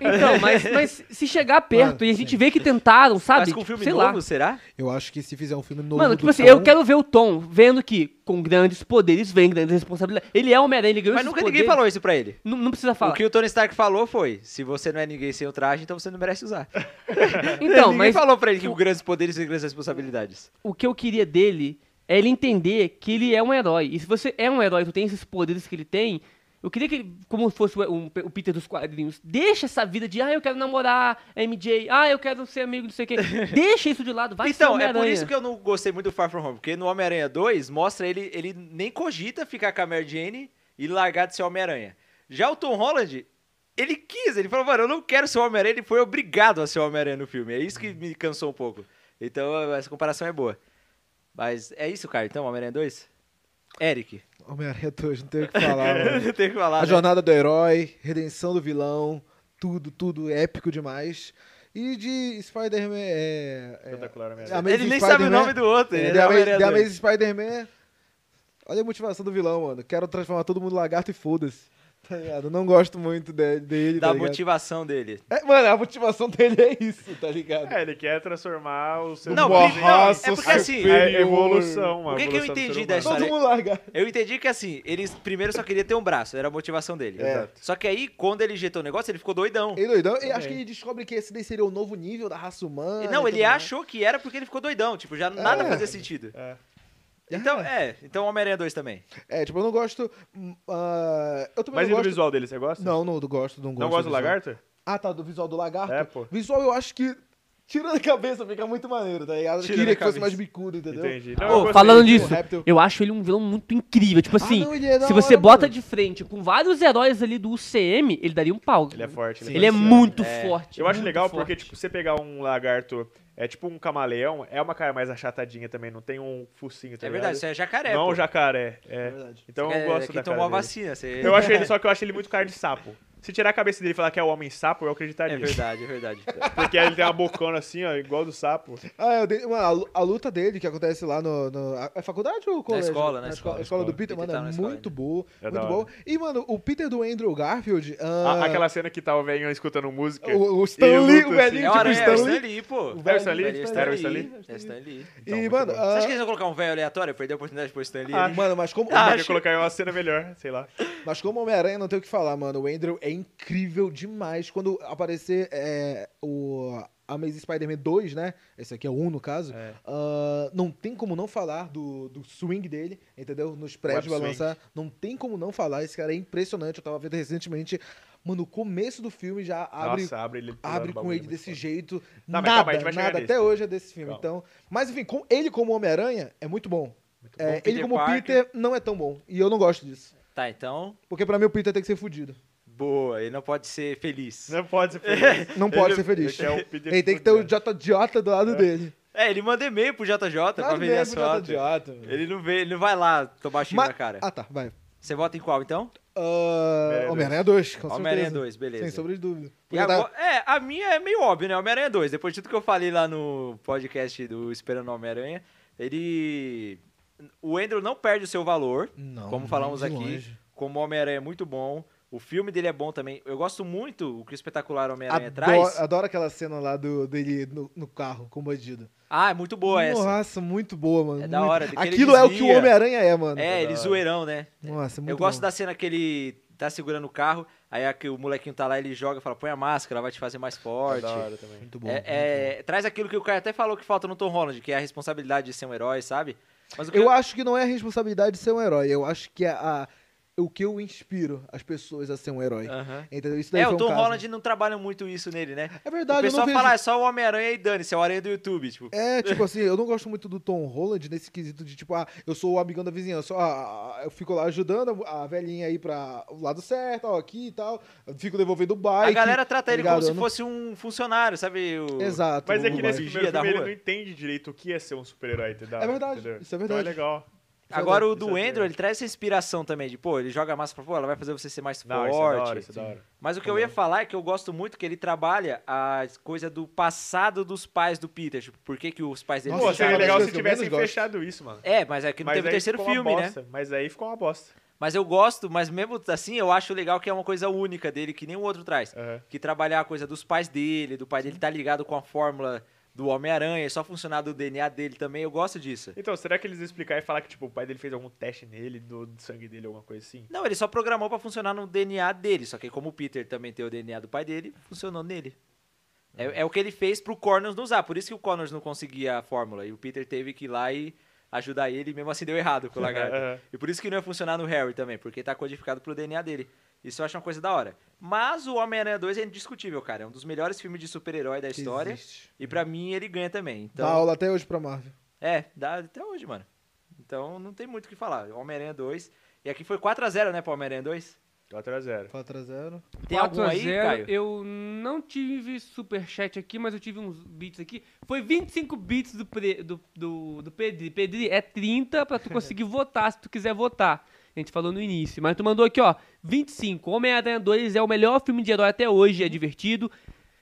[SPEAKER 4] Então, mas, mas se chegar perto
[SPEAKER 1] Ah,
[SPEAKER 4] e a gente
[SPEAKER 1] sim.
[SPEAKER 4] vê que tentaram, sabe?
[SPEAKER 2] Mas com um
[SPEAKER 4] Tipo,
[SPEAKER 2] filme
[SPEAKER 4] sei
[SPEAKER 2] novo,
[SPEAKER 4] lá.
[SPEAKER 2] será?
[SPEAKER 1] Eu acho que se fizer um filme novo.
[SPEAKER 4] Mano,
[SPEAKER 1] do
[SPEAKER 4] tipo assim,
[SPEAKER 1] Tom-
[SPEAKER 4] eu quero ver o Tom vendo que com grandes poderes vem grandes responsabilidades. Ele é Homem-Aranha, ele ganhou
[SPEAKER 2] Mas
[SPEAKER 4] esses
[SPEAKER 2] nunca ninguém
[SPEAKER 4] poderes.
[SPEAKER 2] falou isso pra ele.
[SPEAKER 4] Não, não precisa
[SPEAKER 2] O
[SPEAKER 4] falar.
[SPEAKER 2] que o Tony Stark falou foi: se você não é ninguém sem o traje, então você não merece usar.
[SPEAKER 4] Então,
[SPEAKER 2] ninguém
[SPEAKER 4] mas
[SPEAKER 2] falou pra ele que com grandes poderes vem grandes responsabilidades.
[SPEAKER 4] o que eu queria dele é ele entender que ele é um herói. E se você é um herói, tu tem esses poderes que ele tem, eu queria que ele, como fosse o, um- o Peter dos quadrinhos, deixa essa vida de, ah, eu quero namorar a MJ, ah, eu quero ser amigo, não sei o quê. deixa isso de lado, vai ser
[SPEAKER 2] então, é
[SPEAKER 4] Homem-Aranha.
[SPEAKER 2] por isso que eu não gostei muito do Far From Home, porque no Homem-Aranha 2 mostra ele, ele nem cogita ficar com a Mary Jane e largar de ser Homem-Aranha. Já o Tom Holland, ele quis, ele falou, mano, eu não quero ser o Homem-Aranha, ele foi obrigado a ser o Homem-Aranha no filme. É isso que me cansou um pouco. Então, essa comparação é boa. Mas é isso, cara. Então, Homem-Aranha 2? Eric.
[SPEAKER 1] Homem-Aranha 2, não tenho o que falar, mano.
[SPEAKER 2] Não tem o que falar.
[SPEAKER 1] A
[SPEAKER 2] né?
[SPEAKER 1] jornada do herói, redenção do vilão, tudo, tudo épico demais. E de Spider-Man. É, é,
[SPEAKER 3] Espetacular Homem-Aranha.
[SPEAKER 1] Amazing
[SPEAKER 2] Ele nem sabe o
[SPEAKER 1] Spider-Man.
[SPEAKER 2] nome do outro.
[SPEAKER 1] É,
[SPEAKER 2] Ele
[SPEAKER 1] The
[SPEAKER 2] é
[SPEAKER 1] Amazing,
[SPEAKER 2] Homem-Aranha
[SPEAKER 1] The
[SPEAKER 2] 2.
[SPEAKER 1] Amazing Spider-Man. Olha a motivação do vilão, mano. Quero transformar todo mundo em lagarto e foda-se. Tá ligado? Não gosto muito de- dele.
[SPEAKER 2] Da
[SPEAKER 1] tá ligado?
[SPEAKER 2] motivação dele.
[SPEAKER 1] É, mano, a motivação dele é isso, tá ligado?
[SPEAKER 3] É, ele quer transformar o ser
[SPEAKER 2] Não,
[SPEAKER 3] humano
[SPEAKER 2] pri-
[SPEAKER 3] em-
[SPEAKER 2] não, é porque assim,
[SPEAKER 3] É a evolução, uma
[SPEAKER 2] O que que eu
[SPEAKER 3] evolução do ser
[SPEAKER 2] entendi
[SPEAKER 3] humano.
[SPEAKER 2] da história?
[SPEAKER 1] Todo mundo larga.
[SPEAKER 2] Eu entendi que assim, ele primeiro só queria ter um braço, era a motivação dele.
[SPEAKER 1] É.
[SPEAKER 2] Só que aí, quando ele injetou o negócio, ele ficou doidão.
[SPEAKER 1] Ele doidão. E acho que ele descobre que esse daí seria o novo nível da raça humana.
[SPEAKER 2] não,
[SPEAKER 1] e
[SPEAKER 2] ele
[SPEAKER 1] tudo mais.
[SPEAKER 2] achou que era porque ele ficou doidão. Tipo, já nada
[SPEAKER 1] É.
[SPEAKER 2] fazia sentido.
[SPEAKER 3] É.
[SPEAKER 2] Então, é. Então Homem-Aranha 2 também.
[SPEAKER 1] É, tipo, eu não gosto. hum, ah, eu também
[SPEAKER 3] Mas e
[SPEAKER 1] não
[SPEAKER 3] do
[SPEAKER 1] gosto.
[SPEAKER 3] visual dele, você gosta?
[SPEAKER 1] Não, não, do gosto, não gosto.
[SPEAKER 3] Não gosta do
[SPEAKER 1] visual.
[SPEAKER 3] lagarto?
[SPEAKER 1] Ah, tá, do visual do lagarto.
[SPEAKER 3] É, pô.
[SPEAKER 1] Visual eu acho que. Tirando a cabeça, fica muito maneiro, tá ligado? Eu
[SPEAKER 2] Tirando
[SPEAKER 1] queria
[SPEAKER 2] a
[SPEAKER 1] que fosse
[SPEAKER 2] cabeça.
[SPEAKER 1] mais bicudo, entendeu?
[SPEAKER 3] Entendi.
[SPEAKER 4] Ô,
[SPEAKER 3] Não, eu gostei.
[SPEAKER 4] falando
[SPEAKER 1] de-
[SPEAKER 4] disso,
[SPEAKER 1] O Raptor.
[SPEAKER 4] eu acho ele um vilão muito incrível. Tipo assim,
[SPEAKER 1] não, ele é da
[SPEAKER 4] se você
[SPEAKER 1] hora,
[SPEAKER 4] bota
[SPEAKER 1] mano.
[SPEAKER 4] de frente com vários heróis ali do UCM, ele daria um pau.
[SPEAKER 3] Ele é forte.
[SPEAKER 1] Sim.
[SPEAKER 4] Ele é
[SPEAKER 3] parceiro.
[SPEAKER 4] muito
[SPEAKER 2] É.
[SPEAKER 4] forte.
[SPEAKER 3] Eu acho
[SPEAKER 4] muito
[SPEAKER 3] legal
[SPEAKER 4] forte.
[SPEAKER 3] porque, tipo, você pegar um lagarto, é tipo um camaleão, é uma cara mais achatadinha também, não tem um focinho, tá
[SPEAKER 2] É
[SPEAKER 3] ligado?
[SPEAKER 2] verdade, isso é jacaré.
[SPEAKER 3] Não
[SPEAKER 2] pô.
[SPEAKER 3] um jacaré.
[SPEAKER 1] É
[SPEAKER 3] É.
[SPEAKER 1] verdade.
[SPEAKER 3] Então
[SPEAKER 2] é,
[SPEAKER 3] eu gosto
[SPEAKER 2] quem
[SPEAKER 3] da cara
[SPEAKER 2] tomou a
[SPEAKER 3] dele.
[SPEAKER 2] vacina. Você...
[SPEAKER 3] Eu acho ele, só que eu acho ele muito cara de sapo. Se tirar a cabeça dele e falar que é o homem sapo, eu acreditaria.
[SPEAKER 2] É verdade, é verdade.
[SPEAKER 1] Tipo,
[SPEAKER 3] Porque ele tem uma bocona assim, ó, igual do sapo.
[SPEAKER 1] Ah, eu dei, mano, a lu- a, luta dele que acontece lá no. no a, é faculdade ou colégio?
[SPEAKER 2] escola, na
[SPEAKER 1] A
[SPEAKER 2] escola,
[SPEAKER 1] A escola do
[SPEAKER 2] escola.
[SPEAKER 1] Peter,
[SPEAKER 2] Peter
[SPEAKER 1] mano,
[SPEAKER 2] tá
[SPEAKER 1] é
[SPEAKER 2] na escola
[SPEAKER 1] muito boa.
[SPEAKER 3] É da
[SPEAKER 1] muito boa.
[SPEAKER 3] hora.
[SPEAKER 1] E, mano, o Peter do Andrew Garfield. ah,
[SPEAKER 3] A- Aquela cena que tá o velhinho escutando música.
[SPEAKER 1] O, o
[SPEAKER 3] E
[SPEAKER 1] Stan
[SPEAKER 3] o
[SPEAKER 1] Lee,
[SPEAKER 3] luto,
[SPEAKER 1] o
[SPEAKER 3] assim.
[SPEAKER 1] velhinho
[SPEAKER 2] É o
[SPEAKER 1] tipo
[SPEAKER 2] Aranha, é o
[SPEAKER 1] Stan
[SPEAKER 2] Stan
[SPEAKER 1] Lee. tipo
[SPEAKER 2] Lee, pô.
[SPEAKER 3] O né? velho Stan Lee?
[SPEAKER 2] É o
[SPEAKER 3] Era o
[SPEAKER 2] Stan
[SPEAKER 3] Stan
[SPEAKER 2] Lee.
[SPEAKER 1] Lee?
[SPEAKER 2] É o Stan Lee.
[SPEAKER 3] Então,
[SPEAKER 1] e,
[SPEAKER 3] muito
[SPEAKER 1] mano,
[SPEAKER 3] bom.
[SPEAKER 1] ah,
[SPEAKER 2] Você acha que eles vão colocar um velho aleatório? Perder a oportunidade pro Stan Lee?
[SPEAKER 3] Ah,
[SPEAKER 2] ali?
[SPEAKER 1] mano, mas como,
[SPEAKER 3] Podia
[SPEAKER 1] mas,
[SPEAKER 3] colocar uma cena melhor, sei lá.
[SPEAKER 1] mas como Homem-Aranha, não tem o que falar, mano. O Andrew é incrível demais. Quando aparecer é, o Amazing Spider-Man 2, né? Esse aqui é o 1, no caso.
[SPEAKER 3] É.
[SPEAKER 1] ah, não tem como não falar do, do swing dele, entendeu? Nos prédios
[SPEAKER 3] Web
[SPEAKER 1] balançar. Não tem como não falar. Esse cara é impressionante. Eu tava vendo recentemente. Mano, o começo do filme já abre
[SPEAKER 3] Nossa, abre ele. pulando
[SPEAKER 1] abre
[SPEAKER 3] o
[SPEAKER 1] com
[SPEAKER 3] bagulho,
[SPEAKER 1] ele
[SPEAKER 3] muito
[SPEAKER 1] desse
[SPEAKER 3] foda.
[SPEAKER 1] jeito.
[SPEAKER 3] Não, mas
[SPEAKER 1] nada,
[SPEAKER 3] calma, a gente vai chegar
[SPEAKER 1] nada
[SPEAKER 3] nesse.
[SPEAKER 1] até hoje é desse filme.
[SPEAKER 3] Calma.
[SPEAKER 1] Então, mas enfim, com ele como Homem-Aranha é muito bom.
[SPEAKER 3] bom.
[SPEAKER 1] É, ele
[SPEAKER 2] Peter
[SPEAKER 1] como
[SPEAKER 2] Parker.
[SPEAKER 1] Peter não é tão bom e eu não gosto disso,
[SPEAKER 2] Tá, então.
[SPEAKER 1] porque pra mim o Peter tem que ser fudido.
[SPEAKER 2] Boa, ele não pode ser feliz.
[SPEAKER 3] Não pode ser feliz.
[SPEAKER 1] Não pode
[SPEAKER 3] Ele-
[SPEAKER 1] ser feliz.
[SPEAKER 3] ele é o Peter
[SPEAKER 1] Ele tem que ter o
[SPEAKER 3] fudido.
[SPEAKER 1] Jota Idiota do lado dele.
[SPEAKER 2] É, ele manda e-mail pro JJ pra
[SPEAKER 1] Nada
[SPEAKER 2] vender as
[SPEAKER 1] mesmo, Jota
[SPEAKER 2] fotos.
[SPEAKER 1] Idiota. mano.
[SPEAKER 2] Ele não, vê, ele não vai lá tomar xingo na
[SPEAKER 1] Mas-
[SPEAKER 2] cara.
[SPEAKER 1] Ah tá, vai.
[SPEAKER 2] Você vota em qual, então?
[SPEAKER 1] Ah,
[SPEAKER 3] dois.
[SPEAKER 1] Homem-Aranha 2, com
[SPEAKER 2] Homem-Aranha
[SPEAKER 1] certeza.
[SPEAKER 2] 2, beleza.
[SPEAKER 1] Sem sombra de dúvida.
[SPEAKER 2] E
[SPEAKER 1] Porque tá-
[SPEAKER 2] agora- É, a minha é meio óbvio, né? Homem-Aranha 2. Depois de tudo que eu falei lá no podcast do Esperando Homem-Aranha, ele. O Andrew não perde o seu valor,
[SPEAKER 1] Não,
[SPEAKER 2] como
[SPEAKER 1] não,
[SPEAKER 2] falamos
[SPEAKER 1] de
[SPEAKER 2] aqui.
[SPEAKER 1] longe.
[SPEAKER 2] Como Homem-Aranha é muito bom. O filme dele é bom também. Eu gosto muito o que o espetacular Homem-Aranha
[SPEAKER 1] Adoro,
[SPEAKER 2] traz.
[SPEAKER 1] adoro aquela cena lá do, dele no, no carro com o bandido.
[SPEAKER 2] Ah, é muito boa essa.
[SPEAKER 1] Nossa, muito boa, mano.
[SPEAKER 2] É da
[SPEAKER 1] muito-
[SPEAKER 2] hora, que ele
[SPEAKER 1] Aquilo é o que o
[SPEAKER 2] desvia.
[SPEAKER 1] Homem-Aranha é, mano.
[SPEAKER 2] É, ele
[SPEAKER 3] da hora.
[SPEAKER 2] zoeirão, né?
[SPEAKER 1] Nossa, muito
[SPEAKER 2] eu gosto
[SPEAKER 1] bom.
[SPEAKER 2] da cena que ele tá segurando o carro, aí a que o molequinho tá lá, ele joga e fala: põe a máscara, vai te fazer mais forte.
[SPEAKER 3] Da hora também.
[SPEAKER 1] Muito bom.
[SPEAKER 2] É- é- traz aquilo que o cara até falou que falta no Tom Holland, que é a responsabilidade de ser um herói, sabe? Mas o que
[SPEAKER 1] Eu acho que não é a responsabilidade de ser um herói. Eu acho que é a, o que eu inspiro as pessoas a ser um herói.
[SPEAKER 2] Aham.
[SPEAKER 1] Entendeu? Isso daí
[SPEAKER 2] É,
[SPEAKER 1] foi
[SPEAKER 2] o
[SPEAKER 1] um
[SPEAKER 2] Tom
[SPEAKER 1] caso.
[SPEAKER 2] Holland não trabalha muito isso nele, né?
[SPEAKER 1] É verdade,
[SPEAKER 2] o pessoal
[SPEAKER 1] eu não vejo...
[SPEAKER 2] fala, é só o Homem-Aranha e dane-se, é o Aranha do YouTube, tipo.
[SPEAKER 1] É, tipo assim, eu não gosto muito do Tom Holland nesse quesito de tipo, ah, eu sou o amigão da vizinhança, ó, ah, ah, eu fico lá ajudando a velhinha aí pra o lado certo, ó, aqui e tal, eu fico devolvendo o bike.
[SPEAKER 2] a galera trata
[SPEAKER 1] tá
[SPEAKER 2] ele
[SPEAKER 1] ligado?
[SPEAKER 2] como
[SPEAKER 1] Eu
[SPEAKER 2] se
[SPEAKER 1] não-
[SPEAKER 2] fosse um funcionário, sabe? O...
[SPEAKER 1] Exato.
[SPEAKER 3] Mas é
[SPEAKER 1] o
[SPEAKER 3] que nesse
[SPEAKER 1] bike.
[SPEAKER 2] Vigia
[SPEAKER 3] primeiro
[SPEAKER 2] da
[SPEAKER 3] filme ele
[SPEAKER 2] rua.
[SPEAKER 3] não entende direito o que é ser um super-herói, entendeu?
[SPEAKER 1] É verdade,
[SPEAKER 3] Entendeu?
[SPEAKER 1] isso é verdade.
[SPEAKER 3] Então é legal.
[SPEAKER 2] Agora o
[SPEAKER 3] Isso
[SPEAKER 2] do
[SPEAKER 3] é
[SPEAKER 2] Andrew,
[SPEAKER 3] verdade.
[SPEAKER 2] ele traz essa inspiração também, de, pô, ele joga a massa pra pô, ela vai fazer você ser mais
[SPEAKER 3] Não,
[SPEAKER 2] forte.
[SPEAKER 3] isso é da hora, isso é da hora.
[SPEAKER 2] Mas o que eu ia falar é que eu gosto muito que ele trabalha a coisa do passado dos pais do Peter. Tipo, por que, que os pais dele
[SPEAKER 1] Nossa,
[SPEAKER 3] Pô,
[SPEAKER 1] Nossa,
[SPEAKER 3] seria
[SPEAKER 1] cara,
[SPEAKER 3] é legal
[SPEAKER 1] das
[SPEAKER 3] se
[SPEAKER 1] coisas que eu menos
[SPEAKER 3] tivessem
[SPEAKER 1] gosto.
[SPEAKER 3] fechado isso, mano.
[SPEAKER 2] É, mas é que não
[SPEAKER 3] Mas
[SPEAKER 2] teve o
[SPEAKER 3] aí
[SPEAKER 2] terceiro
[SPEAKER 3] ficou uma
[SPEAKER 2] filme, né?
[SPEAKER 3] bosta, Mas aí ficou uma bosta.
[SPEAKER 2] Mas eu gosto, mas mesmo assim, eu acho legal que é uma coisa única dele, que nenhum outro traz.
[SPEAKER 3] Aham.
[SPEAKER 2] Que trabalhar a coisa dos pais dele, do pai dele tá ligado com a fórmula do Homem-Aranha, só funcionar do DNA dele também, eu gosto disso.
[SPEAKER 3] Então, será que eles explicar e falar que, tipo, o pai dele fez algum teste nele, do do sangue dele, alguma coisa assim?
[SPEAKER 2] Não, ele só programou pra funcionar no DNA dele, só que como o Peter também tem o DNA do pai dele, funcionou nele. É, é o que ele fez pro Corners não usar, por isso que o Corners não conseguia a fórmula, e o Peter teve que ir lá e ajudar ele, e mesmo assim deu errado com o lagarto.
[SPEAKER 3] Aham.
[SPEAKER 2] E por isso que não ia funcionar no Harry também, porque tá codificado pro DNA dele. Isso eu acho uma coisa da hora. Mas o Homem-Aranha 2 é indiscutível, cara. É um dos melhores filmes de super-herói da
[SPEAKER 1] Que
[SPEAKER 2] história.
[SPEAKER 1] existe.
[SPEAKER 2] E pra mim ele ganha também.
[SPEAKER 1] Dá
[SPEAKER 2] Então,
[SPEAKER 1] aula até hoje pra Marvel.
[SPEAKER 2] é, dá até hoje, mano. Então não tem muito o que falar. Homem-Aranha 2. E aqui foi 4x0, né, pro Homem-Aranha 2?
[SPEAKER 3] 4x0.
[SPEAKER 1] 4x0.
[SPEAKER 2] Tem algum aí,
[SPEAKER 4] 4 a 0,
[SPEAKER 2] Caio?
[SPEAKER 4] Eu não tive superchat aqui, mas eu tive uns bits aqui. Foi 25 bits do, pre, do, do, do Pedri. Pedri, é 30 pra tu conseguir votar, se tu quiser votar. A gente falou no início, mas tu mandou aqui, ó, 25. Homem-Aranha 2 é o melhor filme de herói até hoje, é divertido.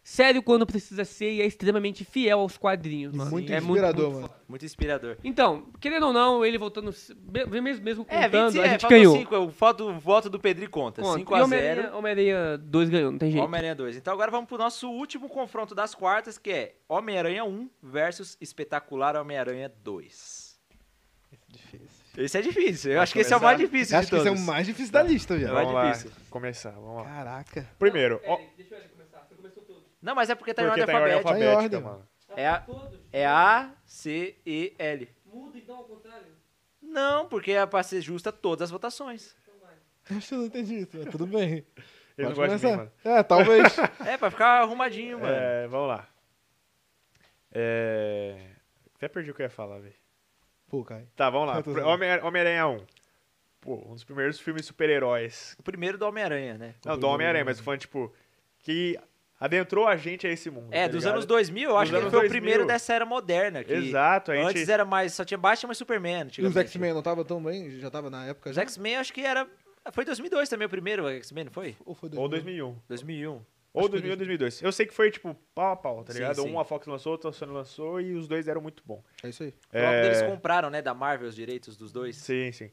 [SPEAKER 4] Sério quando precisa ser e é extremamente fiel aos quadrinhos. mano.
[SPEAKER 1] Muito
[SPEAKER 4] é
[SPEAKER 1] inspirador, mano.
[SPEAKER 2] Muito inspirador.
[SPEAKER 4] Então, querendo ou não, ele voltando, be- mesmo, mesmo
[SPEAKER 2] É,
[SPEAKER 4] contando,
[SPEAKER 2] 25,
[SPEAKER 4] a
[SPEAKER 2] é,
[SPEAKER 4] gente
[SPEAKER 2] faltou
[SPEAKER 4] ganhou.
[SPEAKER 2] 5. O voto, o voto do Pedri conta.
[SPEAKER 4] Conta.
[SPEAKER 2] 5
[SPEAKER 4] E
[SPEAKER 2] a 0
[SPEAKER 4] Homem-Aranha- Homem-Aranha 2 ganhou, não tem jeito.
[SPEAKER 2] Homem-Aranha 2. Então agora vamos pro nosso último confronto das quartas, que é Homem-Aranha 1 versus Espetacular Homem-Aranha 2. Esse é difícil. Eu
[SPEAKER 3] Vamos
[SPEAKER 2] acho que esse é o mais
[SPEAKER 3] começar?
[SPEAKER 2] difícil
[SPEAKER 1] Acho
[SPEAKER 2] de
[SPEAKER 1] que esse é o
[SPEAKER 2] todos.
[SPEAKER 1] mais difícil da lista,
[SPEAKER 2] Vai
[SPEAKER 1] já.
[SPEAKER 3] Então, vamos lá.
[SPEAKER 2] difícil.
[SPEAKER 3] Começar, vamos lá.
[SPEAKER 1] Caraca.
[SPEAKER 3] Primeiro, ó,
[SPEAKER 4] Peraí, deixa eu ver começar. Você começou todos.
[SPEAKER 2] Não, mas é porque tá em
[SPEAKER 3] porque
[SPEAKER 2] ordem
[SPEAKER 3] tá em ordem
[SPEAKER 2] alfabética.
[SPEAKER 1] alfabética.
[SPEAKER 3] alfabética,
[SPEAKER 1] Tá em ordem.
[SPEAKER 2] É
[SPEAKER 3] mano.
[SPEAKER 2] a,
[SPEAKER 4] Todos?
[SPEAKER 2] é a, C, E, L.
[SPEAKER 4] Muda então ao contrário.
[SPEAKER 2] Não, porque é pra ser justa todas as votações.
[SPEAKER 1] Acho que eu não entendi isso, mas tudo bem.
[SPEAKER 3] Ele não
[SPEAKER 1] Pode
[SPEAKER 3] gosta de
[SPEAKER 1] começar.
[SPEAKER 3] mim, mano.
[SPEAKER 1] É, talvez.
[SPEAKER 2] É, pra ficar arrumadinho, mano.
[SPEAKER 3] É, vamos lá. É... Até perdi o que eu ia falar, velho.
[SPEAKER 1] Pô, Caio.
[SPEAKER 3] Tá, vamos lá.
[SPEAKER 1] Eu tô zoando.
[SPEAKER 3] Homem- Homem-Aranha 1. Pô, um dos primeiros filmes super-heróis.
[SPEAKER 2] O primeiro do Homem-Aranha, né?
[SPEAKER 3] Não, do Homem-Aranha, mas falando, tipo, que adentrou a gente a esse mundo.
[SPEAKER 2] É,
[SPEAKER 3] tá
[SPEAKER 2] dos
[SPEAKER 3] ligado?
[SPEAKER 2] anos 2000, eu
[SPEAKER 3] Dos
[SPEAKER 2] acho que ele
[SPEAKER 3] anos
[SPEAKER 2] foi
[SPEAKER 3] 2000.
[SPEAKER 2] o primeiro dessa era moderna. Que
[SPEAKER 3] Exato, a gente-
[SPEAKER 2] um. Antes era mais, só tinha Batman e Superman.
[SPEAKER 1] E os
[SPEAKER 2] antigamente.
[SPEAKER 1] X-Men não tava tão bem? Já tava na época
[SPEAKER 2] Os
[SPEAKER 1] já?
[SPEAKER 2] X-Men eu acho que era Ah, Foi 2002 também o primeiro X-Men, não foi?
[SPEAKER 1] Ou foi
[SPEAKER 3] Ou 2001.
[SPEAKER 2] 2001.
[SPEAKER 3] Ou 2000 ou 2002. Eu sei que foi, tipo, pau a pau, tá
[SPEAKER 2] Sim,
[SPEAKER 3] ligado?
[SPEAKER 2] sim.
[SPEAKER 3] Um a Fox lançou, outro a Sony lançou e os dois eram muito bons.
[SPEAKER 1] É isso aí.
[SPEAKER 2] Logo
[SPEAKER 3] É.
[SPEAKER 2] eles compraram, né, da Marvel os direitos dos dois.
[SPEAKER 3] Sim, sim.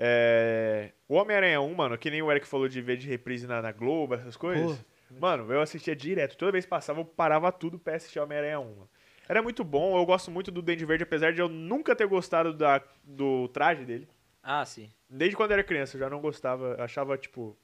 [SPEAKER 3] É, O Homem-Aranha 1, mano, que nem o Eric falou de ver de reprise na, na Globo, essas coisas. Mano, eu assistia direto. Toda vez que passava, eu parava tudo pra assistir Homem-Aranha 1. mano. Era muito bom, eu gosto muito do Dente Verde, apesar de eu nunca ter gostado da, do traje dele.
[SPEAKER 2] Ah, sim.
[SPEAKER 3] Desde quando eu era criança, eu já não gostava, achava, tipo,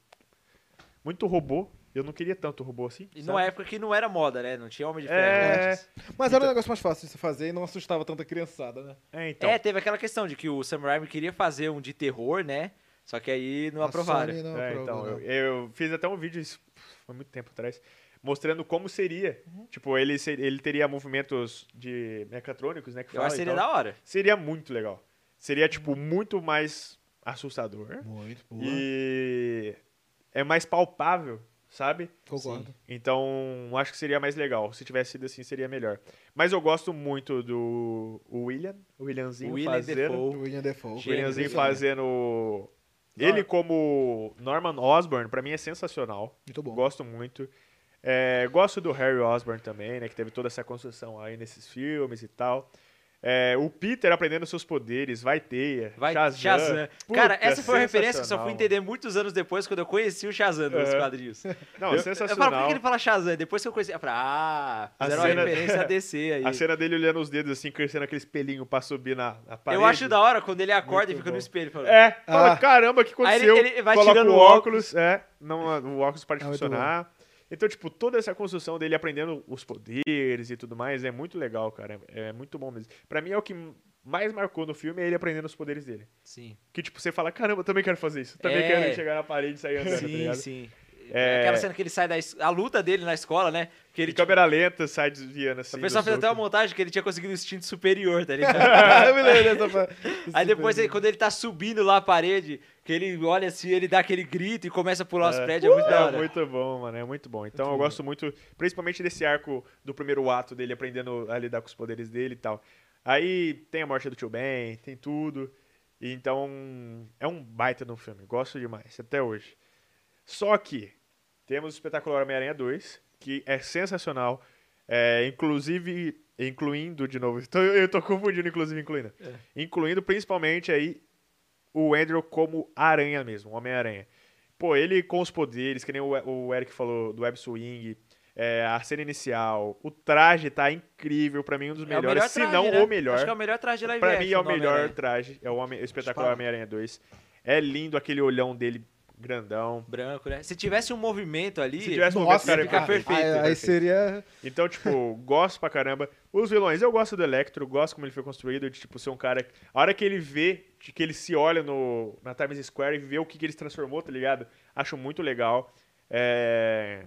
[SPEAKER 3] muito robô. Eu não queria tanto robô assim.
[SPEAKER 2] E
[SPEAKER 3] sabe?
[SPEAKER 2] numa época que não era moda, né? Não tinha Homem de Ferro
[SPEAKER 3] É.
[SPEAKER 2] antes.
[SPEAKER 1] Mas era um negócio mais fácil de se fazer e não assustava tanta criançada, né?
[SPEAKER 3] É, então.
[SPEAKER 2] É, teve aquela questão de que o Sam Raimi queria fazer um de terror, né? Só que aí não
[SPEAKER 1] A
[SPEAKER 2] aprovaram.
[SPEAKER 1] Sony não né?
[SPEAKER 3] É,
[SPEAKER 1] aprova,
[SPEAKER 3] então,
[SPEAKER 1] não.
[SPEAKER 3] eu, eu fiz até um vídeo, isso foi muito tempo atrás, mostrando como seria.
[SPEAKER 1] Uhum.
[SPEAKER 3] Tipo, ele, ser- ele teria movimentos de mecatrônicos, né? Que
[SPEAKER 2] Eu
[SPEAKER 3] fala
[SPEAKER 2] acho que
[SPEAKER 3] e
[SPEAKER 2] seria
[SPEAKER 3] tal.
[SPEAKER 2] da hora.
[SPEAKER 3] Seria muito legal. Seria, tipo, muito mais assustador.
[SPEAKER 1] Muito boa.
[SPEAKER 3] E é mais palpável, sabe?
[SPEAKER 1] Concordo.
[SPEAKER 3] Então, acho que seria mais legal. Se tivesse sido assim, seria melhor. Mas eu gosto muito do William, o Williamzinho
[SPEAKER 2] William é
[SPEAKER 3] fazendo...
[SPEAKER 2] Defoe.
[SPEAKER 1] O William Defoe.
[SPEAKER 3] O Williamzinho
[SPEAKER 2] Gênio,
[SPEAKER 3] fazendo. Ele como Norman Osborn, pra mim é sensacional.
[SPEAKER 1] Muito bom.
[SPEAKER 3] Gosto muito. É, gosto do Harry Osborn também, né? Que teve toda essa construção aí nesses filmes e tal. É, o Peter aprendendo seus poderes, vai teia,
[SPEAKER 2] Vai,
[SPEAKER 3] Shazam.
[SPEAKER 2] Shazam.
[SPEAKER 3] Puta,
[SPEAKER 2] Cara, essa foi uma referência que eu só
[SPEAKER 3] sensacional,
[SPEAKER 2] fui entender muitos anos depois, quando eu conheci o Shazam nos
[SPEAKER 3] É.
[SPEAKER 2] quadrinhos.
[SPEAKER 3] mano. Não,
[SPEAKER 2] eu, Eu
[SPEAKER 3] sensacional.
[SPEAKER 2] falo, por que que ele fala Shazam? Depois que eu conheci, eu falei, ah,
[SPEAKER 3] A
[SPEAKER 2] fizeram
[SPEAKER 3] cena-
[SPEAKER 2] uma referência a descer aí.
[SPEAKER 3] A cena dele olhando os dedos assim, crescendo aqueles pelinhos pra subir na, na parede.
[SPEAKER 2] Eu acho da hora quando ele acorda e
[SPEAKER 3] Muito
[SPEAKER 2] fica
[SPEAKER 3] bom.
[SPEAKER 2] no espelho falando.
[SPEAKER 3] É, fala,
[SPEAKER 1] Ah.
[SPEAKER 3] caramba, o que
[SPEAKER 2] Aí ele-
[SPEAKER 3] aconteceu?
[SPEAKER 2] ele vai
[SPEAKER 3] Coloca
[SPEAKER 2] tirando
[SPEAKER 3] o
[SPEAKER 2] o
[SPEAKER 3] óculos, é, não, o óculos para de
[SPEAKER 1] É muito
[SPEAKER 3] funcionar. Então, tipo, toda essa construção dele aprendendo os poderes e tudo mais é muito legal, cara. É muito bom mesmo. Pra mim é o que mais marcou no filme é ele aprendendo os poderes dele.
[SPEAKER 2] Sim.
[SPEAKER 3] Que, tipo, você fala, caramba, eu também quero fazer isso. Eu Também
[SPEAKER 2] É.
[SPEAKER 3] quero chegar na parede e sair andando, tá
[SPEAKER 2] Sim,
[SPEAKER 3] ligado?
[SPEAKER 2] sim.
[SPEAKER 3] É.
[SPEAKER 2] Aquela cena que ele sai da. es- A luta dele na escola, né? Que
[SPEAKER 3] Ele
[SPEAKER 2] ele. Tipo,
[SPEAKER 3] câmera lenta, sai desviando assim.
[SPEAKER 2] o
[SPEAKER 3] do
[SPEAKER 2] pessoal fez
[SPEAKER 3] soco.
[SPEAKER 2] até uma montagem que ele tinha conseguido o instinto superior, tá ligado?
[SPEAKER 1] Eu me lembro dessa parte.
[SPEAKER 2] Aí depois, ele- quando ele tá subindo lá a parede, que ele olha assim, ele dá aquele grito e começa a pular os prédios, é muito da hora.
[SPEAKER 3] É muito bom, mano. É muito bom. Então eu gosto muito, principalmente desse arco do primeiro ato dele aprendendo a lidar com os poderes dele e tal. Aí tem a morte do Tio Ben, tem tudo. E Então é um baita no filme. Gosto demais, até hoje. Só que temos o espetacular Homem-Aranha 2, que é sensacional. É, inclusive, incluindo de novo. tô- eu tô confundindo, inclusive, incluindo.
[SPEAKER 2] É.
[SPEAKER 3] Incluindo principalmente aí o Andrew como aranha mesmo, o Homem-Aranha. Pô, ele com os poderes, que nem o, o Eric falou do Web Swing, é, a cena inicial, o traje tá incrível, pra mim um dos
[SPEAKER 2] É o
[SPEAKER 3] melhores, se
[SPEAKER 2] traje,
[SPEAKER 3] não
[SPEAKER 2] né?
[SPEAKER 3] o melhor.
[SPEAKER 2] Acho que é o melhor traje de live
[SPEAKER 3] Pra mim é
[SPEAKER 2] action
[SPEAKER 3] o
[SPEAKER 2] do
[SPEAKER 3] melhor
[SPEAKER 2] Homem-Aranha.
[SPEAKER 3] traje, é o, homem, o espetacular
[SPEAKER 2] Espada.
[SPEAKER 3] Homem-Aranha 2. É lindo aquele olhão dele grandão.
[SPEAKER 2] Branco, né? Se tivesse um movimento ali.
[SPEAKER 3] Se tivesse um
[SPEAKER 1] Nossa,
[SPEAKER 3] cara,
[SPEAKER 2] ia ficar
[SPEAKER 1] cara,
[SPEAKER 2] perfeito,
[SPEAKER 1] Aí, aí
[SPEAKER 3] perfeito.
[SPEAKER 1] seria.
[SPEAKER 3] Então, tipo, gosto pra caramba. Os vilões, eu gosto do Electro, gosto como ele foi construído, de, tipo, ser um cara... que- A hora que ele vê, de que ele se olha no, na Times Square e vê o que, que ele se transformou, tá ligado? Acho muito legal. É...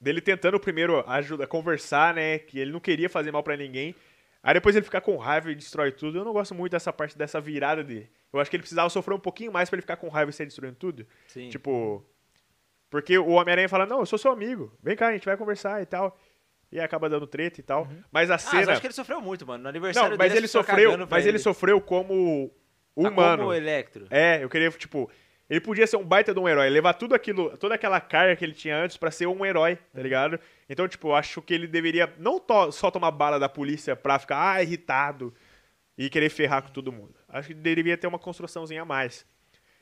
[SPEAKER 3] Dele tentando primeiro ajuda, conversar, né? Que ele não queria fazer mal pra ninguém. Aí depois ele ficar com raiva e destrói tudo. Eu não gosto muito dessa parte, dessa virada dele. Eu acho que ele precisava sofrer um pouquinho mais pra ele ficar com raiva e sair destruindo tudo.
[SPEAKER 2] Sim.
[SPEAKER 3] Tipo. Porque o Homem-Aranha fala, não, eu sou seu amigo. Vem cá, a gente vai conversar e tal. E acaba dando treta e tal. Mas a
[SPEAKER 2] ah, mas
[SPEAKER 3] cena.
[SPEAKER 2] acho que ele sofreu muito, mano. No aniversário
[SPEAKER 3] Não, mas
[SPEAKER 2] dele,
[SPEAKER 3] ele
[SPEAKER 2] as pessoas
[SPEAKER 3] sofreu.
[SPEAKER 2] cagando pra
[SPEAKER 3] Mas ele sofreu como
[SPEAKER 2] Ah,
[SPEAKER 3] humano.
[SPEAKER 2] Como o Electro.
[SPEAKER 3] É, eu queria, tipo. Ele podia ser um baita de um herói, levar tudo aquilo, toda aquela carga que ele tinha antes pra ser um herói,
[SPEAKER 2] Uhum.
[SPEAKER 3] tá ligado? Então, tipo, eu acho que ele deveria não to- só tomar bala da polícia pra ficar ah, irritado e querer ferrar com todo mundo. Acho que deveria ter uma construçãozinha a mais.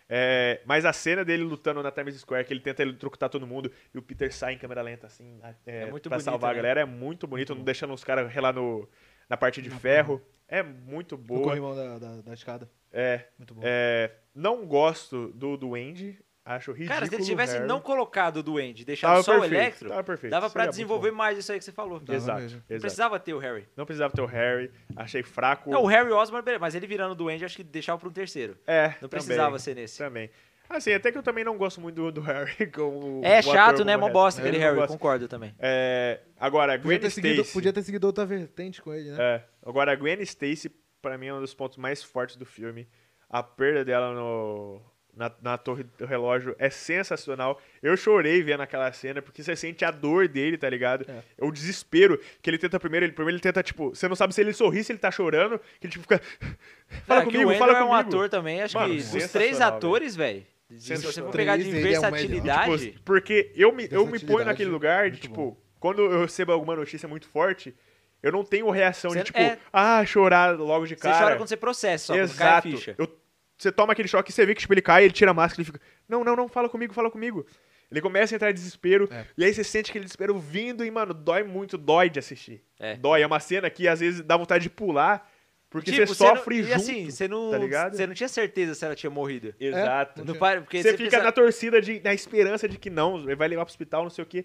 [SPEAKER 3] É, mas a cena dele lutando na Times Square, que ele tenta eletrocutar todo mundo e o Peter sai em câmera lenta, assim, é,
[SPEAKER 2] É muito
[SPEAKER 3] pra
[SPEAKER 2] bonito,
[SPEAKER 3] salvar
[SPEAKER 2] né?
[SPEAKER 3] a galera, é muito bonito, não deixando os caras lá no, na parte de ferro. É muito
[SPEAKER 1] O
[SPEAKER 3] boa.
[SPEAKER 1] corrimão da, da, da escada.
[SPEAKER 3] É,
[SPEAKER 1] Muito bom.
[SPEAKER 3] é, não gosto do Duende, acho ridículo.
[SPEAKER 2] Cara, se eles tivessem
[SPEAKER 3] Harry.
[SPEAKER 2] não colocado o Duende, deixado
[SPEAKER 3] Tava
[SPEAKER 2] só
[SPEAKER 3] perfeito,
[SPEAKER 2] o Electro,
[SPEAKER 3] tava perfeito.
[SPEAKER 2] dava pra
[SPEAKER 3] Seria
[SPEAKER 2] desenvolver mais isso aí que você falou.
[SPEAKER 1] Dava
[SPEAKER 3] Exato,
[SPEAKER 1] mesmo.
[SPEAKER 2] Não
[SPEAKER 3] exato.
[SPEAKER 2] precisava ter o Harry.
[SPEAKER 3] Não precisava ter o Harry, achei fraco.
[SPEAKER 2] Não, o Harry Osborn, beleza, mas ele virando Duende, acho que deixava pra um terceiro.
[SPEAKER 3] É,
[SPEAKER 2] Não
[SPEAKER 3] também,
[SPEAKER 2] precisava ser nesse.
[SPEAKER 3] Também. Assim, até que eu também não gosto muito do, do Harry com o o
[SPEAKER 2] É
[SPEAKER 3] ator
[SPEAKER 2] chato,
[SPEAKER 3] como
[SPEAKER 2] né? Mó
[SPEAKER 3] Harry.
[SPEAKER 2] bosta
[SPEAKER 3] Eu
[SPEAKER 2] aquele
[SPEAKER 3] não
[SPEAKER 2] Harry,
[SPEAKER 3] gosto.
[SPEAKER 2] concordo também.
[SPEAKER 3] É, agora, Gwen
[SPEAKER 1] Podia ter, seguido,
[SPEAKER 3] Stacy.
[SPEAKER 1] podia ter seguido outra vertente com ele, né?
[SPEAKER 3] É, agora, a Gwen Stacy, pra mim, é um dos pontos mais fortes do filme. A perda dela no, na, na torre do relógio é sensacional. Eu chorei vendo aquela cena, porque você sente a dor dele, tá ligado?
[SPEAKER 1] É.
[SPEAKER 3] O desespero que ele tenta primeiro, ele primeiro ele tenta, tipo, você não sabe se ele sorri, se ele tá chorando, que ele tipo fica. Fala
[SPEAKER 2] Cara, que
[SPEAKER 3] comigo,
[SPEAKER 2] o
[SPEAKER 3] fala
[SPEAKER 2] Andrew é
[SPEAKER 3] comigo.
[SPEAKER 2] um ator também, acho
[SPEAKER 3] Mano,
[SPEAKER 2] que os três
[SPEAKER 3] sensacional,
[SPEAKER 2] atores, velho, Se você for
[SPEAKER 1] Os
[SPEAKER 2] pegar de
[SPEAKER 1] três, ele é o melhor.
[SPEAKER 2] versatilidade,
[SPEAKER 3] Tipo, porque eu me, eu me ponho
[SPEAKER 1] Versatilidade,
[SPEAKER 3] naquele lugar de,
[SPEAKER 1] muito
[SPEAKER 3] tipo, quando eu recebo alguma notícia muito forte, eu não tenho reação
[SPEAKER 2] Você-
[SPEAKER 3] de, tipo,
[SPEAKER 2] é.
[SPEAKER 3] ah, chorar logo de
[SPEAKER 2] você
[SPEAKER 3] cara.
[SPEAKER 2] chora quando você processa, só quando cai a
[SPEAKER 3] Exato.
[SPEAKER 2] ficha.
[SPEAKER 3] Eu- você toma aquele choque, você vê que tipo, ele cai, ele tira a máscara, ele fica, não, não, não, fala comigo, fala comigo. Ele começa a entrar em desespero,
[SPEAKER 1] É.
[SPEAKER 3] e aí você sente aquele desespero vindo e, mano, dói muito, dói de assistir.
[SPEAKER 2] É.
[SPEAKER 3] Dói, é uma cena que às vezes dá vontade de pular, porque
[SPEAKER 2] Tipo,
[SPEAKER 3] você
[SPEAKER 2] não-
[SPEAKER 3] sofre junto,
[SPEAKER 2] E assim, você não,
[SPEAKER 3] tá ligado?
[SPEAKER 2] você não tinha certeza se ela tinha morrido.
[SPEAKER 1] É,
[SPEAKER 3] Exato.
[SPEAKER 2] Não para, porque
[SPEAKER 3] Você fica
[SPEAKER 2] pensa-
[SPEAKER 3] na torcida, de, na esperança de que não, ele vai levar pro hospital, não sei o quê.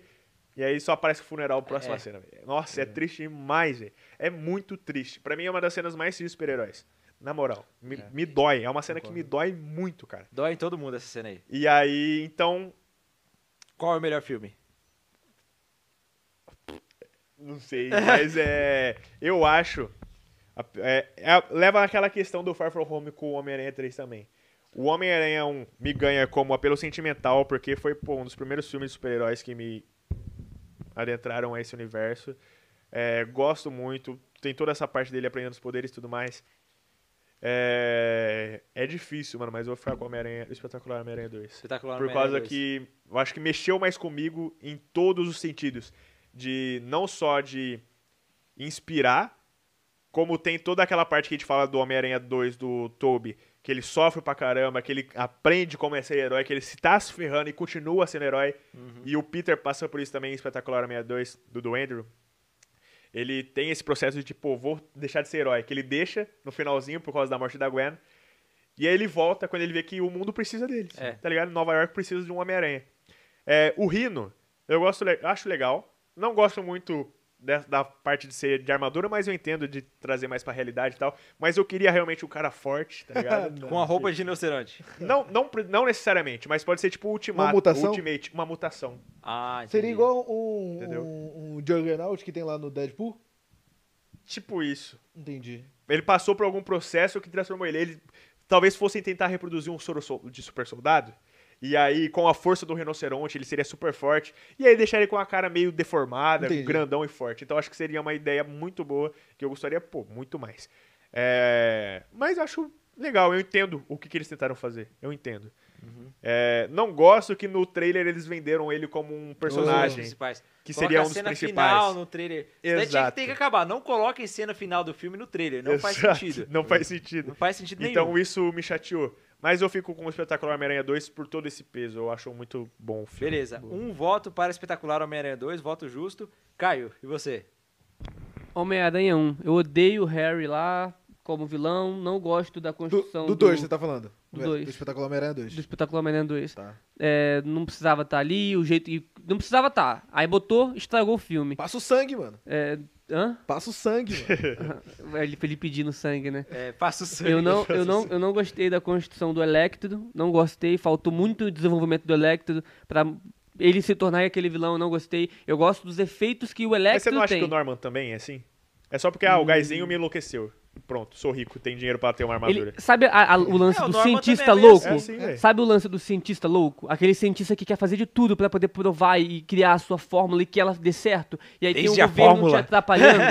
[SPEAKER 3] E aí só aparece o funeral, próxima
[SPEAKER 2] É.
[SPEAKER 3] cena. velho. Nossa, é, triste demais, velho. É muito triste. Pra mim é uma das cenas mais tristes de super-heróis. Na moral, me, me dói. É uma cena que me dói muito, cara.
[SPEAKER 2] Dói em todo mundo essa cena aí.
[SPEAKER 3] E aí, então,
[SPEAKER 2] Qual é o melhor filme?
[SPEAKER 3] não sei, mas é. Eu acho. a- é- é- leva aquela questão do Far From Home com o Homem-Aranha 3 também. O Homem-Aranha 1 me ganha como apelo sentimental, porque foi pô, um dos primeiros filmes de super-heróis que me adentraram a esse universo. É, gosto muito, tem toda essa parte dele aprendendo os poderes e tudo mais. É, é difícil, mano, mas eu vou ficar com o Homem-Aranha, o espetacular Homem-Aranha 2.
[SPEAKER 2] Espetacular
[SPEAKER 3] Por
[SPEAKER 2] Homem-Aranha
[SPEAKER 3] causa
[SPEAKER 2] 2.
[SPEAKER 3] que eu acho que mexeu mais comigo em todos os sentidos. De não só de inspirar, como tem toda aquela parte que a gente fala do Homem-Aranha 2 do Toby, que ele sofre pra caramba, que ele aprende como é ser herói, que ele se tá se ferrando e continua sendo herói. E o Peter passa por isso também em Espetacular Homem-Aranha 2 do, do Andrew. Ele tem esse processo de, pô, vou deixar de ser herói, que ele deixa no finalzinho por causa da morte da Gwen. E aí ele volta quando ele vê que o mundo precisa dele.
[SPEAKER 2] É.
[SPEAKER 3] Tá ligado? Nova York precisa de um Homem-Aranha. É, o Rino, eu gosto, le- acho legal. Não gosto muito da, da parte de ser de armadura, mas eu entendo de trazer mais pra realidade e tal. Mas eu queria realmente um cara forte, tá ligado?
[SPEAKER 2] Com a roupa de rinoceronte.
[SPEAKER 3] Não, não, pre- não necessariamente, mas pode ser tipo ultimato,
[SPEAKER 1] Uma mutação?
[SPEAKER 3] ultimate, uma mutação.
[SPEAKER 2] Ah, entendi.
[SPEAKER 1] Seria igual um,
[SPEAKER 3] Entendeu?
[SPEAKER 1] um, um Juggernaut que tem lá no Deadpool?
[SPEAKER 3] Tipo isso.
[SPEAKER 1] Entendi.
[SPEAKER 3] Ele passou por algum processo que transformou ele. Ele talvez fossem tentar reproduzir um soro sol- de super soldado. E aí, com a força do rinoceronte, ele seria super forte. E aí deixar ele com a cara meio deformada,
[SPEAKER 1] Entendi.
[SPEAKER 3] grandão e forte. Então acho que seria uma ideia muito boa, que eu gostaria, pô, muito mais. É, Mas acho legal, eu entendo o que, que eles tentaram fazer. Eu entendo.
[SPEAKER 2] Uhum.
[SPEAKER 3] É, Não gosto que no trailer eles venderam ele como um
[SPEAKER 2] personagens
[SPEAKER 3] personagem.
[SPEAKER 2] principais.
[SPEAKER 3] que
[SPEAKER 2] Coloca
[SPEAKER 3] seria
[SPEAKER 2] a
[SPEAKER 3] um dos
[SPEAKER 2] cena
[SPEAKER 3] principais.
[SPEAKER 2] final no trailer. Isso daí tinha que-
[SPEAKER 3] Exato.
[SPEAKER 2] Tem que acabar. Não coloquem cena final do filme no trailer. Não faz
[SPEAKER 3] Exato,
[SPEAKER 2] sentido.
[SPEAKER 3] Não faz sentido.
[SPEAKER 2] Não faz sentido nenhum.
[SPEAKER 3] Então isso me chateou. Mas eu fico com o Espetacular Homem-Aranha 2 por todo esse peso. Eu acho muito bom o filme.
[SPEAKER 2] Beleza.
[SPEAKER 3] Boa.
[SPEAKER 2] Um voto para Espetacular Homem-Aranha 2, voto justo. Caio, e você?
[SPEAKER 4] Homem-Aranha 1. Eu odeio o Harry lá como vilão, não gosto da
[SPEAKER 1] Do
[SPEAKER 4] construção
[SPEAKER 1] do dois você tá falando?
[SPEAKER 4] do dois.
[SPEAKER 1] Do Espetacular Homem-Aranha
[SPEAKER 4] do
[SPEAKER 1] 2.
[SPEAKER 4] espetacular Homem-Aranha 2.
[SPEAKER 1] Tá.
[SPEAKER 4] É, não precisava estar ali, o jeito. e Não precisava estar. Aí botou, estragou o filme.
[SPEAKER 1] Passa o sangue, mano.
[SPEAKER 4] É, hã?
[SPEAKER 1] Passa o sangue, mano.
[SPEAKER 4] Ele, ele pedindo sangue, né?
[SPEAKER 2] É, passa o sangue.
[SPEAKER 4] Eu não, eu, não, eu não gostei da construção do Electro, não gostei, faltou muito desenvolvimento do Electro pra ele se tornar aquele vilão, eu não gostei. Eu gosto dos efeitos que o
[SPEAKER 3] Mas
[SPEAKER 4] Electro
[SPEAKER 3] você não acha
[SPEAKER 4] tem. Hum.
[SPEAKER 3] que o Norman também é assim? É só porque, ah, o gaizinho me enlouqueceu. Pronto, sou rico, tenho dinheiro pra ter uma armadura.
[SPEAKER 4] Ele, sabe a- a- o lance
[SPEAKER 2] É, o
[SPEAKER 4] do
[SPEAKER 2] Norman
[SPEAKER 4] cientista
[SPEAKER 2] também é meio
[SPEAKER 4] louco?
[SPEAKER 3] É assim, velho.
[SPEAKER 4] Sabe o lance do cientista louco? Aquele cientista que quer fazer de tudo pra poder provar e criar a sua fórmula e que ela dê certo. E aí
[SPEAKER 2] Desde
[SPEAKER 4] tem
[SPEAKER 2] a
[SPEAKER 4] o governo
[SPEAKER 2] fórmula.
[SPEAKER 4] te atrapalhando.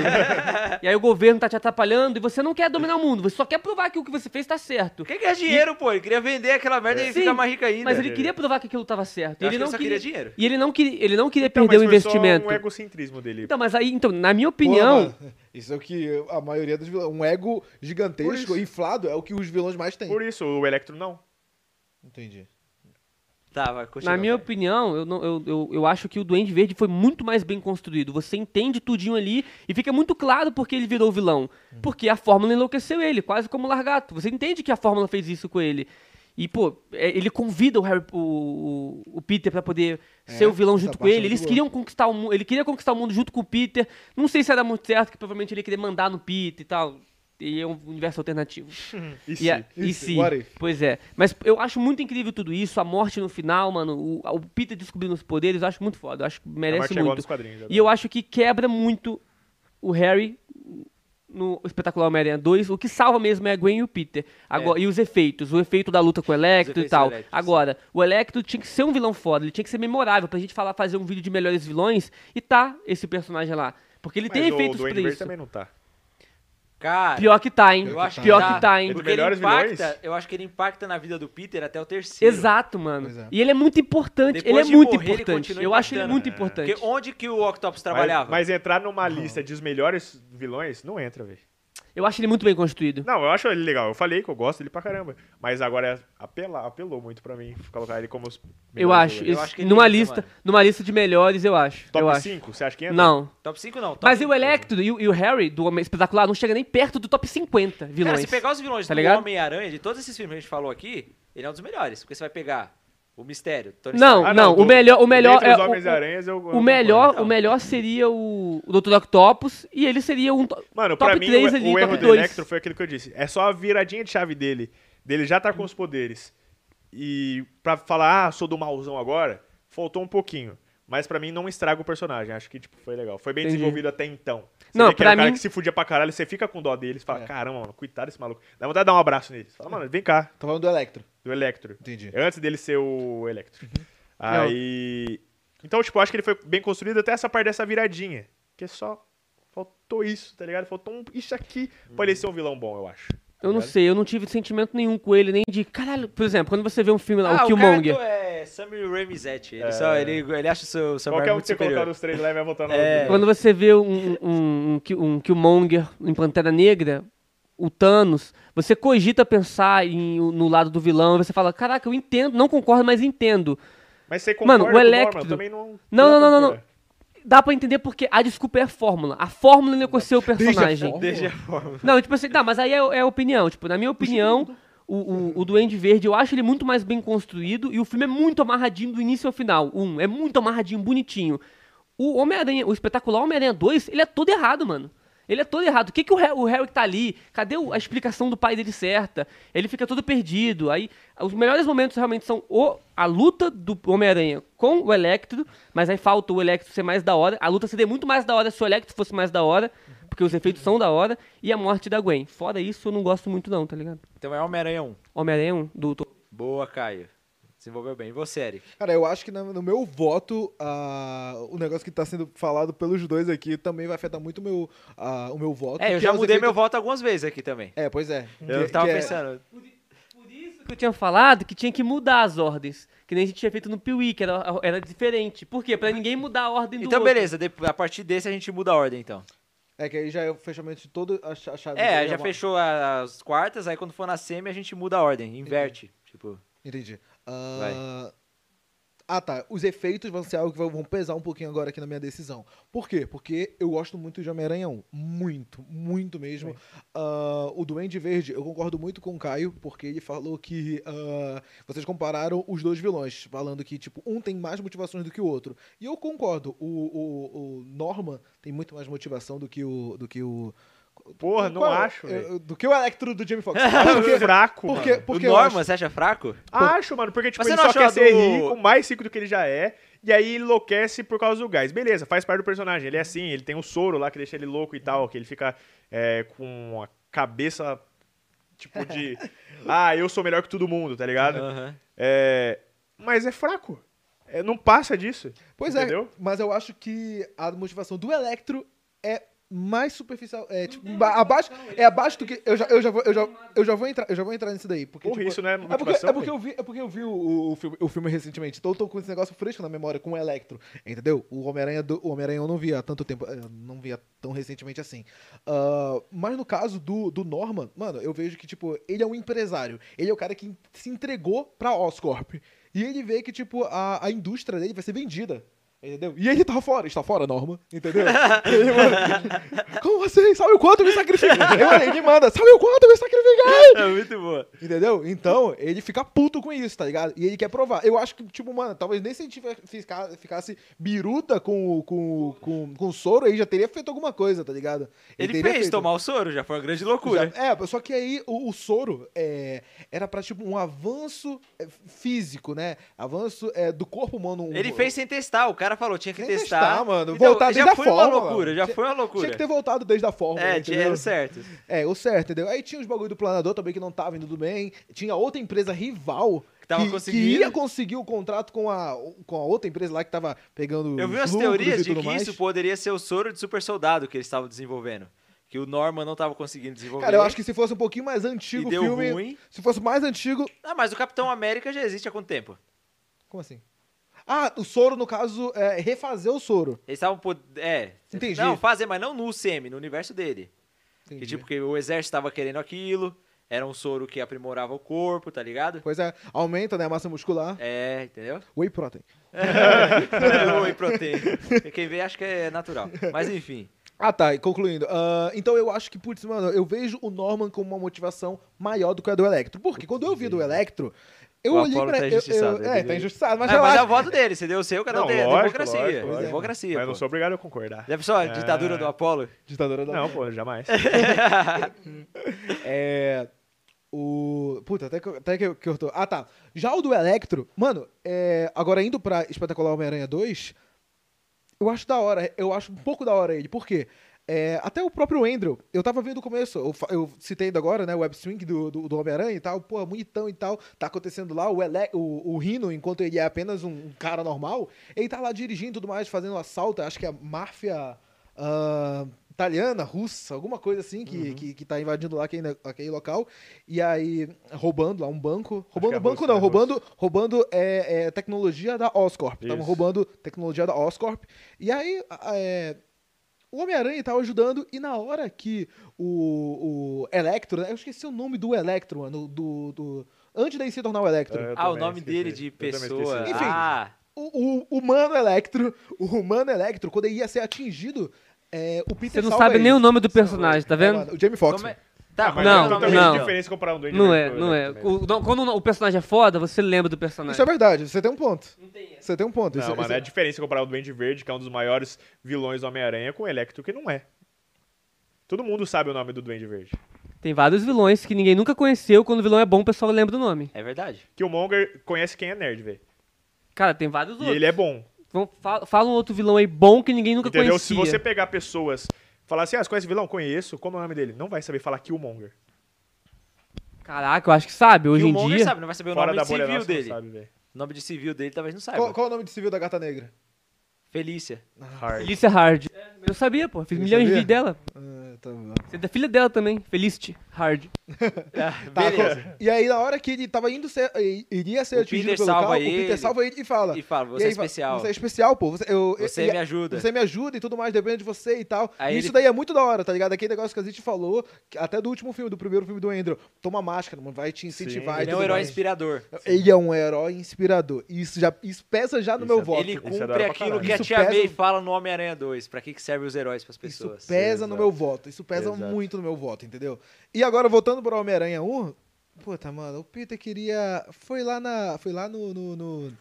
[SPEAKER 4] e aí o governo tá te atrapalhando e você não quer dominar o mundo, você só quer provar que o que você fez tá certo.
[SPEAKER 2] Quem quer é dinheiro, pô? Ele queria vender aquela merda e
[SPEAKER 4] Sim,
[SPEAKER 2] ficar mais rico ainda.
[SPEAKER 4] Mas ele queria provar que aquilo tava certo.
[SPEAKER 2] Eu acho
[SPEAKER 4] ele
[SPEAKER 2] que
[SPEAKER 4] não
[SPEAKER 2] ele só queria dinheiro. Então,
[SPEAKER 4] E ele não queria, ele não queria
[SPEAKER 3] Não,
[SPEAKER 4] perder o
[SPEAKER 3] Então, mas foi só
[SPEAKER 4] investimento.
[SPEAKER 3] um egocentrismo dele.
[SPEAKER 4] Então, mas aí, então, na minha opinião,
[SPEAKER 1] Pô, mano, isso é o que a maioria dos vilões. Um ego gigantesco,
[SPEAKER 3] Por isso.
[SPEAKER 1] inflado, é o que os vilões mais têm.
[SPEAKER 3] Por isso, o Electro não.
[SPEAKER 1] Entendi.
[SPEAKER 2] Tá, vai, continua.
[SPEAKER 4] na minha
[SPEAKER 2] cara.
[SPEAKER 4] opinião, eu, não- eu, eu, eu acho que o Duende Verde foi muito mais bem construído. Você entende tudinho ali e fica muito claro porque ele virou vilão.
[SPEAKER 1] Uhum.
[SPEAKER 4] Porque a fórmula enlouqueceu ele, quase como o Largato. Você entende que a fórmula fez isso com ele. E, pô, é, ele convida o, Harry, o, o- o Peter pra poder
[SPEAKER 1] É,
[SPEAKER 4] ser o vilão
[SPEAKER 1] essa
[SPEAKER 4] junto com
[SPEAKER 1] parte é
[SPEAKER 4] ele.
[SPEAKER 1] muito
[SPEAKER 4] Eles
[SPEAKER 1] boa.
[SPEAKER 4] queriam conquistar o mundo. Ele queria conquistar o mundo junto com o Peter. Não sei se era muito certo, que provavelmente ele ia querer mandar no Peter e tal. E é um universo alternativo.
[SPEAKER 3] E
[SPEAKER 4] E, a-
[SPEAKER 3] se?
[SPEAKER 4] e
[SPEAKER 1] E
[SPEAKER 4] se?
[SPEAKER 1] se? What if?
[SPEAKER 4] Pois é. Mas eu acho muito incrível tudo isso. A morte no final, mano. O, o Peter descobrindo os poderes, eu acho muito foda. Eu acho que
[SPEAKER 3] A
[SPEAKER 4] merece
[SPEAKER 3] Marta chegou nos
[SPEAKER 4] muito.
[SPEAKER 3] quadrinhos.
[SPEAKER 4] E eu acho que quebra muito o Harry no Espetacular Homem-Aranha 2. O que salva mesmo é a Gwen e o Peter. Agora,
[SPEAKER 3] É.
[SPEAKER 4] E os efeitos. O efeito da luta com o Electro e
[SPEAKER 2] efeitos
[SPEAKER 4] tal.
[SPEAKER 2] do Electro,
[SPEAKER 4] Agora, o Electro tinha que ser um vilão foda. Ele tinha que ser memorável pra gente falar, fazer um vídeo de melhores vilões. E tá esse personagem lá. Porque ele
[SPEAKER 3] Mas
[SPEAKER 4] tem
[SPEAKER 3] o
[SPEAKER 4] efeitos pra
[SPEAKER 3] Duende Verde
[SPEAKER 4] isso.
[SPEAKER 3] também não tá.
[SPEAKER 2] Cara,
[SPEAKER 4] Pior que tá, hein?
[SPEAKER 2] eu acho que,
[SPEAKER 4] Pior
[SPEAKER 2] tá,
[SPEAKER 4] que tá, hein?
[SPEAKER 3] Entre
[SPEAKER 2] Porque ele
[SPEAKER 3] melhores
[SPEAKER 2] impacta,
[SPEAKER 3] vilões?
[SPEAKER 2] eu acho que ele impacta na vida do Peter até o terceiro.
[SPEAKER 4] Exato, mano.
[SPEAKER 1] Pois é.
[SPEAKER 4] E ele é muito importante.
[SPEAKER 2] Depois
[SPEAKER 4] ele é
[SPEAKER 2] de
[SPEAKER 4] muito
[SPEAKER 2] morrer, ele
[SPEAKER 4] importante.
[SPEAKER 2] continua
[SPEAKER 4] Eu acho ele
[SPEAKER 2] impactando,
[SPEAKER 4] muito
[SPEAKER 2] né?
[SPEAKER 4] importante.
[SPEAKER 2] Porque onde que o Octopus trabalhava?
[SPEAKER 3] Mas, mas entrar numa lista de os melhores vilões, não entra, velho.
[SPEAKER 4] Eu acho ele muito bem construído.
[SPEAKER 3] Não, eu acho ele legal. Eu falei que eu gosto dele pra caramba. Mas agora apela, apelou muito pra mim colocar ele como os
[SPEAKER 4] Eu
[SPEAKER 3] melhores
[SPEAKER 4] acho.
[SPEAKER 3] vilões.
[SPEAKER 2] acho que ele
[SPEAKER 4] numa
[SPEAKER 2] entra,
[SPEAKER 4] lista,
[SPEAKER 2] mano.
[SPEAKER 4] numa lista de melhores, eu acho. eu
[SPEAKER 3] Top
[SPEAKER 4] acho.
[SPEAKER 3] 5, você acha que entra?
[SPEAKER 4] Não.
[SPEAKER 2] Top 5 não. Top
[SPEAKER 4] Mas e
[SPEAKER 2] cinco.
[SPEAKER 4] o Electro e o, e o Harry do Homem Espetacular não chega nem perto do top 50 vilões.
[SPEAKER 2] Cara, se pegar os vilões
[SPEAKER 4] Tá
[SPEAKER 2] do
[SPEAKER 4] ligado?
[SPEAKER 2] Homem-Aranha, de todos esses filmes que a gente falou aqui, ele é um dos melhores. Porque você vai pegar o Mistério, Tony
[SPEAKER 4] Não,
[SPEAKER 3] Ah,
[SPEAKER 4] não,
[SPEAKER 3] do-
[SPEAKER 4] o melhor, o melhor
[SPEAKER 3] dentre
[SPEAKER 4] é
[SPEAKER 3] os
[SPEAKER 4] o,
[SPEAKER 3] Homens-Aranhas, eu- eu
[SPEAKER 4] o
[SPEAKER 3] concordo.
[SPEAKER 4] melhor,
[SPEAKER 2] concordo.
[SPEAKER 4] o melhor seria o, o Dr. Octopus e ele seria um to-
[SPEAKER 3] Mano,
[SPEAKER 4] top
[SPEAKER 3] pra mim,
[SPEAKER 4] 3
[SPEAKER 3] o,
[SPEAKER 4] ali,
[SPEAKER 3] o
[SPEAKER 4] top
[SPEAKER 3] erro do
[SPEAKER 4] 2.
[SPEAKER 3] Electro foi aquilo que eu disse. É só a viradinha de chave dele. Dele já tá com os poderes. E pra falar, ah, sou do malzão agora, faltou um pouquinho. Mas pra mim não estraga o personagem. Acho que tipo, foi legal. Foi bem
[SPEAKER 4] Entendi.
[SPEAKER 3] desenvolvido até então. Você
[SPEAKER 4] Não,
[SPEAKER 3] vê que era
[SPEAKER 4] pra
[SPEAKER 3] um cara
[SPEAKER 4] mim-
[SPEAKER 3] que se fudia pra caralho, você fica com dó dele. Você fala,
[SPEAKER 1] É.
[SPEAKER 3] caramba, mano, coitado desse maluco. Dá vontade de dar um abraço nele. Você fala, mano, vem cá,
[SPEAKER 1] Tô falando do Electro.
[SPEAKER 3] do Electro.
[SPEAKER 1] Entendi.
[SPEAKER 3] É Antes dele ser o Electro. Aí. Então, tipo, eu acho que ele foi bem construído até essa parte dessa viradinha. Que é só faltou isso, tá ligado? Faltou um... isso aqui
[SPEAKER 2] Hum.
[SPEAKER 3] pra ele ser um vilão bom, eu acho.
[SPEAKER 4] Eu não sei, eu não tive sentimento nenhum com ele, nem de. Caralho, por exemplo, quando você vê um filme lá,
[SPEAKER 2] Ah,
[SPEAKER 4] o
[SPEAKER 2] o cara
[SPEAKER 4] Killmonger.
[SPEAKER 2] do- é Sammy Remisetti. Ele, só, ele, ele acha o seu Sammy
[SPEAKER 3] Qualquer um
[SPEAKER 2] é muito
[SPEAKER 3] que você colocar
[SPEAKER 2] superior.
[SPEAKER 3] nos três lá e vai voltar no
[SPEAKER 2] É.
[SPEAKER 3] outro.
[SPEAKER 4] Quando você vê um, um, um, um Ki- um Killmonger em Pantera Negra, o Thanos, você cogita pensar em, no lado do vilão, e você fala, caraca, eu entendo, não concordo, mas entendo.
[SPEAKER 3] Mas você concorda
[SPEAKER 4] Mano,
[SPEAKER 3] com
[SPEAKER 4] o
[SPEAKER 3] Norman?
[SPEAKER 4] Electro-
[SPEAKER 3] Eu também não.
[SPEAKER 4] Não, não, não, não,
[SPEAKER 3] concordo.
[SPEAKER 4] Dá pra entender porque a desculpa é a fórmula. A fórmula enlouqueceu o personagem.
[SPEAKER 2] Desde a forma.
[SPEAKER 4] Não, tipo assim, tá, mas aí é, é opinião. Tipo, na minha opinião, o, o, o Duende Verde, eu acho ele muito mais bem construído e o filme é muito amarradinho do início ao final. Um, é muito amarradinho, bonitinho. O Homem-Aranha, o espetacular Homem-Aranha 2, ele é todo errado, mano. Ele é todo errado. O que, que o, Harry, o Harry que tá ali? Cadê o- a explicação do pai dele certa? Ele fica todo perdido. Aí, os melhores momentos realmente são o- a luta do Homem-Aranha com o Electro, mas aí falta o Electro ser mais da hora. A luta seria muito mais da hora se o Electro fosse mais da hora, porque os efeitos são da hora. E a morte da Gwen. Fora isso, eu não gosto muito não, tá ligado?
[SPEAKER 2] Então é Homem-Aranha 1.
[SPEAKER 4] Homem-Aranha 1, do... do-
[SPEAKER 2] Boa, Caio. Desenvolveu bem. E você, Eric?
[SPEAKER 1] Cara, eu acho que na- no meu voto, ah, o negócio que tá sendo falado pelos dois aqui também vai afetar muito o meu, ah, o meu voto.
[SPEAKER 2] É, eu
[SPEAKER 1] que
[SPEAKER 2] já
[SPEAKER 1] os
[SPEAKER 2] mudei meu
[SPEAKER 1] efeitos-
[SPEAKER 2] voto algumas vezes aqui também.
[SPEAKER 1] É, pois é.
[SPEAKER 2] Eu
[SPEAKER 1] Que-
[SPEAKER 2] tava
[SPEAKER 1] que é-
[SPEAKER 2] pensando.
[SPEAKER 4] que eu tinha falado que tinha que mudar as ordens. Que nem a gente tinha feito no Piuí, que era, era diferente. Por quê? Pra ninguém mudar a ordem do
[SPEAKER 2] Então,
[SPEAKER 4] outro.
[SPEAKER 2] beleza. de- A partir desse a gente muda a ordem, então.
[SPEAKER 1] É que aí já é o fechamento de toda a cha- a chave.
[SPEAKER 2] É, já
[SPEAKER 1] uma-
[SPEAKER 2] fechou a- as quartas, aí quando for na semi a gente muda a ordem, inverte. Tipo,
[SPEAKER 1] Entendi. Ah, ah, tá. Os efeitos vão ser algo que vão- vão pesar um pouquinho agora aqui na minha decisão. Por quê? Porque eu gosto muito de Homem-Aranha 1. Muito, muito mesmo. Ah, o Duende Verde, eu concordo muito com o Caio, porque ele falou que ah, vocês compararam os dois vilões, falando que, tipo, um tem mais motivações do que o outro. E eu concordo. O, o- o Norman tem muito mais motivação do que o... Do que o
[SPEAKER 3] Porra, não
[SPEAKER 1] Qual é?
[SPEAKER 3] acho,
[SPEAKER 1] Eu-
[SPEAKER 3] velho.
[SPEAKER 1] do que o Electro do Jamie Foxx.
[SPEAKER 3] Acho fraco.
[SPEAKER 1] Por
[SPEAKER 3] mano.
[SPEAKER 1] quê? Porque
[SPEAKER 2] o
[SPEAKER 1] eu
[SPEAKER 2] Norman,
[SPEAKER 1] acho-
[SPEAKER 2] você acha fraco?
[SPEAKER 3] Acho, mano, porque tipo,
[SPEAKER 2] Mas você
[SPEAKER 3] ele
[SPEAKER 2] não
[SPEAKER 3] só
[SPEAKER 2] achou
[SPEAKER 3] quer
[SPEAKER 2] a
[SPEAKER 3] ser
[SPEAKER 2] do-
[SPEAKER 3] rico, mais rico do que ele já é, e aí ele enlouquece por causa do gás. Beleza, faz parte do personagem. Ele é assim, ele tem um soro lá que deixa ele louco e tal, que ele fica é, com a cabeça tipo de. ah, eu sou melhor que todo mundo, tá ligado?
[SPEAKER 2] Aham.
[SPEAKER 3] É, mas é fraco. É, não passa disso.
[SPEAKER 1] Pois
[SPEAKER 3] Entendeu?
[SPEAKER 1] é, mas eu acho que a motivação do Electro é mais superficial, é tipo, ba- abaixo, é abaixo do que eu já, eu já vou, eu já, eu já vou entrar, eu já vou entrar nisso daí, porque
[SPEAKER 3] Porra,
[SPEAKER 1] tipo,
[SPEAKER 3] isso não é
[SPEAKER 1] é porque,
[SPEAKER 3] motivação.
[SPEAKER 1] é porque
[SPEAKER 3] velho?
[SPEAKER 1] eu vi, é porque eu vi o, o, filme, o filme recentemente, então eu tô com esse negócio fresco na memória com o Electro, entendeu? O Homem-Aranha do- o Homem-Aranha eu não via há tanto tempo, eh, não via tão recentemente assim. Ah, mas no caso do, do Norman, mano, eu vejo que, tipo, ele é um empresário, ele é o cara que se entregou pra Oscorp, e ele vê que, tipo, a, a indústria dele vai ser vendida. Entendeu? E ele tá fora, está fora, Norma, entendeu? Ele, mano, Como assim? Sabe o quanto eu me sacrifiquei? Eu- Ele manda, sabe o quanto eu me sacrifiquei?
[SPEAKER 2] É muito boa.
[SPEAKER 1] Entendeu? Então, ele fica puto com isso, tá ligado? E ele quer provar. Eu acho que, tipo, mano, talvez nem se a gente tivesse- fica- ficasse biruta com, o- com, o- com, com o soro aí, já teria feito alguma coisa, tá ligado?
[SPEAKER 2] Ele
[SPEAKER 1] teria
[SPEAKER 2] fez
[SPEAKER 1] feito.
[SPEAKER 2] tomar né? o soro, já foi uma grande loucura.
[SPEAKER 1] Já- é, só que aí o, o soro é, era pra, tipo, um avanço é, físico, né? Avanço é, do corpo humano. Um-
[SPEAKER 2] Ele fez sem testar, o cara falou, tinha que
[SPEAKER 1] Sem
[SPEAKER 2] testar.
[SPEAKER 1] testar, mano.
[SPEAKER 2] Então,
[SPEAKER 1] Voltar
[SPEAKER 2] já
[SPEAKER 1] desde a
[SPEAKER 2] foi
[SPEAKER 1] fórmula,
[SPEAKER 2] uma loucura,
[SPEAKER 1] mano.
[SPEAKER 2] já
[SPEAKER 1] Tinha-
[SPEAKER 2] foi uma loucura.
[SPEAKER 1] Tinha que ter voltado desde a forma.
[SPEAKER 2] É, tinha
[SPEAKER 1] entendeu?
[SPEAKER 2] era certo.
[SPEAKER 1] É, o certo, entendeu? Aí tinha os bagulho do planador também que não tava indo tudo bem. Tinha outra empresa rival
[SPEAKER 2] Que tava conseguindo.
[SPEAKER 1] ia conseguir o contrato com a, com a outra empresa lá que tava pegando.
[SPEAKER 2] Eu vi
[SPEAKER 1] os
[SPEAKER 2] umas
[SPEAKER 1] lucros
[SPEAKER 2] teorias
[SPEAKER 1] e
[SPEAKER 2] de
[SPEAKER 1] tudo
[SPEAKER 2] que
[SPEAKER 1] mais.
[SPEAKER 2] isso poderia ser o soro de super soldado que eles estavam desenvolvendo. que o Norman não tava conseguindo desenvolver.
[SPEAKER 1] Cara, eu acho que se fosse um pouquinho mais antigo
[SPEAKER 2] né? e
[SPEAKER 1] o
[SPEAKER 2] deu
[SPEAKER 1] filme.
[SPEAKER 2] ruim.
[SPEAKER 1] Se fosse mais antigo.
[SPEAKER 2] Ah, mas o Capitão América já existe há quanto tempo?
[SPEAKER 1] Como assim? Ah, o soro, no caso, é refazer o soro.
[SPEAKER 2] Eles estavam pod... É.
[SPEAKER 1] Entendi.
[SPEAKER 2] Não, fazer, mas não no UCM, no universo dele. Que,
[SPEAKER 1] Entendi.
[SPEAKER 2] tipo, que o exército estava querendo aquilo, era um soro que aprimorava o corpo, tá ligado?
[SPEAKER 1] Pois é, aumenta né, a massa muscular.
[SPEAKER 2] É, entendeu?
[SPEAKER 1] Whey protein.
[SPEAKER 2] É, Whey protein. Quem vê acha que é natural. Mas enfim.
[SPEAKER 1] Ah, tá, e concluindo. Ah, então eu acho que, putz, mano, eu vejo o Norman como uma motivação maior do que a do Electro. Porque quando eu vi do Electro, eu
[SPEAKER 2] O
[SPEAKER 1] olhei
[SPEAKER 2] Apollo
[SPEAKER 1] pra.
[SPEAKER 2] tá
[SPEAKER 1] eu-
[SPEAKER 2] injustiçado,
[SPEAKER 1] eu-
[SPEAKER 2] ele
[SPEAKER 1] é,
[SPEAKER 2] deveria-
[SPEAKER 1] tá injustiçado, mas
[SPEAKER 2] Mas, ah,
[SPEAKER 1] eu
[SPEAKER 2] mas é o
[SPEAKER 1] acho.
[SPEAKER 2] voto dele, você deu o seu, cada um
[SPEAKER 3] Não,
[SPEAKER 2] tem. É
[SPEAKER 3] lógico,
[SPEAKER 2] democracia.
[SPEAKER 3] lógico, lógico.
[SPEAKER 2] democracia.
[SPEAKER 3] Mas
[SPEAKER 2] pô.
[SPEAKER 3] não sou obrigado a concordar.
[SPEAKER 2] Já pensou a
[SPEAKER 3] É.
[SPEAKER 2] ditadura do Apolo?
[SPEAKER 1] Ditadura da
[SPEAKER 3] Não, pô, jamais.
[SPEAKER 1] É. O. Puta, até que, eu- até que, eu- que eu tô. Ah, tá. Já o do Electro, mano, é, agora indo pra Espetacular Homem-Aranha 2, eu acho da hora. Eu acho um pouco da hora ele. Por quê? É, até o próprio Andrew, eu tava vendo o começo, eu, fa- eu citei ainda agora, né, o web swing do, do, do Homem-Aranha e tal, pô, é bonitão e tal, tá acontecendo lá, o, ele, o, o Rino, enquanto ele é apenas um, um cara normal, ele tá lá dirigindo e tudo mais, fazendo um assalto, acho que é máfia ah, italiana, russa, alguma coisa assim, que,
[SPEAKER 3] Uhum.
[SPEAKER 1] que, que tá invadindo lá aquele, aquele local, e aí roubando lá um banco, roubando
[SPEAKER 3] que é
[SPEAKER 1] banco
[SPEAKER 3] russo,
[SPEAKER 1] não,
[SPEAKER 3] né,
[SPEAKER 1] roubando roubando, roubando é, é, tecnologia da Oscorp. Estavam
[SPEAKER 3] Isso.
[SPEAKER 1] roubando tecnologia da Oscorp. E aí, a- é, o Homem-Aranha tava ajudando, e na hora que o, o Electro, né? eu esqueci o nome do Electro, mano, do, do- antes daí se tornar o Electro.
[SPEAKER 3] Eu
[SPEAKER 2] Ah, o
[SPEAKER 3] também
[SPEAKER 2] nome
[SPEAKER 3] esqueci.
[SPEAKER 2] dele de
[SPEAKER 3] Eu também esqueci.
[SPEAKER 2] pessoa.
[SPEAKER 1] Enfim.
[SPEAKER 2] Ah,
[SPEAKER 1] O, o humano Electro, o humano Electro, quando ele ia ser atingido, é, o Peter
[SPEAKER 4] Você não
[SPEAKER 1] salva
[SPEAKER 4] sabe
[SPEAKER 1] ele.
[SPEAKER 4] nem o nome do personagem, tá
[SPEAKER 1] É,
[SPEAKER 4] vendo?
[SPEAKER 1] mano, o Jamie Foxx.
[SPEAKER 2] como é...
[SPEAKER 1] mano.
[SPEAKER 2] Tá,
[SPEAKER 3] Ah, mas
[SPEAKER 4] Não,
[SPEAKER 3] é totalmente
[SPEAKER 4] não.
[SPEAKER 3] diferente comparar um duende
[SPEAKER 4] Não é,
[SPEAKER 3] verde com
[SPEAKER 4] não é.
[SPEAKER 3] Electro, né?
[SPEAKER 4] O- não- quando o personagem é foda, você lembra do personagem.
[SPEAKER 1] Isso é verdade, você tem um ponto.
[SPEAKER 4] Não tem essa.
[SPEAKER 1] Você tem um ponto.
[SPEAKER 3] Não,
[SPEAKER 1] isso,
[SPEAKER 3] mano,
[SPEAKER 1] isso-
[SPEAKER 3] é a diferença comparar o Duende Verde, que é um dos maiores vilões do Homem-Aranha, com o Electro, que não é. Todo mundo sabe o nome do Duende Verde.
[SPEAKER 4] Tem vários vilões que ninguém nunca conheceu. Quando o vilão é bom, o pessoal lembra do nome.
[SPEAKER 2] é verdade.
[SPEAKER 3] Que o Monger conhece quem é nerd, velho.
[SPEAKER 4] Cara, tem vários
[SPEAKER 3] E
[SPEAKER 4] outros.
[SPEAKER 3] ele é bom.
[SPEAKER 4] Vão- fa- fala um outro vilão aí bom que ninguém nunca
[SPEAKER 3] entendeu? Se
[SPEAKER 4] conhecia.
[SPEAKER 3] você pegar pessoas e falar assim, ah, você conhece o vilão? Conheço. Como é o nome dele? Não vai saber falar Killmonger.
[SPEAKER 4] Caraca, eu acho que sabe. Hoje em
[SPEAKER 3] é
[SPEAKER 2] Killmonger
[SPEAKER 4] dia.
[SPEAKER 2] sabe, não vai saber o
[SPEAKER 3] Fora
[SPEAKER 2] nome
[SPEAKER 3] da
[SPEAKER 2] de
[SPEAKER 3] bolha
[SPEAKER 2] civil
[SPEAKER 3] nossa,
[SPEAKER 2] dele.
[SPEAKER 3] não sabe, velho.
[SPEAKER 2] O nome de civil dele talvez não saiba.
[SPEAKER 1] Qual, qual é o nome de civil da Gata Negra?
[SPEAKER 2] Felícia.
[SPEAKER 3] Hard.
[SPEAKER 4] Felícia Hard. É, Eu sabia, pô. Fiz
[SPEAKER 1] Você
[SPEAKER 4] milhões de
[SPEAKER 1] sabia?
[SPEAKER 4] vídeos dela.
[SPEAKER 1] Ah, tá bom.
[SPEAKER 4] Você é da filha dela também. Felicity Hard.
[SPEAKER 1] Tá,
[SPEAKER 2] Beleza.
[SPEAKER 1] co- E aí, na hora que ele tava indo ser, i- iria ser
[SPEAKER 2] O
[SPEAKER 1] atingido
[SPEAKER 2] Peter
[SPEAKER 1] pelo
[SPEAKER 2] salva
[SPEAKER 1] carro, o
[SPEAKER 2] ele.
[SPEAKER 1] Peter salva ele e fala.
[SPEAKER 2] E fala,
[SPEAKER 1] E
[SPEAKER 2] você é
[SPEAKER 1] aí fala,
[SPEAKER 2] especial.
[SPEAKER 1] Você é especial, pô. Você, eu-
[SPEAKER 2] Você
[SPEAKER 1] e-
[SPEAKER 2] me ajuda."
[SPEAKER 1] Você me ajuda e tudo mais, depende de você e tal.
[SPEAKER 2] Aí
[SPEAKER 1] e
[SPEAKER 2] ele-
[SPEAKER 1] isso daí é muito da hora, tá ligado? Aquele negócio que a gente falou, que até do último filme, do primeiro filme do Andrew. Toma máscara, mano, vai te incentivar e
[SPEAKER 2] Ele é um
[SPEAKER 1] tudo
[SPEAKER 2] herói
[SPEAKER 1] mais.
[SPEAKER 2] inspirador.
[SPEAKER 1] Ele é um herói inspirador. Isso já isso pesa já no
[SPEAKER 3] Isso
[SPEAKER 1] meu
[SPEAKER 3] é-
[SPEAKER 1] voto.
[SPEAKER 2] Ele
[SPEAKER 3] Isso é da
[SPEAKER 2] cumpre
[SPEAKER 3] hora pra
[SPEAKER 2] aquilo
[SPEAKER 3] caralho.
[SPEAKER 2] que a
[SPEAKER 1] Isso
[SPEAKER 2] Tia
[SPEAKER 1] pesa-
[SPEAKER 2] May fala no Homem-Aranha 2. Pra que, que servem os heróis pras
[SPEAKER 1] Isso
[SPEAKER 2] pessoas?
[SPEAKER 1] pesa no meu voto. Isso pesa
[SPEAKER 3] Exato.
[SPEAKER 1] muito no meu voto, entendeu? E agora, voltando pro Homem-Aranha 1, puta, mano, o Peter queria. Foi lá na. Foi lá no. no, no-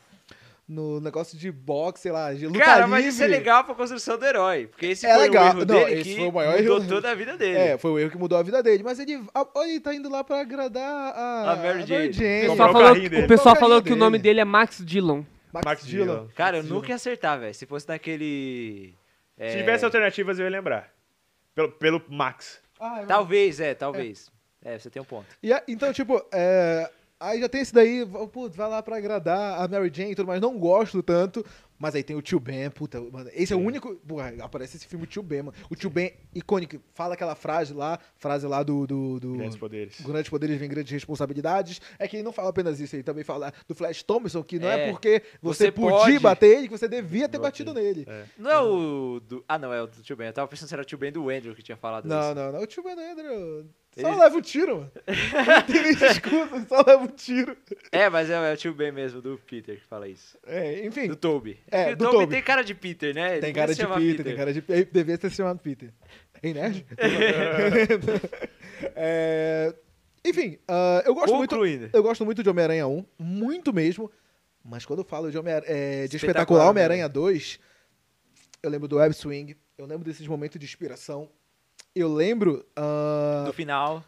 [SPEAKER 1] no negócio de boxe, sei lá, de luta
[SPEAKER 2] Cara,
[SPEAKER 1] livre.
[SPEAKER 2] mas isso é legal pra construção do herói. Porque esse
[SPEAKER 1] É
[SPEAKER 2] foi
[SPEAKER 1] legal.
[SPEAKER 2] o erro
[SPEAKER 1] Não,
[SPEAKER 2] dele
[SPEAKER 1] esse
[SPEAKER 2] que
[SPEAKER 1] foi o maior
[SPEAKER 2] mudou
[SPEAKER 1] erro.
[SPEAKER 2] toda a vida dele.
[SPEAKER 1] É, foi o erro que mudou a vida dele. Mas ele, a, ele tá indo lá pra agradar a,
[SPEAKER 2] A Mary Jane.
[SPEAKER 3] Comprar
[SPEAKER 4] O pessoal
[SPEAKER 3] o
[SPEAKER 4] falou,
[SPEAKER 3] carrinho
[SPEAKER 4] que-
[SPEAKER 3] dele.
[SPEAKER 4] o pessoal
[SPEAKER 1] Comprar o carrinho
[SPEAKER 4] falou que o nome
[SPEAKER 1] dele.
[SPEAKER 4] dele é Max Dillon.
[SPEAKER 1] Max,
[SPEAKER 3] Max
[SPEAKER 1] Dillon.
[SPEAKER 3] Dillon.
[SPEAKER 2] Cara, eu
[SPEAKER 1] Max Dillon.
[SPEAKER 2] nunca ia acertar, velho. Se fosse naquele. é,
[SPEAKER 3] Se tivesse alternativas, eu ia lembrar. Pelo, pelo Max.
[SPEAKER 1] Ah, é
[SPEAKER 2] Talvez, é, talvez. É, você tem um ponto.
[SPEAKER 1] E a- então, tipo, é, aí já tem esse daí, v- putz, vai lá pra agradar a Mary Jane e tudo mais, não gosto tanto. Mas aí tem o Tio Ben, puta, mano, esse é o único. Porra, aparece esse filme o Tio Ben, mano. O Tio Ben, icônico, fala aquela frase lá, frase lá do. do, do
[SPEAKER 3] Grandes poderes.
[SPEAKER 1] Grandes poderes vem grandes responsabilidades. É que ele não fala apenas isso, ele também fala do Flash Thompson, que não é,
[SPEAKER 2] É,
[SPEAKER 1] porque você,
[SPEAKER 2] você
[SPEAKER 1] podia
[SPEAKER 2] pode.
[SPEAKER 1] bater ele, que você devia ter batido nele.
[SPEAKER 2] Não é o. Do... Ah, não, é o do tio Ben. Eu tava pensando se era o tio Ben do Andrew que tinha falado
[SPEAKER 1] Não,
[SPEAKER 2] É, isso.
[SPEAKER 1] não, não. O Tio Ben não entra. Só
[SPEAKER 2] Ele-
[SPEAKER 1] leva um tiro, mano. Não tem nem desculpa, só leva um tiro.
[SPEAKER 2] É, mas é, é o tio Ben mesmo, do Peter, que fala isso.
[SPEAKER 1] É, enfim.
[SPEAKER 2] Do Toby.
[SPEAKER 1] É,
[SPEAKER 2] que o
[SPEAKER 1] do
[SPEAKER 2] Toby,
[SPEAKER 1] Toby.
[SPEAKER 2] tem cara de Peter, né? Ele
[SPEAKER 1] Tem
[SPEAKER 2] devia
[SPEAKER 1] cara
[SPEAKER 2] se
[SPEAKER 1] de
[SPEAKER 2] chamar
[SPEAKER 1] Peter, tem cara de Peter. Devia ter se chamado Peter. Ei, nerd? É, Enfim, ah, eu gosto
[SPEAKER 2] Concluindo.
[SPEAKER 1] muito. Eu gosto muito de Homem-Aranha 1, muito mesmo. Mas quando eu falo de, Homem é, de
[SPEAKER 2] Espetacular né,
[SPEAKER 1] espetacular
[SPEAKER 2] Homem-Aranha.
[SPEAKER 1] Homem-Aranha 2, eu lembro do Web Swing, eu lembro desses momentos de inspiração. Eu lembro ah,
[SPEAKER 2] No final.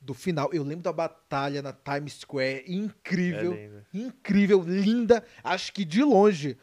[SPEAKER 1] do final. Eu lembro da batalha na Times Square. Incrível.
[SPEAKER 3] É linda.
[SPEAKER 1] incrível, linda. Acho que de longe.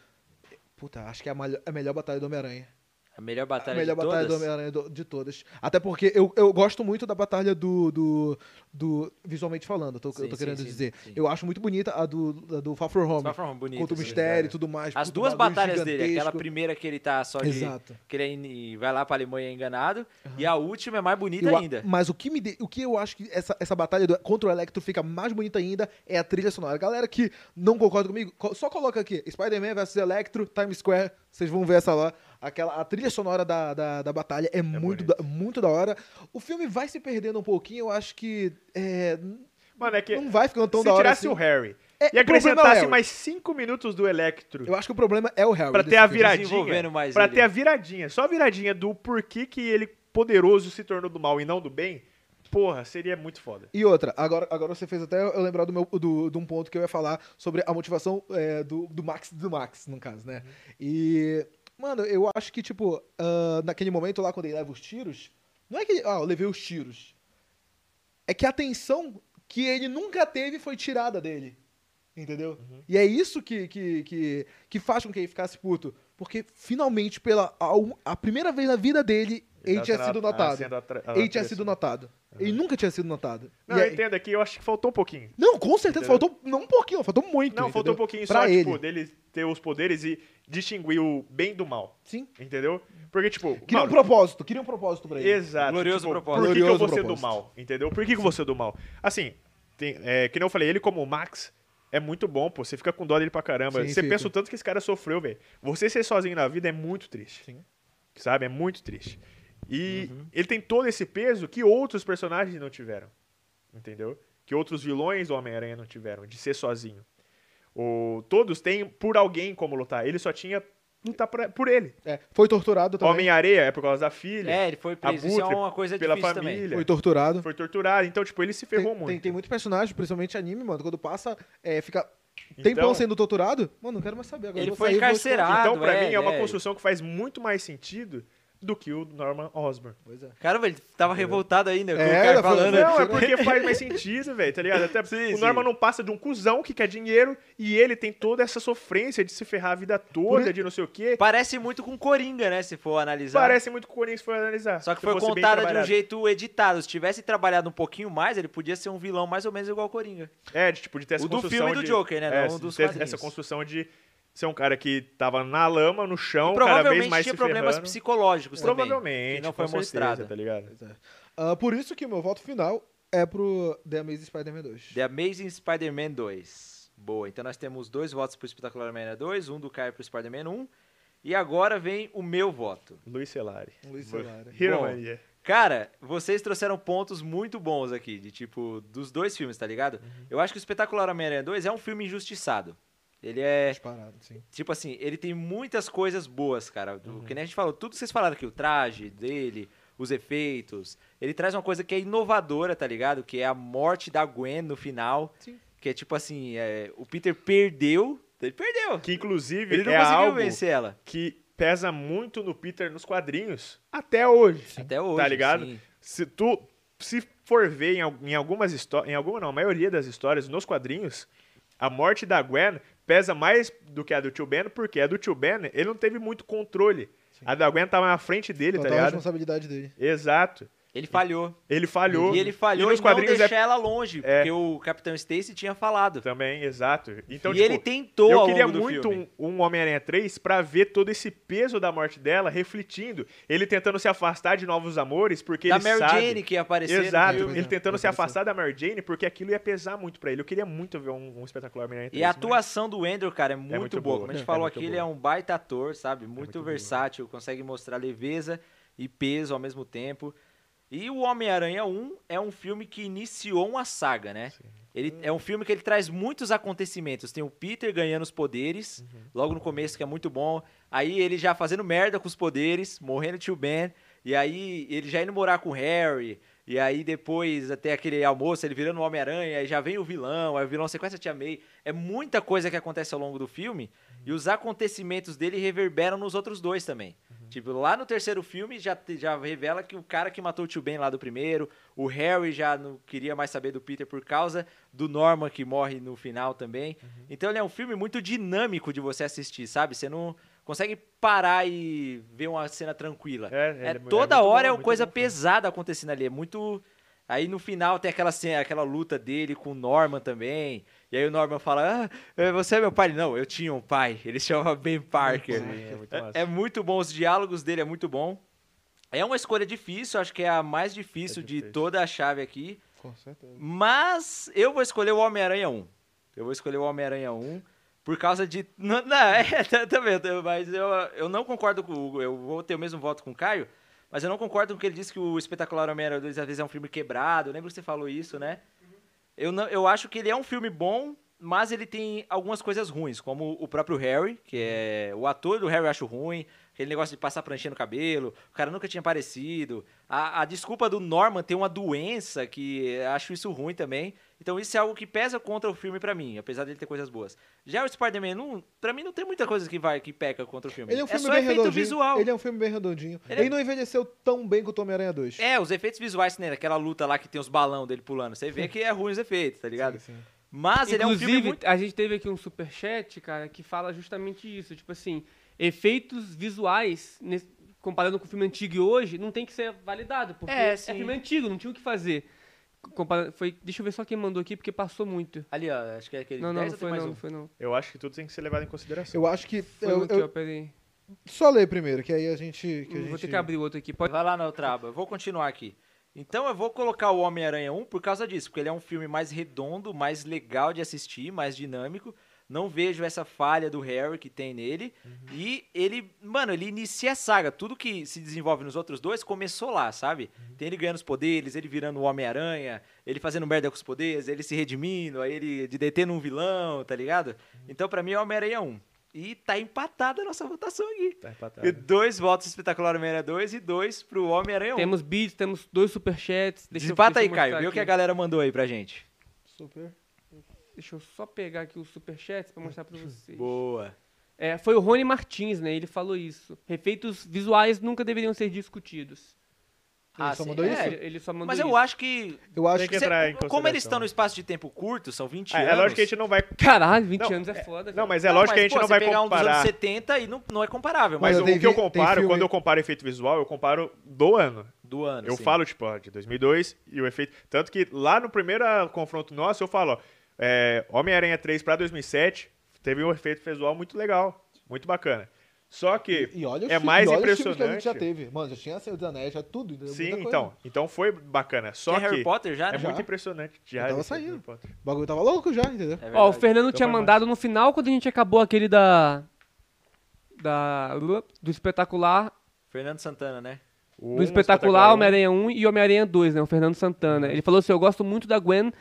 [SPEAKER 1] Puta, acho que é a, malho- a melhor batalha do Homem-Aranha.
[SPEAKER 2] A melhor batalha
[SPEAKER 1] a melhor
[SPEAKER 2] de
[SPEAKER 1] batalha do
[SPEAKER 2] todas?
[SPEAKER 1] Homem-Aranha do- de todas. Até porque eu, eu gosto muito da batalha do. do, do- visualmente falando, eu tô, eu
[SPEAKER 2] Sim,
[SPEAKER 1] tô
[SPEAKER 2] sim,
[SPEAKER 1] querendo
[SPEAKER 2] sim,
[SPEAKER 1] dizer.
[SPEAKER 2] sim.
[SPEAKER 1] Eu acho muito bonita a do, a do Far From Home.
[SPEAKER 2] Só forma bonita.
[SPEAKER 1] contra o
[SPEAKER 2] assim.
[SPEAKER 1] mistério e tudo mais.
[SPEAKER 2] As
[SPEAKER 1] puta,
[SPEAKER 2] duas
[SPEAKER 1] bagulho
[SPEAKER 2] batalhas dele, aquela
[SPEAKER 1] gigantesco.
[SPEAKER 2] primeira que ele tá só de.
[SPEAKER 1] Exato.
[SPEAKER 2] Que ele é in- vai lá pra Alemanha enganado. E a última é mais bonita
[SPEAKER 1] Eu a-
[SPEAKER 2] ainda.
[SPEAKER 1] Mas o que, me de- o que eu acho que essa, essa batalha do- contra o Electro fica mais bonita ainda é a trilha sonora. Galera que não concorda comigo, co- só coloca aqui: Spider-Man vs Electro, Times Square. Vocês vão ver essa lá. Aquela, a trilha sonora da, da, da batalha é, muito, da, muito da hora. O filme vai se perdendo um pouquinho, eu acho que. é, n-
[SPEAKER 3] Mano, é que
[SPEAKER 1] não vai ficando tão
[SPEAKER 3] se
[SPEAKER 1] da hora.
[SPEAKER 3] tirasse
[SPEAKER 1] Assim.
[SPEAKER 3] o Harry
[SPEAKER 1] É, o problema é
[SPEAKER 3] e
[SPEAKER 1] o
[SPEAKER 3] acrescentasse
[SPEAKER 1] Harry.
[SPEAKER 3] mais 5 minutos do Electro
[SPEAKER 1] Eu acho que o problema é o Harry.
[SPEAKER 3] pra
[SPEAKER 1] desse
[SPEAKER 3] ter a
[SPEAKER 1] filme.
[SPEAKER 3] viradinha,
[SPEAKER 2] desenvolvendo mais
[SPEAKER 3] pra
[SPEAKER 2] ele.
[SPEAKER 3] ter a viradinha, só a viradinha do porquê que ele poderoso se tornou do mal e não do bem, porra, seria muito foda.
[SPEAKER 1] E outra, agora, agora você fez até eu lembrar do meu, do, de um ponto que eu ia falar sobre a motivação é, do, do Max do Max, no caso, né? E, mano, eu acho que, tipo, ah, naquele momento lá, quando ele leva os tiros, não é que, ele, ah, eu levei os tiros. É que a atenção que ele nunca teve foi tirada dele. Entendeu? E é isso que, que, que, que faz com que ele ficasse puto. Porque finalmente, pela a, um- a primeira vez na vida dele, ele tinha sido
[SPEAKER 3] ah,
[SPEAKER 1] notado. Ele tinha sido notado. Ele nunca tinha sido notado.
[SPEAKER 3] Não,
[SPEAKER 1] E
[SPEAKER 3] eu
[SPEAKER 1] aí-
[SPEAKER 3] entendo aqui, eu acho que faltou um pouquinho.
[SPEAKER 1] não, com certeza.
[SPEAKER 3] Entendeu?
[SPEAKER 1] Faltou não um pouquinho, faltou muito.
[SPEAKER 3] Não, faltou
[SPEAKER 1] entendeu?
[SPEAKER 3] um pouquinho
[SPEAKER 1] pra
[SPEAKER 3] só,
[SPEAKER 1] ele.
[SPEAKER 3] tipo, dele ter os poderes e distinguir o bem do mal,
[SPEAKER 1] Sim.
[SPEAKER 3] entendeu? Porque, tipo,
[SPEAKER 1] Queria um
[SPEAKER 3] Mauro,
[SPEAKER 1] propósito, queria um propósito pra ele.
[SPEAKER 3] Exato. tipo,
[SPEAKER 2] Glorioso propósito.
[SPEAKER 3] Por que, que eu vou
[SPEAKER 1] Glorioso
[SPEAKER 3] ser do
[SPEAKER 1] propósito.
[SPEAKER 3] mal? Entendeu? Por que, que eu vou ser do mal? Assim, tem, é, que nem eu falei, ele como o Max é muito bom, pô. Você fica com dó dele pra caramba.
[SPEAKER 1] Sim,
[SPEAKER 3] você
[SPEAKER 1] fica.
[SPEAKER 3] pensa o tanto que esse cara sofreu, velho. Você ser sozinho na vida é muito triste.
[SPEAKER 1] Sim. Uhum.
[SPEAKER 3] Sabe? É muito triste. E ele tem todo esse peso que outros personagens não tiveram. Entendeu? Que outros vilões do Homem-Aranha não tiveram, de ser sozinho. O, todos têm por alguém como lutar. Ele só tinha lutar pra- por ele.
[SPEAKER 1] É, foi torturado também.
[SPEAKER 3] Homem-Areia é por causa da filha.
[SPEAKER 2] É, ele foi preso. Isso é
[SPEAKER 3] Abutre,
[SPEAKER 2] uma coisa
[SPEAKER 3] pela
[SPEAKER 2] difícil também.
[SPEAKER 3] família.
[SPEAKER 1] foi torturado.
[SPEAKER 3] Foi torturado. Então, tipo, ele se ferrou
[SPEAKER 1] tem,
[SPEAKER 3] muito.
[SPEAKER 1] Tem, tem muito personagem, principalmente anime, mano. Quando passa, é, fica tempão
[SPEAKER 3] Então-
[SPEAKER 1] sendo torturado. Mano, não quero mais saber. Agora
[SPEAKER 2] Ele
[SPEAKER 1] eu vou
[SPEAKER 2] foi
[SPEAKER 1] sair, vou
[SPEAKER 2] encarcerado.
[SPEAKER 3] Então, pra
[SPEAKER 2] é,
[SPEAKER 3] mim, é uma
[SPEAKER 2] é.
[SPEAKER 3] construção que faz muito mais sentido do que o Norman Osborn.
[SPEAKER 1] esconder. Pois é.
[SPEAKER 2] Caramba, ele tava revoltado ainda com
[SPEAKER 1] É,
[SPEAKER 2] o cara
[SPEAKER 1] ela falou,
[SPEAKER 2] falando.
[SPEAKER 1] né?
[SPEAKER 3] Não, é porque faz mais sentido, velho, tá ligado? Até
[SPEAKER 2] Sim,
[SPEAKER 3] o
[SPEAKER 2] sim.
[SPEAKER 3] Norman não passa de um cuzão que quer dinheiro e ele tem toda essa sofrência de se ferrar a vida toda,
[SPEAKER 1] Por-
[SPEAKER 3] de não sei o quê.
[SPEAKER 2] Parece muito com Coringa, né? Se for analisar.
[SPEAKER 3] é. Parece muito que o Corinthians foi analisar.
[SPEAKER 2] Só que
[SPEAKER 3] se
[SPEAKER 2] foi
[SPEAKER 3] fosse bem
[SPEAKER 2] contada de um
[SPEAKER 3] trabalhado.
[SPEAKER 2] jeito editado. Se tivesse trabalhado um pouquinho mais, ele podia ser um vilão mais ou menos igual o Coringa.
[SPEAKER 3] É, de, tipo, de ter essa
[SPEAKER 2] O do
[SPEAKER 3] construção
[SPEAKER 2] filme e do
[SPEAKER 3] de-
[SPEAKER 2] Joker, né?
[SPEAKER 3] É,
[SPEAKER 2] Não dos
[SPEAKER 3] de ter
[SPEAKER 2] quadrinhos.
[SPEAKER 3] essa construção de ser um cara que tava na lama, no chão, cada vez
[SPEAKER 2] Provavelmente
[SPEAKER 3] mais
[SPEAKER 2] tinha
[SPEAKER 3] se
[SPEAKER 2] problemas
[SPEAKER 3] ferrando.
[SPEAKER 2] psicológicos também.
[SPEAKER 3] Provavelmente,
[SPEAKER 2] Que não foi
[SPEAKER 3] com certeza,
[SPEAKER 2] mostrado.
[SPEAKER 3] tá ligado?
[SPEAKER 1] Pois é. Ah, por isso que o meu voto final é pro The Amazing Spider-Man 2.
[SPEAKER 2] The Amazing Spider-Man 2. Boa, então nós temos dois votos pro Espetacular Homem-Aranha 2, um do Caio pro Spider-Man 1. E agora vem o meu voto.
[SPEAKER 3] Luiz Celari.
[SPEAKER 1] Luiz Celari.
[SPEAKER 3] Hero
[SPEAKER 2] Bom,
[SPEAKER 3] Mania.
[SPEAKER 2] Cara, vocês trouxeram pontos muito bons aqui, de tipo, dos dois filmes, tá ligado? Eu acho que o Espetacular Homem-Aranha 2 é um filme injustiçado. Ele é,
[SPEAKER 1] Disparado, sim.
[SPEAKER 2] tipo assim, ele tem muitas coisas boas, cara. Do,
[SPEAKER 3] Uhum.
[SPEAKER 2] Que nem a gente falou, tudo que vocês falaram aqui, o traje dele, os efeitos. Ele traz uma coisa que é inovadora, tá ligado? Que é a morte da Gwen no final.
[SPEAKER 1] Sim.
[SPEAKER 2] Que é tipo assim, é, o Peter perdeu. Ele perdeu.
[SPEAKER 3] Que inclusive
[SPEAKER 2] Ele não
[SPEAKER 3] é
[SPEAKER 2] conseguiu
[SPEAKER 3] algo
[SPEAKER 2] vencer ela.
[SPEAKER 3] que pesa muito no Peter nos quadrinhos até hoje.
[SPEAKER 2] Até hoje.
[SPEAKER 3] Tá ligado?
[SPEAKER 2] sim.
[SPEAKER 3] Se tu se for ver em, al- em algumas histórias, em alguma não, a maioria das histórias nos quadrinhos, a morte da Gwen pesa mais do que a do tio Ben, porque a do tio Ben, ele não teve muito controle. A da Gwen tava na frente dele,
[SPEAKER 1] Total
[SPEAKER 3] tá ligado?
[SPEAKER 1] responsabilidade dele.
[SPEAKER 3] Exato.
[SPEAKER 2] Ele falhou.
[SPEAKER 3] Ele falhou.
[SPEAKER 2] E ele falhou
[SPEAKER 3] nos
[SPEAKER 2] em não
[SPEAKER 3] quadrinhos é
[SPEAKER 2] deixar ela longe,
[SPEAKER 3] é.
[SPEAKER 2] porque o Capitão Stacy tinha falado.
[SPEAKER 3] também, exato. Então,
[SPEAKER 2] e
[SPEAKER 3] tipo,
[SPEAKER 2] ele tentou
[SPEAKER 3] Eu
[SPEAKER 2] ao
[SPEAKER 3] queria
[SPEAKER 2] longo do
[SPEAKER 3] muito
[SPEAKER 2] filme.
[SPEAKER 3] um, um Homem-Aranha 3 pra ver todo esse peso da morte dela refletindo. Ele tentando se afastar de novos amores, porque
[SPEAKER 2] da
[SPEAKER 3] ele
[SPEAKER 2] Mary
[SPEAKER 3] sabe.
[SPEAKER 2] Jane que né? apareceu. no
[SPEAKER 3] Exato,
[SPEAKER 2] filme.
[SPEAKER 1] Pois
[SPEAKER 3] ele
[SPEAKER 1] é,
[SPEAKER 3] tentando
[SPEAKER 1] pois
[SPEAKER 3] se
[SPEAKER 1] é.
[SPEAKER 3] afastar da Mary Jane, porque aquilo ia pesar muito pra ele. Eu queria muito ver um, um espetacular Homem-Aranha 3.
[SPEAKER 2] E a
[SPEAKER 3] mas-
[SPEAKER 2] atuação do Andrew, cara, é muito,
[SPEAKER 3] muito
[SPEAKER 2] boa.
[SPEAKER 3] boa,
[SPEAKER 2] Como a gente
[SPEAKER 3] é
[SPEAKER 2] falou
[SPEAKER 3] muito
[SPEAKER 2] aqui, ele é
[SPEAKER 3] boa. É
[SPEAKER 2] um baita ator, sabe? Muito,
[SPEAKER 3] muito boa.
[SPEAKER 2] versátil, consegue mostrar leveza e peso ao mesmo tempo. E o Homem-Aranha 1 é um filme que iniciou uma saga, né? Ele, é um filme que ele traz muitos acontecimentos. Tem o Peter ganhando os poderes, logo no começo, que é muito bom. Aí ele já fazendo merda com os poderes, morrendo tio Ben. E aí ele já indo morar com o Harry. E aí depois, até aquele almoço, ele virando o Homem-Aranha. Aí já vem o vilão, aí o vilão sequestra a Tia May. É muita coisa que acontece ao longo do filme. E os acontecimentos dele reverberam nos outros dois também.
[SPEAKER 3] Uhum.
[SPEAKER 2] Tipo, lá no terceiro filme já, te- já revela que o cara que matou o tio Ben lá do primeiro, o Harry já não queria mais saber do Peter por causa do Norman
[SPEAKER 3] Uhum.
[SPEAKER 2] que morre no final também. Então ele é um filme muito dinâmico de você assistir, sabe? Você não consegue parar e ver uma cena tranquila.
[SPEAKER 3] É, ele
[SPEAKER 2] É,
[SPEAKER 3] é mu- é
[SPEAKER 2] toda
[SPEAKER 3] muito
[SPEAKER 2] hora
[SPEAKER 3] bom,
[SPEAKER 2] é uma
[SPEAKER 3] muito
[SPEAKER 2] coisa
[SPEAKER 3] bom.
[SPEAKER 2] pesada acontecendo ali. É muito. Aí no final tem aquela cena, aquela luta dele com o Norman também. E aí o Norman fala: ah, é, Você é meu pai? Ele, Não, eu tinha um pai. Ele chama Ben Parker.
[SPEAKER 3] Sim, é muito
[SPEAKER 2] É-
[SPEAKER 3] massa.
[SPEAKER 2] é muito bom, os diálogos dele é muito bom. É uma escolha difícil, acho que é a mais difícil
[SPEAKER 3] É
[SPEAKER 2] de
[SPEAKER 3] difícil.
[SPEAKER 2] toda a chave aqui.
[SPEAKER 1] Com certeza.
[SPEAKER 2] Mas eu vou escolher o Homem-Aranha 1. Eu vou escolher o Homem-Aranha 1 por causa de. Não, não, é, tá- também, eu- mas eu, eu não concordo com o Hugo. Eu vou ter o mesmo voto com o Caio, mas eu não concordo com o que ele disse que o Espetacular Homem-Aranha 2 às vezes é um filme quebrado. Eu lembro que você falou isso, né? Eu, não, eu acho que ele é um filme bom, mas ele tem algumas coisas ruins, como o próprio Harry, que é. O ator do Harry eu acho ruim, aquele negócio de passar pranchinha no cabelo, o cara nunca tinha aparecido. A, a desculpa do Norman ter uma doença, que eu acho isso ruim também. Então isso é algo que pesa contra o filme pra mim, apesar dele ter coisas boas. Já o Spider-Man 1, pra mim não tem muita coisa que vai que peca contra o filme.
[SPEAKER 1] Ele é um filme
[SPEAKER 2] só
[SPEAKER 1] bem
[SPEAKER 2] efeito
[SPEAKER 1] redondinho.
[SPEAKER 2] visual.
[SPEAKER 1] Ele é um filme bem redondinho.
[SPEAKER 2] Ele é-
[SPEAKER 1] Ele, não envelheceu tão bem quanto o Homem-Aranha Tá 2.
[SPEAKER 2] É, os efeitos visuais, né? Aquela luta lá que tem os balão dele pulando. Você vê que é ruim os efeitos, tá ligado?
[SPEAKER 1] Sim, sim.
[SPEAKER 2] Mas ele é um filme
[SPEAKER 4] Inclusive,
[SPEAKER 2] muito.
[SPEAKER 4] a gente teve aqui um superchat, cara, que fala justamente isso. Tipo assim, efeitos visuais, nes- comparando com o filme antigo e hoje, não tem que ser validado, porque
[SPEAKER 2] É,
[SPEAKER 4] é,
[SPEAKER 2] sim.
[SPEAKER 4] filme antigo, não tinha o que fazer. Comparando, foi, deixa eu ver só quem mandou aqui, porque passou muito.
[SPEAKER 2] Ali, ó, acho que é aquele
[SPEAKER 4] Não, não,
[SPEAKER 2] 10
[SPEAKER 4] não
[SPEAKER 2] ou tem
[SPEAKER 4] foi
[SPEAKER 2] mais
[SPEAKER 4] não,
[SPEAKER 2] um?
[SPEAKER 4] não foi não.
[SPEAKER 3] Eu acho que tudo tem que ser levado em consideração.
[SPEAKER 1] Eu acho que.
[SPEAKER 4] Foi um
[SPEAKER 1] Eu,
[SPEAKER 4] aqui,
[SPEAKER 1] eu-
[SPEAKER 4] ó, peraí.
[SPEAKER 1] Só ler primeiro, que aí a gente. Que a
[SPEAKER 4] Vou
[SPEAKER 1] gente...
[SPEAKER 4] ter que abrir outro aqui. Pode...
[SPEAKER 2] Vai lá na outra aba. Eu vou continuar aqui. Então eu vou colocar o Homem-Aranha 1 por causa disso, porque ele é um filme mais redondo, mais legal de assistir, mais dinâmico. Não vejo essa falha do Harry que tem nele.
[SPEAKER 4] Uhum.
[SPEAKER 2] E ele, mano, ele inicia a saga. Tudo que se desenvolve nos outros dois começou lá, sabe?
[SPEAKER 4] Uhum.
[SPEAKER 2] Tem ele ganhando os poderes, ele virando o Homem-Aranha, ele fazendo merda com os poderes, ele se redimindo, aí ele de detendo um vilão, tá ligado?
[SPEAKER 4] Uhum.
[SPEAKER 2] Então pra mim é o Homem-Aranha 1. E tá empatada a nossa votação aqui.
[SPEAKER 3] Tá
[SPEAKER 2] E
[SPEAKER 3] empatado.
[SPEAKER 2] dois votos espetacular Homem-Aranha 2 e dois pro Homem-Aranha 1.
[SPEAKER 4] Temos beats, temos dois superchats. Deixa eu-
[SPEAKER 2] Desempata Então, aí,
[SPEAKER 4] deixa eu
[SPEAKER 2] Caio.
[SPEAKER 4] mostrar
[SPEAKER 2] Vê o
[SPEAKER 4] aqui.
[SPEAKER 2] que a galera mandou aí pra gente.
[SPEAKER 1] Super.
[SPEAKER 4] Deixa eu só pegar aqui os superchats pra mostrar pra vocês.
[SPEAKER 2] Boa.
[SPEAKER 4] É, foi o Rony Martins, né? Ele falou isso. Efeitos visuais nunca deveriam ser discutidos.
[SPEAKER 1] só mandou
[SPEAKER 4] É,
[SPEAKER 1] isso?
[SPEAKER 4] ele- ele só mandou
[SPEAKER 2] Ah, Mas
[SPEAKER 4] isso.
[SPEAKER 2] eu acho que...
[SPEAKER 1] Eu acho
[SPEAKER 3] Tem que
[SPEAKER 1] que.
[SPEAKER 2] cê-
[SPEAKER 3] entrar em
[SPEAKER 2] como eles
[SPEAKER 3] consideração.
[SPEAKER 2] estão no espaço de tempo curto, são 20
[SPEAKER 3] Ah,
[SPEAKER 2] anos...
[SPEAKER 3] é lógico que a gente não vai.
[SPEAKER 4] Caralho, 20
[SPEAKER 3] Não,
[SPEAKER 4] anos é foda.
[SPEAKER 3] Não,
[SPEAKER 4] cara.
[SPEAKER 3] mas é lógico
[SPEAKER 2] mas,
[SPEAKER 3] que a gente
[SPEAKER 2] pô,
[SPEAKER 3] não
[SPEAKER 2] você
[SPEAKER 3] vai
[SPEAKER 2] pegar um dos anos
[SPEAKER 3] comparar.
[SPEAKER 2] 70 e não, não é comparável, mas,
[SPEAKER 3] Mas
[SPEAKER 1] Mas
[SPEAKER 3] o
[SPEAKER 1] tem
[SPEAKER 3] que eu
[SPEAKER 1] vi- tem
[SPEAKER 3] comparo,
[SPEAKER 1] filme-
[SPEAKER 3] quando eu comparo efeito visual, eu comparo do ano.
[SPEAKER 2] do ano,
[SPEAKER 3] Eu
[SPEAKER 2] sim.
[SPEAKER 3] falo, tipo, ó, de 2002 e o efeito. Tanto que lá no primeiro ah, confronto nosso, eu falo, ó, é, Homem-Aranha 3 pra 2007 teve um efeito visual muito legal, muito bacana. Só que
[SPEAKER 1] E olha os
[SPEAKER 3] é
[SPEAKER 1] fi-
[SPEAKER 3] mais
[SPEAKER 1] e olha os filmes que a
[SPEAKER 3] impressionante.
[SPEAKER 1] gente já teve. Mano, já tinha Senhor dos Anéis, já tudo. entendeu?
[SPEAKER 3] Sim,
[SPEAKER 1] Muita coisa.
[SPEAKER 3] então. Então foi bacana. Só
[SPEAKER 2] Tem
[SPEAKER 3] que
[SPEAKER 2] Harry Potter já,
[SPEAKER 3] é
[SPEAKER 2] né?
[SPEAKER 1] Já.
[SPEAKER 3] muito impressionante. Já
[SPEAKER 1] Eu tava
[SPEAKER 3] esse
[SPEAKER 1] saindo.
[SPEAKER 3] Harry Potter.
[SPEAKER 1] O bagulho tava louco já, entendeu?
[SPEAKER 2] É
[SPEAKER 4] Ó, o
[SPEAKER 2] verdade.
[SPEAKER 4] Fernando
[SPEAKER 3] Então
[SPEAKER 4] tinha
[SPEAKER 3] vai mais.
[SPEAKER 4] mandado no final quando a gente acabou aquele da. Da. Do espetacular.
[SPEAKER 2] Fernando Santana, né?
[SPEAKER 3] O
[SPEAKER 4] Do
[SPEAKER 3] um
[SPEAKER 4] espetacular,
[SPEAKER 3] um.
[SPEAKER 4] Homem-Aranha 1 e Homem-Aranha 2, né? O Fernando Santana. Ele falou assim: Eu gosto muito da Gwen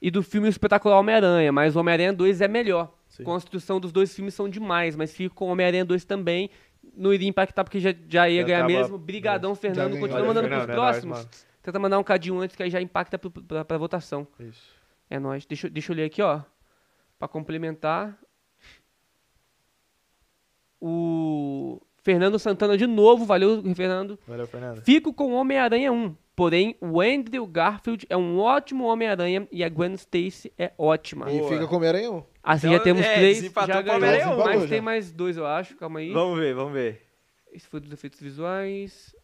[SPEAKER 4] e do filme Espetacular Homem-Aranha, mas o Homem-Aranha 2 é melhor.
[SPEAKER 3] Sim.
[SPEAKER 4] A Construção dos dois filmes são demais, mas fico com o Homem-Aranha 2 também. Não iria impactar porque já, já ia
[SPEAKER 3] Já
[SPEAKER 4] ganhar
[SPEAKER 3] tava-
[SPEAKER 4] mesmo. Brigadão, Fernando.
[SPEAKER 1] ganhou.
[SPEAKER 4] Continua
[SPEAKER 1] Valeu,
[SPEAKER 4] mandando
[SPEAKER 3] Fernando,
[SPEAKER 4] pros
[SPEAKER 3] é nóis,
[SPEAKER 4] próximos.
[SPEAKER 3] mano.
[SPEAKER 4] Tenta mandar um cadinho antes que aí já impacta pro- pra, pra votação.
[SPEAKER 3] Isso.
[SPEAKER 4] É nóis. Deixa, eu- deixa eu ler aqui, ó. Pra complementar. O Fernando Santana de novo. Valeu, Fernando.
[SPEAKER 3] Valeu, Fernando.
[SPEAKER 4] Fico com Homem-Aranha 1. Porém, o Andrew Garfield é um ótimo Homem-Aranha e a Gwen Stacy é ótima.
[SPEAKER 1] E
[SPEAKER 2] Boa.
[SPEAKER 1] fica com o Homem-Aranha 1.
[SPEAKER 4] Assim
[SPEAKER 2] Então,
[SPEAKER 4] já temos
[SPEAKER 2] é,
[SPEAKER 4] três.
[SPEAKER 2] desempatou
[SPEAKER 4] Já
[SPEAKER 2] com o Homem-Aranha
[SPEAKER 4] ganhou,
[SPEAKER 1] um.
[SPEAKER 4] mas
[SPEAKER 1] Valeu,
[SPEAKER 4] tem
[SPEAKER 1] já.
[SPEAKER 4] mais dois, eu acho. Calma aí.
[SPEAKER 2] Vamos ver, vamos ver.
[SPEAKER 4] Esse foi dos efeitos visuais.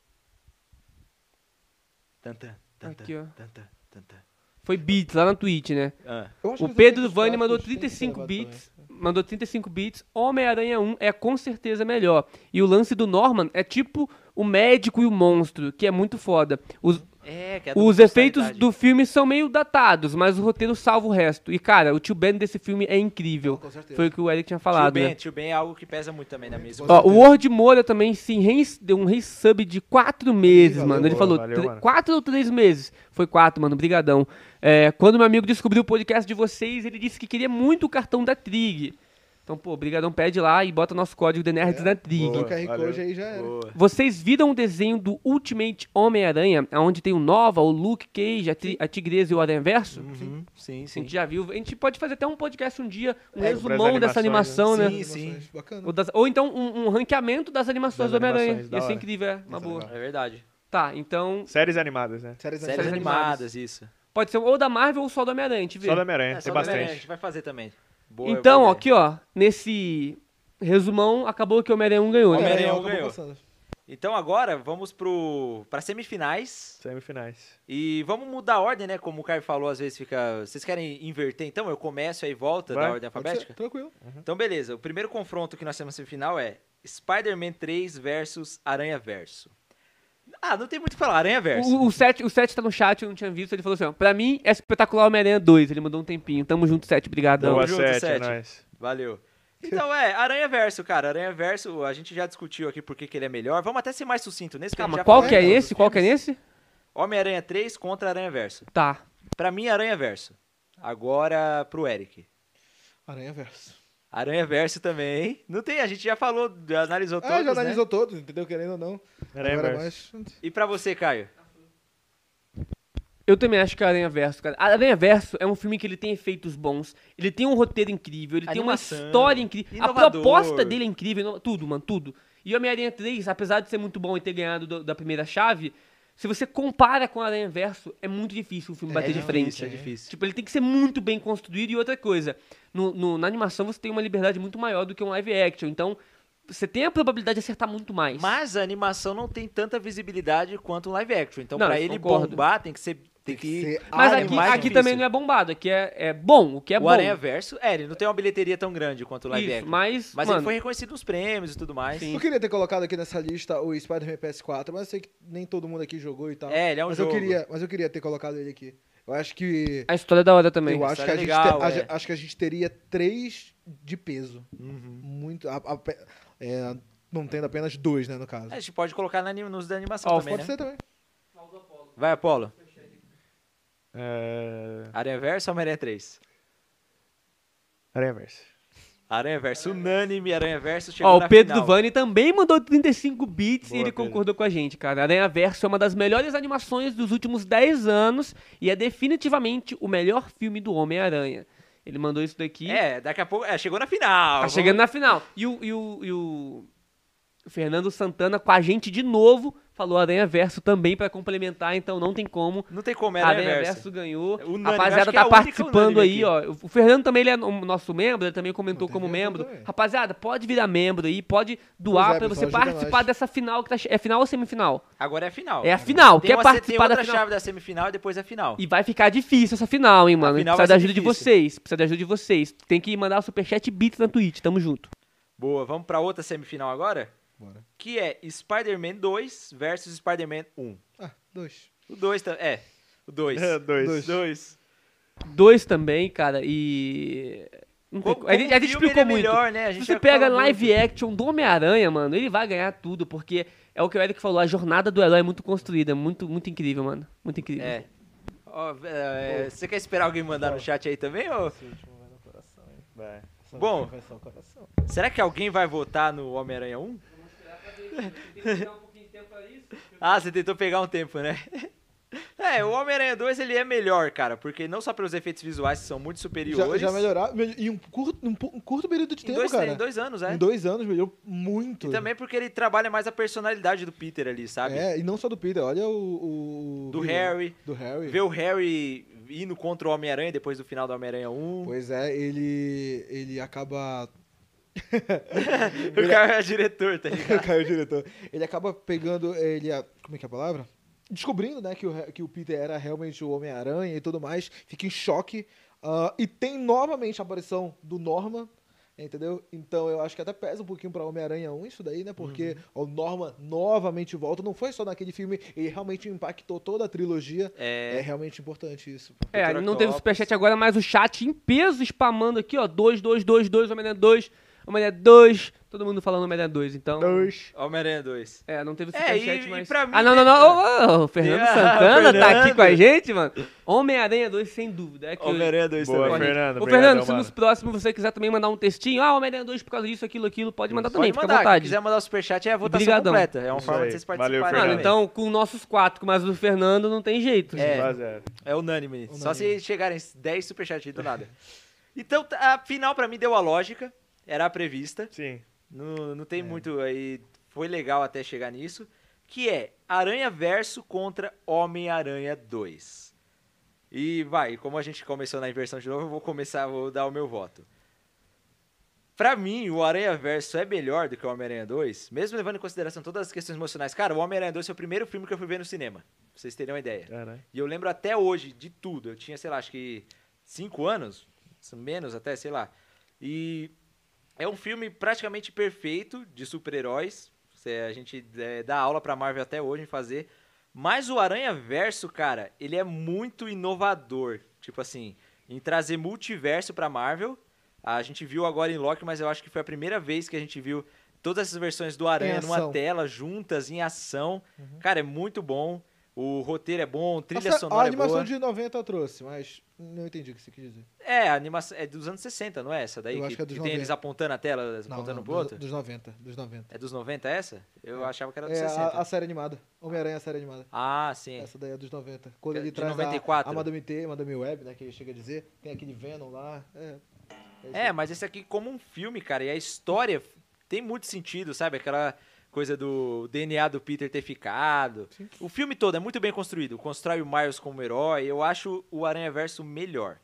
[SPEAKER 2] Tantã, tantã,
[SPEAKER 4] Aqui, ó.
[SPEAKER 2] tantã, tantã.
[SPEAKER 4] Foi beats lá na Twitch, né?
[SPEAKER 2] Ah,
[SPEAKER 1] Eu acho
[SPEAKER 4] O
[SPEAKER 1] que os
[SPEAKER 4] Pedro
[SPEAKER 1] efeitos
[SPEAKER 4] Vani mandou
[SPEAKER 1] práticos têm que né? ser
[SPEAKER 4] 35
[SPEAKER 1] levados
[SPEAKER 4] bits. Mandou 35 bits. Homem-Aranha 1 é com certeza melhor. E o lance do Norman é tipo o médico e o monstro, que é muito foda. Os,
[SPEAKER 2] é, que é
[SPEAKER 4] Os
[SPEAKER 2] da
[SPEAKER 4] efeitos
[SPEAKER 2] personalidade.
[SPEAKER 4] do filme são meio datados, mas o roteiro salva o resto. E, cara, o tio Ben desse filme é incrível.
[SPEAKER 1] Com certeza.
[SPEAKER 4] Foi o que o Eric tinha
[SPEAKER 2] Tio
[SPEAKER 4] falado,
[SPEAKER 2] Ben,
[SPEAKER 4] né?
[SPEAKER 2] Tio Ben é algo que pesa muito também na mesa.
[SPEAKER 4] Ó, o Word Moura também se reins- deu um resub de quatro meses,
[SPEAKER 1] valeu,
[SPEAKER 4] mano. Ele
[SPEAKER 3] boa,
[SPEAKER 4] falou
[SPEAKER 3] valeu,
[SPEAKER 4] tre-
[SPEAKER 3] mano.
[SPEAKER 4] quatro ou três meses. Foi quatro, mano. Brigadão. É, quando meu amigo descobriu o podcast de vocês, ele disse que queria muito o cartão da Trig. Então, pô, brigadão, pede lá e bota nosso código The Nerds na Trig.
[SPEAKER 1] também.
[SPEAKER 3] Boa,
[SPEAKER 1] O QR
[SPEAKER 3] valeu.
[SPEAKER 1] Code aí já era.
[SPEAKER 2] Boa.
[SPEAKER 4] Vocês viram o desenho do Ultimate Homem-Aranha, onde tem o Nova, o Luke Cage, a, tri- a Tigresa e o Aranha Verso?
[SPEAKER 2] Uhum, Sim, sim.
[SPEAKER 4] A gente já viu. A gente pode fazer até um podcast um dia, um
[SPEAKER 3] É,
[SPEAKER 4] resumão
[SPEAKER 3] das
[SPEAKER 4] dessa animação,
[SPEAKER 1] animações,
[SPEAKER 4] né?
[SPEAKER 2] Sim, sim.
[SPEAKER 1] Animações, Bacana.
[SPEAKER 4] Ou, das- ou então um, um ranqueamento das
[SPEAKER 3] Das
[SPEAKER 4] animações do Homem-Aranha.
[SPEAKER 3] animações, da
[SPEAKER 4] Ia ser
[SPEAKER 3] hora.
[SPEAKER 4] incrível, é uma boa.
[SPEAKER 3] legal.
[SPEAKER 2] É verdade.
[SPEAKER 4] Tá, então.
[SPEAKER 3] Séries animadas, né?
[SPEAKER 1] Séries
[SPEAKER 2] Séries
[SPEAKER 1] animadas.
[SPEAKER 2] animadas, isso.
[SPEAKER 4] Pode ser ou da Marvel ou só do Homem-Aranha, a gente vê.
[SPEAKER 3] Só da Homem-Aranha,
[SPEAKER 2] É, só
[SPEAKER 3] tem
[SPEAKER 2] da Homem-Aranha, A
[SPEAKER 3] bastante.
[SPEAKER 2] gente vai fazer também. Boa,
[SPEAKER 4] Então,
[SPEAKER 2] boa
[SPEAKER 4] ó,
[SPEAKER 2] ideia.
[SPEAKER 4] aqui, ó, nesse. Resumão, acabou que o Homem-Aranha 1 ganhou, né?
[SPEAKER 2] Homem-Aranha
[SPEAKER 1] É,
[SPEAKER 2] ganhou.
[SPEAKER 1] acabou passando.
[SPEAKER 2] Então agora vamos pro para semifinais
[SPEAKER 3] Semifinais.
[SPEAKER 2] e vamos mudar a ordem, né? Como o Caio falou, às vezes fica. Vocês querem inverter? Então eu começo aí volta
[SPEAKER 3] Vai,
[SPEAKER 2] da ordem
[SPEAKER 1] Pode ser?
[SPEAKER 2] alfabética.
[SPEAKER 1] Tranquilo.
[SPEAKER 4] Uhum.
[SPEAKER 2] Então beleza. O primeiro confronto que nós temos na semifinal é Spider-Man 3 versus Aranha Verso. Ah, não tem muito o que falar. Aranha Verso.
[SPEAKER 4] O, o, Seth, o Seth tá no chat, eu não tinha visto, ele falou assim, ó, pra mim é espetacular Homem-Aranha 2, ele mandou um tempinho, tamo junto, Seth, brigadão.
[SPEAKER 3] Boa,
[SPEAKER 2] junto,
[SPEAKER 3] sete, é
[SPEAKER 2] sete.
[SPEAKER 3] nóis.
[SPEAKER 2] Valeu. Então é, Aranha Verso, cara. Aranha Verso, a gente já discutiu aqui por que que ele é melhor. Vamos até ser mais sucinto nesse que a gente
[SPEAKER 4] Calma,
[SPEAKER 2] já
[SPEAKER 4] qual
[SPEAKER 2] falou
[SPEAKER 4] que é
[SPEAKER 2] em todos
[SPEAKER 4] esse?
[SPEAKER 2] os
[SPEAKER 4] Qual que é
[SPEAKER 2] filmes.
[SPEAKER 4] esse?
[SPEAKER 2] Homem-Aranha 3 contra Aranha Verso.
[SPEAKER 4] Tá.
[SPEAKER 2] Pra mim, Aranha Verso. Agora pro Eric.
[SPEAKER 1] Aranha Verso.
[SPEAKER 2] Aranha Verso também. Não tem, a gente já falou, já analisou todos,
[SPEAKER 1] Ah, já analisou
[SPEAKER 2] né?
[SPEAKER 1] todos, entendeu? Querendo ou não.
[SPEAKER 3] Aranha
[SPEAKER 1] Agora
[SPEAKER 3] Verso.
[SPEAKER 1] mais-
[SPEAKER 2] E pra você, Caio?
[SPEAKER 4] Eu também acho que é Aranha Verso, cara. Aranha Verso é um filme que ele tem efeitos bons, ele tem um roteiro incrível, ele tem
[SPEAKER 2] Animação,
[SPEAKER 4] uma história incrível. A
[SPEAKER 2] inovador.
[SPEAKER 4] proposta dele é incrível, inova- tudo, mano, tudo. E o Homem-Aranha 3, apesar de ser muito bom e ter ganhado do- da primeira chave, se você compara com Aranha Verso, é muito difícil o filme bater de frente.
[SPEAKER 2] é difícil.
[SPEAKER 4] Tipo, ele tem que ser muito bem construído e outra coisa. No, no- na animação você tem uma liberdade muito maior do que um live action. Então, você tem a probabilidade de acertar muito mais.
[SPEAKER 2] Mas a animação não tem tanta visibilidade quanto um live action. Então,
[SPEAKER 4] Não,
[SPEAKER 2] pra
[SPEAKER 4] eu
[SPEAKER 2] ele
[SPEAKER 4] concordo.
[SPEAKER 2] bombar, tem que ser... Tem que...
[SPEAKER 1] ser a
[SPEAKER 4] Mas aqui,
[SPEAKER 2] mais
[SPEAKER 1] animação.
[SPEAKER 4] aqui
[SPEAKER 2] difícil.
[SPEAKER 4] também não é bombado, aqui é, é bom, o que é
[SPEAKER 2] o
[SPEAKER 4] bom.
[SPEAKER 2] Aranha Verso, é, ele não tem uma bilheteria tão grande quanto o live
[SPEAKER 4] Isso,
[SPEAKER 2] action.
[SPEAKER 4] mas,
[SPEAKER 2] Mas
[SPEAKER 4] mano,
[SPEAKER 2] ele foi reconhecido nos prêmios e tudo mais.
[SPEAKER 4] Sim.
[SPEAKER 1] Eu queria ter colocado aqui nessa lista o Spider-Man PS4, mas eu sei que nem todo mundo aqui jogou e tal.
[SPEAKER 2] É, ele é um
[SPEAKER 1] mas
[SPEAKER 2] jogo.
[SPEAKER 1] Eu queria, mas eu queria ter colocado ele aqui. Eu acho que.
[SPEAKER 4] a história é da hora também.
[SPEAKER 1] Eu acho que,
[SPEAKER 2] história
[SPEAKER 1] a gente
[SPEAKER 2] legal,
[SPEAKER 1] te- a
[SPEAKER 2] é.
[SPEAKER 1] ge- acho que a gente teria três de peso.
[SPEAKER 2] Uhum.
[SPEAKER 1] Muito. a- a pe- é, não tendo apenas dois, né, no caso.
[SPEAKER 2] A gente pode colocar na anim- nos da animação
[SPEAKER 4] Ó,
[SPEAKER 2] É, também,
[SPEAKER 1] Pode
[SPEAKER 2] né?
[SPEAKER 1] ser também.
[SPEAKER 2] Vai, Apolo.
[SPEAKER 3] É...
[SPEAKER 2] Aranha Verso ou Homem-Aranha 3?
[SPEAKER 3] Aranha Verso.
[SPEAKER 2] Aranha Verso, unânime, Aranha Verso chegou
[SPEAKER 4] Ó,
[SPEAKER 2] na
[SPEAKER 4] o Pedro
[SPEAKER 2] final.
[SPEAKER 4] Duvani também mandou 35 bits
[SPEAKER 3] Boa,
[SPEAKER 4] e ele
[SPEAKER 3] Pedro.
[SPEAKER 4] concordou com a gente, cara. Aranha Verso é uma das melhores animações dos últimos 10 anos e é definitivamente o melhor filme do Homem-Aranha. Ele mandou isso daqui.
[SPEAKER 2] É, daqui a pouco. É, chegou na final.
[SPEAKER 4] Tá
[SPEAKER 2] Vamos-
[SPEAKER 4] chegando na final. E o, e o- e o Fernando Santana com a gente de novo falou Aranha Verso também pra complementar, então não tem como.
[SPEAKER 2] Não tem como, é
[SPEAKER 4] Aranha,
[SPEAKER 2] Aranha
[SPEAKER 4] Verso,
[SPEAKER 2] Verso.
[SPEAKER 4] ganhou.
[SPEAKER 2] É unânime,
[SPEAKER 4] a
[SPEAKER 2] acho
[SPEAKER 4] rapaziada
[SPEAKER 2] que é a
[SPEAKER 4] tá
[SPEAKER 2] única
[SPEAKER 4] participando
[SPEAKER 2] unânime
[SPEAKER 4] aí, ó. O Fernando também ele é um- nosso membro, ele também comentou
[SPEAKER 1] Não tem
[SPEAKER 4] como
[SPEAKER 1] nenhum
[SPEAKER 4] membro.
[SPEAKER 1] problema.
[SPEAKER 4] Rapaziada, pode virar membro aí, pode doar
[SPEAKER 1] é,
[SPEAKER 4] pra você
[SPEAKER 1] pessoal, ajuda
[SPEAKER 4] participar
[SPEAKER 1] nós.
[SPEAKER 4] dessa final que tá che- é final ou semifinal?
[SPEAKER 2] Agora é a final.
[SPEAKER 4] É a final,
[SPEAKER 2] Tem
[SPEAKER 4] quer
[SPEAKER 2] uma- tem
[SPEAKER 4] participar da
[SPEAKER 2] outra
[SPEAKER 4] final.
[SPEAKER 2] chave da semifinal e depois é a final.
[SPEAKER 4] E vai ficar difícil essa final, hein, mano. A gente
[SPEAKER 2] final vai
[SPEAKER 4] precisa da
[SPEAKER 2] ser
[SPEAKER 4] ajuda de
[SPEAKER 2] difícil.
[SPEAKER 4] vocês, precisa da ajuda de vocês. Tem que mandar o superchat bits na Twitch, tamo junto.
[SPEAKER 2] Boa, vamos pra outra semifinal agora?
[SPEAKER 1] Bora.
[SPEAKER 2] Que é Spider-Man 2 versus Spider-Man 1.
[SPEAKER 1] Ah, dois.
[SPEAKER 2] O 2 também. É, o 2.
[SPEAKER 3] É, dois.
[SPEAKER 1] Dois.
[SPEAKER 2] Dois.
[SPEAKER 4] Dois também, cara, e. Não tem
[SPEAKER 2] Como-
[SPEAKER 4] co- a gente,
[SPEAKER 2] como
[SPEAKER 4] a gente
[SPEAKER 2] filme, ele
[SPEAKER 4] explicou
[SPEAKER 2] é
[SPEAKER 4] muito.
[SPEAKER 2] melhor, né? A gente
[SPEAKER 4] Se você
[SPEAKER 2] já
[SPEAKER 4] pega
[SPEAKER 2] fala
[SPEAKER 4] live action do Homem-Aranha, mano, ele vai ganhar tudo, porque é o que o Eric falou, a jornada do herói é muito construída, muito, muito incrível, mano. Muito incrível.
[SPEAKER 2] É. Ó, é, você quer esperar alguém mandar no chat aí também? Ou...
[SPEAKER 3] Vai.
[SPEAKER 2] Bom, será que alguém vai votar no Homem-Aranha 1? Ah, você tentou pegar um tempo, né? É, o Homem-Aranha 2 ele é melhor, cara, porque não só pelos efeitos visuais que são muito
[SPEAKER 1] Já,
[SPEAKER 2] superiores.
[SPEAKER 1] já melhorar. mel- Em um curto, um, pu- um curto período de
[SPEAKER 2] em
[SPEAKER 1] tempo,
[SPEAKER 2] dois,
[SPEAKER 1] cara.
[SPEAKER 2] em dois anos, é.
[SPEAKER 1] Em dois anos melhorou muito.
[SPEAKER 2] E também porque ele trabalha mais a personalidade do Peter ali, sabe?
[SPEAKER 1] É, e não só do Peter, olha o. o-
[SPEAKER 2] Do
[SPEAKER 1] o-
[SPEAKER 2] Harry.
[SPEAKER 1] Do Harry.
[SPEAKER 2] Ver o Harry indo contra o Homem-Aranha depois do final do Homem-Aranha 1.
[SPEAKER 1] Pois é, ele. Ele acaba.
[SPEAKER 2] o cara é diretor, tá ligado?
[SPEAKER 1] Caiu o diretor. Ele acaba pegando. Ele. a- Como é que é a palavra? Descobrindo, né, que o, Re- que o Peter era realmente o Homem-Aranha e tudo mais. Fica em choque. Ah, e tem novamente a aparição do Norman. Entendeu? Então eu acho que até pesa um pouquinho pra Homem-Aranha 1 isso daí, né? Porque
[SPEAKER 2] Uhum.
[SPEAKER 1] o Norman novamente volta. Não foi só naquele filme, ele realmente impactou toda a trilogia.
[SPEAKER 2] É.
[SPEAKER 1] É, realmente importante isso.
[SPEAKER 4] É,
[SPEAKER 2] Cultura
[SPEAKER 4] não teve
[SPEAKER 2] Octopus.
[SPEAKER 4] superchat agora, mas o chat em peso spamando aqui, ó. 2, 2, 2, 2, Homem-Aranha 2, Homem-Aranha 2. Todo mundo falando Homem-Aranha 2, então.
[SPEAKER 3] Dois.
[SPEAKER 2] Homem-Aranha 2.
[SPEAKER 4] É, não teve
[SPEAKER 2] É,
[SPEAKER 4] superchat,
[SPEAKER 2] e- e
[SPEAKER 4] mas.
[SPEAKER 2] pra mim
[SPEAKER 4] ah, não,
[SPEAKER 2] tem-
[SPEAKER 4] não, não. Ô, ô, o Fernando
[SPEAKER 2] Ah,
[SPEAKER 4] Santana tá aqui
[SPEAKER 2] Fernando.
[SPEAKER 4] com a gente, mano. Homem-Aranha 2, sem dúvida. É que eu-
[SPEAKER 2] Homem-Aranha 2
[SPEAKER 3] Boa,
[SPEAKER 2] também.
[SPEAKER 3] Fernando.
[SPEAKER 4] Ô,
[SPEAKER 3] obrigadão,
[SPEAKER 4] Fernando, se
[SPEAKER 3] mano.
[SPEAKER 4] nos próximos você quiser também mandar um textinho, ah, Homem-Aranha 2 por causa disso, aquilo, aquilo, pode mandar também,
[SPEAKER 2] Pode
[SPEAKER 4] fica
[SPEAKER 2] mandar.
[SPEAKER 4] à vontade.
[SPEAKER 2] Se quiser mandar o superchat, é a votação
[SPEAKER 4] Brigadão.
[SPEAKER 2] completa. É uma
[SPEAKER 3] Isso
[SPEAKER 2] forma
[SPEAKER 3] aí.
[SPEAKER 2] de vocês
[SPEAKER 3] Valeu,
[SPEAKER 2] participarem.
[SPEAKER 4] Mano,
[SPEAKER 3] Fernando.
[SPEAKER 2] também.
[SPEAKER 4] então, com nossos quatro, mas o Fernando não tem jeito.
[SPEAKER 2] É.
[SPEAKER 3] Dois a zero.
[SPEAKER 2] É unânime. Só
[SPEAKER 1] Unânime.
[SPEAKER 2] se chegarem 10 superchats aí do nada. Então, tá, a final pra mim deu a lógica. Era a prevista.
[SPEAKER 3] Sim.
[SPEAKER 2] Não, não tem muito aí. Foi legal até chegar nisso. Que é Aranha Verso contra Homem-Aranha 2. E vai, como a gente começou na inversão de novo, eu vou começar, vou dar o meu voto. Pra mim, o Aranha Verso é melhor do que o Homem-Aranha 2, mesmo levando em consideração todas as questões emocionais. Cara, o Homem-Aranha 2 foi o primeiro filme que eu fui ver no cinema. Pra vocês terem uma ideia.
[SPEAKER 3] Caralho.
[SPEAKER 2] E eu lembro até hoje de tudo. Eu tinha, sei lá, acho que 5 anos, menos até, sei lá. E é um filme praticamente perfeito de super-heróis. Cê- A gente é, dá aula pra Marvel até hoje em fazer. Mas o Aranha Verso, cara, ele é muito inovador. Tipo assim, em trazer multiverso pra Marvel. A gente viu agora em Loki, mas eu acho que foi a primeira vez que a gente viu todas essas versões do Aranha numa
[SPEAKER 1] ação. Uhum.
[SPEAKER 2] tela, juntas, em ação. Cara, é muito bom. O roteiro é bom, trilha
[SPEAKER 1] Nossa, a
[SPEAKER 2] sonora é boa.
[SPEAKER 1] animação de 90 trouxe, mas não entendi o que você quis dizer.
[SPEAKER 2] É, a animação é dos anos 60, não é essa daí?
[SPEAKER 1] Eu
[SPEAKER 2] que,
[SPEAKER 1] acho que é dos
[SPEAKER 2] que tem eles
[SPEAKER 1] 90.
[SPEAKER 2] apontando a tela,
[SPEAKER 1] Não,
[SPEAKER 2] apontando
[SPEAKER 1] não,
[SPEAKER 2] pro
[SPEAKER 1] dos-
[SPEAKER 2] outro?
[SPEAKER 1] Dos 90, dos 90.
[SPEAKER 2] É dos 90 essa? Eu achava que era dos
[SPEAKER 1] É
[SPEAKER 2] 60.
[SPEAKER 1] a, a série animada. Homem-Aranha é a série animada.
[SPEAKER 2] Ah, sim.
[SPEAKER 1] Essa daí é dos 90. Quando
[SPEAKER 2] É
[SPEAKER 1] ele
[SPEAKER 2] de
[SPEAKER 1] traz a-
[SPEAKER 2] 94.
[SPEAKER 1] a Madame T, Madame Web, né, que ele chega a dizer. Tem aquele Venom lá. É, isso
[SPEAKER 2] É,
[SPEAKER 1] aí.
[SPEAKER 2] mas esse aqui como um filme, cara, e a história tem muito sentido, sabe? Aquela coisa do DNA do Peter ter ficado. O filme todo é muito bem construído, constrói o Miles como herói, eu acho o Aranha Verso melhor.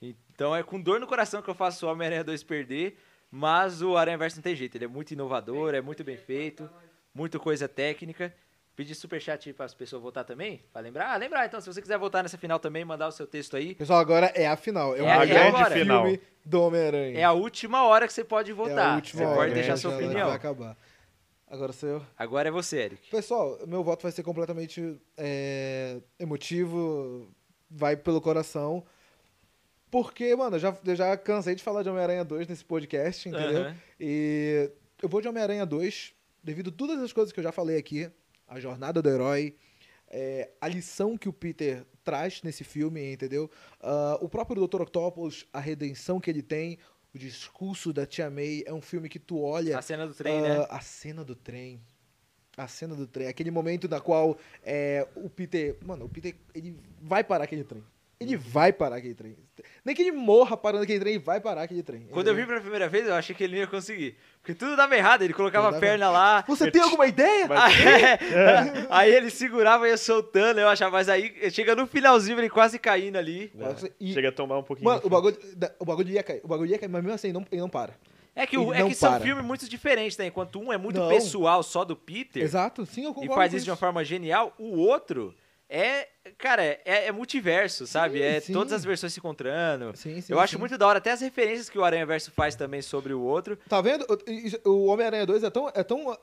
[SPEAKER 2] Então é com dor no coração que eu faço o Homem-Aranha 2 perder, mas o Aranha Verso não tem jeito, ele é muito inovador, é muito bem feito, muita coisa técnica. Pedir superchat para as pessoas votar também, para lembrar. Ah, lembrar, então, se você quiser votar nessa final também, mandar o seu texto aí,
[SPEAKER 1] Pessoal, agora é a final. É, o
[SPEAKER 2] É a
[SPEAKER 1] melhor
[SPEAKER 2] grande
[SPEAKER 1] filme
[SPEAKER 3] final.
[SPEAKER 1] do Homem-Aranha.
[SPEAKER 2] É a última hora que você pode
[SPEAKER 1] É a
[SPEAKER 2] votar.
[SPEAKER 1] última
[SPEAKER 2] você
[SPEAKER 1] hora,
[SPEAKER 2] pode
[SPEAKER 1] né,
[SPEAKER 2] deixar sua
[SPEAKER 1] já- já
[SPEAKER 2] opinião.
[SPEAKER 1] Vai acabar. Agora sou eu.
[SPEAKER 2] Agora é você, Eric.
[SPEAKER 1] Pessoal, meu voto vai ser completamente é, emotivo, vai pelo coração. Porque, mano, eu já, eu já cansei de falar de Homem-Aranha 2 nesse podcast, entendeu?
[SPEAKER 2] Aham.
[SPEAKER 1] E eu vou de Homem-Aranha 2, devido a todas as coisas que eu já falei aqui, a jornada do herói, é, a lição que o Peter traz nesse filme, entendeu? Ah, o próprio Dr. Octopus, a redenção que ele tem, o discurso da Tia May, é um filme que tu olha...
[SPEAKER 2] A cena do trem,
[SPEAKER 1] Ah,
[SPEAKER 2] né?
[SPEAKER 1] A cena do trem. A cena do trem. Aquele momento na qual é, o Peter. Mano, o Peter ele vai parar aquele trem. Ele vai parar aquele trem. Nem que ele morra parando aquele trem, ele vai parar aquele trem.
[SPEAKER 2] Quando eu vi pela primeira vez, eu achei que ele não ia conseguir. Porque tudo dava errado, ele colocava
[SPEAKER 1] Tudo
[SPEAKER 2] a
[SPEAKER 1] dava
[SPEAKER 2] perna lá.
[SPEAKER 1] Você tem alguma ideia?
[SPEAKER 2] Aí,
[SPEAKER 1] É.
[SPEAKER 2] aí ele segurava e ia soltando, eu achava, mas aí chega no finalzinho ele quase caindo ali.
[SPEAKER 1] E-
[SPEAKER 3] Chega a tombar um pouquinho.
[SPEAKER 1] mano, o bagulho, da- o bagulho ia cair. O bagulho ia cair, mas mesmo assim, ele não, ele não para.
[SPEAKER 2] É que, o-
[SPEAKER 1] Ele
[SPEAKER 2] é
[SPEAKER 1] não
[SPEAKER 2] que são
[SPEAKER 1] para.
[SPEAKER 2] filmes muito diferentes, né? Enquanto um é muito
[SPEAKER 1] Não.
[SPEAKER 2] pessoal só do Peter
[SPEAKER 1] Exato, sim, eu
[SPEAKER 2] e
[SPEAKER 1] concordo.
[SPEAKER 2] faz
[SPEAKER 1] com
[SPEAKER 2] isso de uma forma genial, o outro é, cara, é, é multiverso, sabe?
[SPEAKER 1] Sim,
[SPEAKER 2] é
[SPEAKER 1] sim.
[SPEAKER 2] todas as versões se encontrando.
[SPEAKER 1] Sim, sim,
[SPEAKER 2] eu acho
[SPEAKER 1] sim.
[SPEAKER 2] muito da hora até as referências que o Aranha Verso faz também sobre o outro.
[SPEAKER 1] Tá vendo? O- O Homem-Aranha 2 é tão, é tão.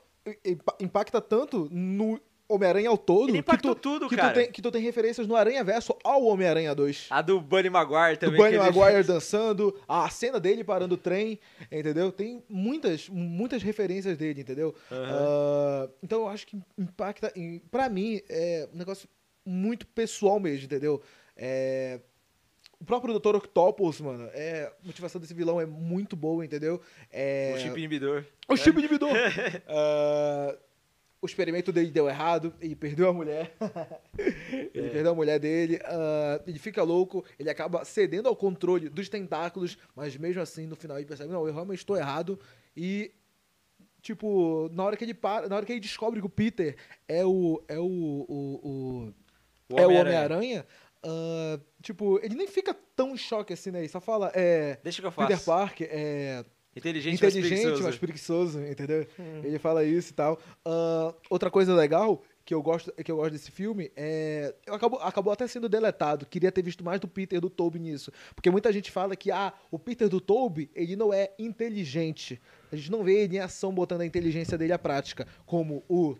[SPEAKER 1] impa- impacta tanto no Homem-Aranha ao todo.
[SPEAKER 2] Ele impactou
[SPEAKER 1] que tu,
[SPEAKER 2] tudo,
[SPEAKER 1] que
[SPEAKER 2] cara.
[SPEAKER 1] Tu tem, que tu tem referências no Aranha Verso ao Homem-Aranha 2.
[SPEAKER 2] A do Bunny Maguire
[SPEAKER 1] do
[SPEAKER 2] também.
[SPEAKER 1] Bunny
[SPEAKER 2] que ele-
[SPEAKER 1] Maguire dançando, a cena dele parando o trem, entendeu? Tem muitas, muitas referências dele, entendeu? Ah, então eu acho que impacta. Em, pra mim, é um negócio muito pessoal mesmo, entendeu? É, o próprio Dr. Octopus, mano, é, a motivação desse vilão é muito boa, entendeu? É,
[SPEAKER 2] O chip inibidor.
[SPEAKER 1] o
[SPEAKER 2] É.
[SPEAKER 1] chip inibidor! Ah, o experimento dele deu errado, ele perdeu a mulher.
[SPEAKER 2] É.
[SPEAKER 1] ele perdeu a mulher dele, ah, ele fica louco, ele acaba cedendo ao controle dos tentáculos, mas mesmo assim, no final, ele percebe, não, eu realmente estou errado. E, tipo, na hora que ele para, na hora que ele descobre que o Peter é o. é o. o- o-
[SPEAKER 2] O
[SPEAKER 1] é o
[SPEAKER 2] Homem-Aranha.
[SPEAKER 1] Homem-Aranha, ah, tipo, ele nem fica tão em choque assim, né? Ele só fala, é.
[SPEAKER 2] Deixa que eu faço.
[SPEAKER 1] Peter Parker, é
[SPEAKER 2] Inteligente,
[SPEAKER 1] inteligente,
[SPEAKER 2] mas
[SPEAKER 1] mas
[SPEAKER 2] preguiçoso.
[SPEAKER 1] preguiçoso, entendeu? Ele fala isso e tal. Ahn, outra coisa legal que eu gosto, que eu gosto desse filme é, eu acabou, acabou até sendo deletado. Queria ter visto mais do Peter do Toby nisso, porque muita gente fala que ah, o Peter do Toby ele não é inteligente. A gente não vê ele em ação botando a inteligência dele à prática, como o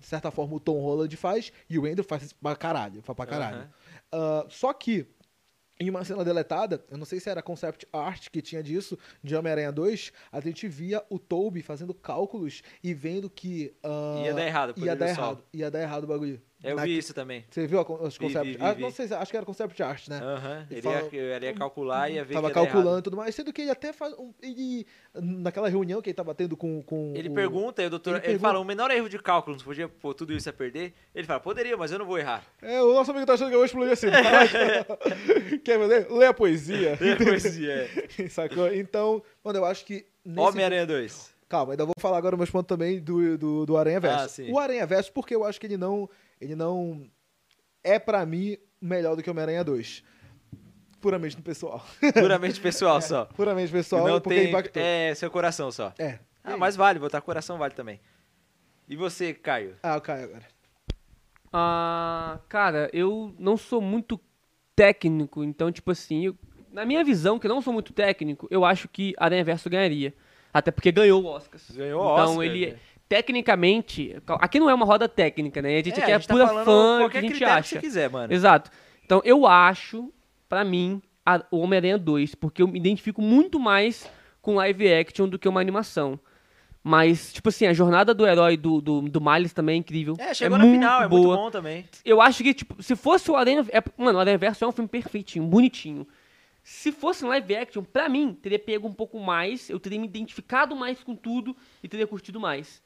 [SPEAKER 1] de certa forma o Tom Holland faz e o Andrew faz isso pra caralho, faz pra caralho.
[SPEAKER 2] Aham.
[SPEAKER 1] Ah, só que em uma cena deletada, eu não sei se era concept art que tinha disso, de Homem-Aranha 2, a gente via o Toby fazendo cálculos e vendo que. ah,
[SPEAKER 2] Ia dar errado,
[SPEAKER 1] Ia
[SPEAKER 2] poderia
[SPEAKER 1] dar
[SPEAKER 2] do sol.
[SPEAKER 1] errado. Ia dar errado o bagulho.
[SPEAKER 2] Eu
[SPEAKER 1] Na-
[SPEAKER 2] vi isso também.
[SPEAKER 1] Você viu a con- os
[SPEAKER 2] Vi, vi,
[SPEAKER 1] concept
[SPEAKER 2] vi,
[SPEAKER 1] art?
[SPEAKER 2] vi.
[SPEAKER 1] Não sei, se- acho que era concept art, né?
[SPEAKER 2] Aham.
[SPEAKER 1] Ele
[SPEAKER 2] Ele,
[SPEAKER 1] fala-
[SPEAKER 2] ia, ele ia calcular e ia ver
[SPEAKER 1] tava
[SPEAKER 2] que ia dar
[SPEAKER 1] calculando e tudo mais, sendo que ele até faz. um- ele, naquela reunião que ele tava tendo com. com
[SPEAKER 2] errado. Ele
[SPEAKER 1] o-
[SPEAKER 2] pergunta, e o doutor.
[SPEAKER 1] Ele
[SPEAKER 2] Ele,
[SPEAKER 1] pergunta-
[SPEAKER 2] fala, o menor erro de cálculo, não podia pôr tudo isso a perder. Ele fala, poderia, mas eu não vou errar.
[SPEAKER 1] É, o nosso amigo tá achando que eu vou explodir assim. tá? Quer ver? Lê a poesia.
[SPEAKER 2] Depois é.
[SPEAKER 1] Sacou? Então, mano, eu acho que. nesse
[SPEAKER 2] Homem-Aranha 2.
[SPEAKER 1] Calma, ainda vou falar agora meus pontos também do, do, do Aranha Verso.
[SPEAKER 2] Ah, sim.
[SPEAKER 1] o Aranha Verso, porque eu acho que ele não. Ele não. É pra mim melhor do que o Homem-Aranha 2. puramente no pessoal.
[SPEAKER 2] Puramente pessoal só.
[SPEAKER 1] puramente pessoal,
[SPEAKER 2] não
[SPEAKER 1] porque
[SPEAKER 2] tem.
[SPEAKER 1] impactou.
[SPEAKER 2] É, seu coração só.
[SPEAKER 1] É.
[SPEAKER 2] Ah, mas vale, botar coração vale também. E você, Caio?
[SPEAKER 1] Ah, o Caio agora.
[SPEAKER 4] Ah, cara, eu não sou muito técnico, então, tipo assim, eu- na minha visão, que eu não sou muito técnico, eu acho que Aranha Verso ganharia. Até porque ganhou o Oscar.
[SPEAKER 2] Ganhou o
[SPEAKER 4] então,
[SPEAKER 2] Oscar,
[SPEAKER 4] ele,
[SPEAKER 2] né?
[SPEAKER 4] tecnicamente, cal- aqui não é uma roda técnica, né? A gente
[SPEAKER 2] É,
[SPEAKER 4] aqui é,
[SPEAKER 2] a gente tá
[SPEAKER 4] pura
[SPEAKER 2] falando
[SPEAKER 4] fã do que
[SPEAKER 2] qualquer
[SPEAKER 4] a gente
[SPEAKER 2] critério que
[SPEAKER 4] acha.
[SPEAKER 2] você quiser, mano.
[SPEAKER 4] Exato. Então, eu acho, pra mim, a- o Homem-Aranha 2, porque eu me identifico muito mais com live action do que uma animação. Mas, tipo assim, a jornada do herói do, do, do Miles também é incrível.
[SPEAKER 2] É, chegou
[SPEAKER 4] é
[SPEAKER 2] na
[SPEAKER 4] muito
[SPEAKER 2] final, é
[SPEAKER 4] boa.
[SPEAKER 2] muito bom também.
[SPEAKER 4] Eu acho que, tipo, se fosse o Aranha... É, mano, o Aranha Verso é um filme perfeitinho, bonitinho. Se fosse um live action, pra mim, teria pego um pouco mais, eu teria me identificado mais com tudo e teria curtido mais.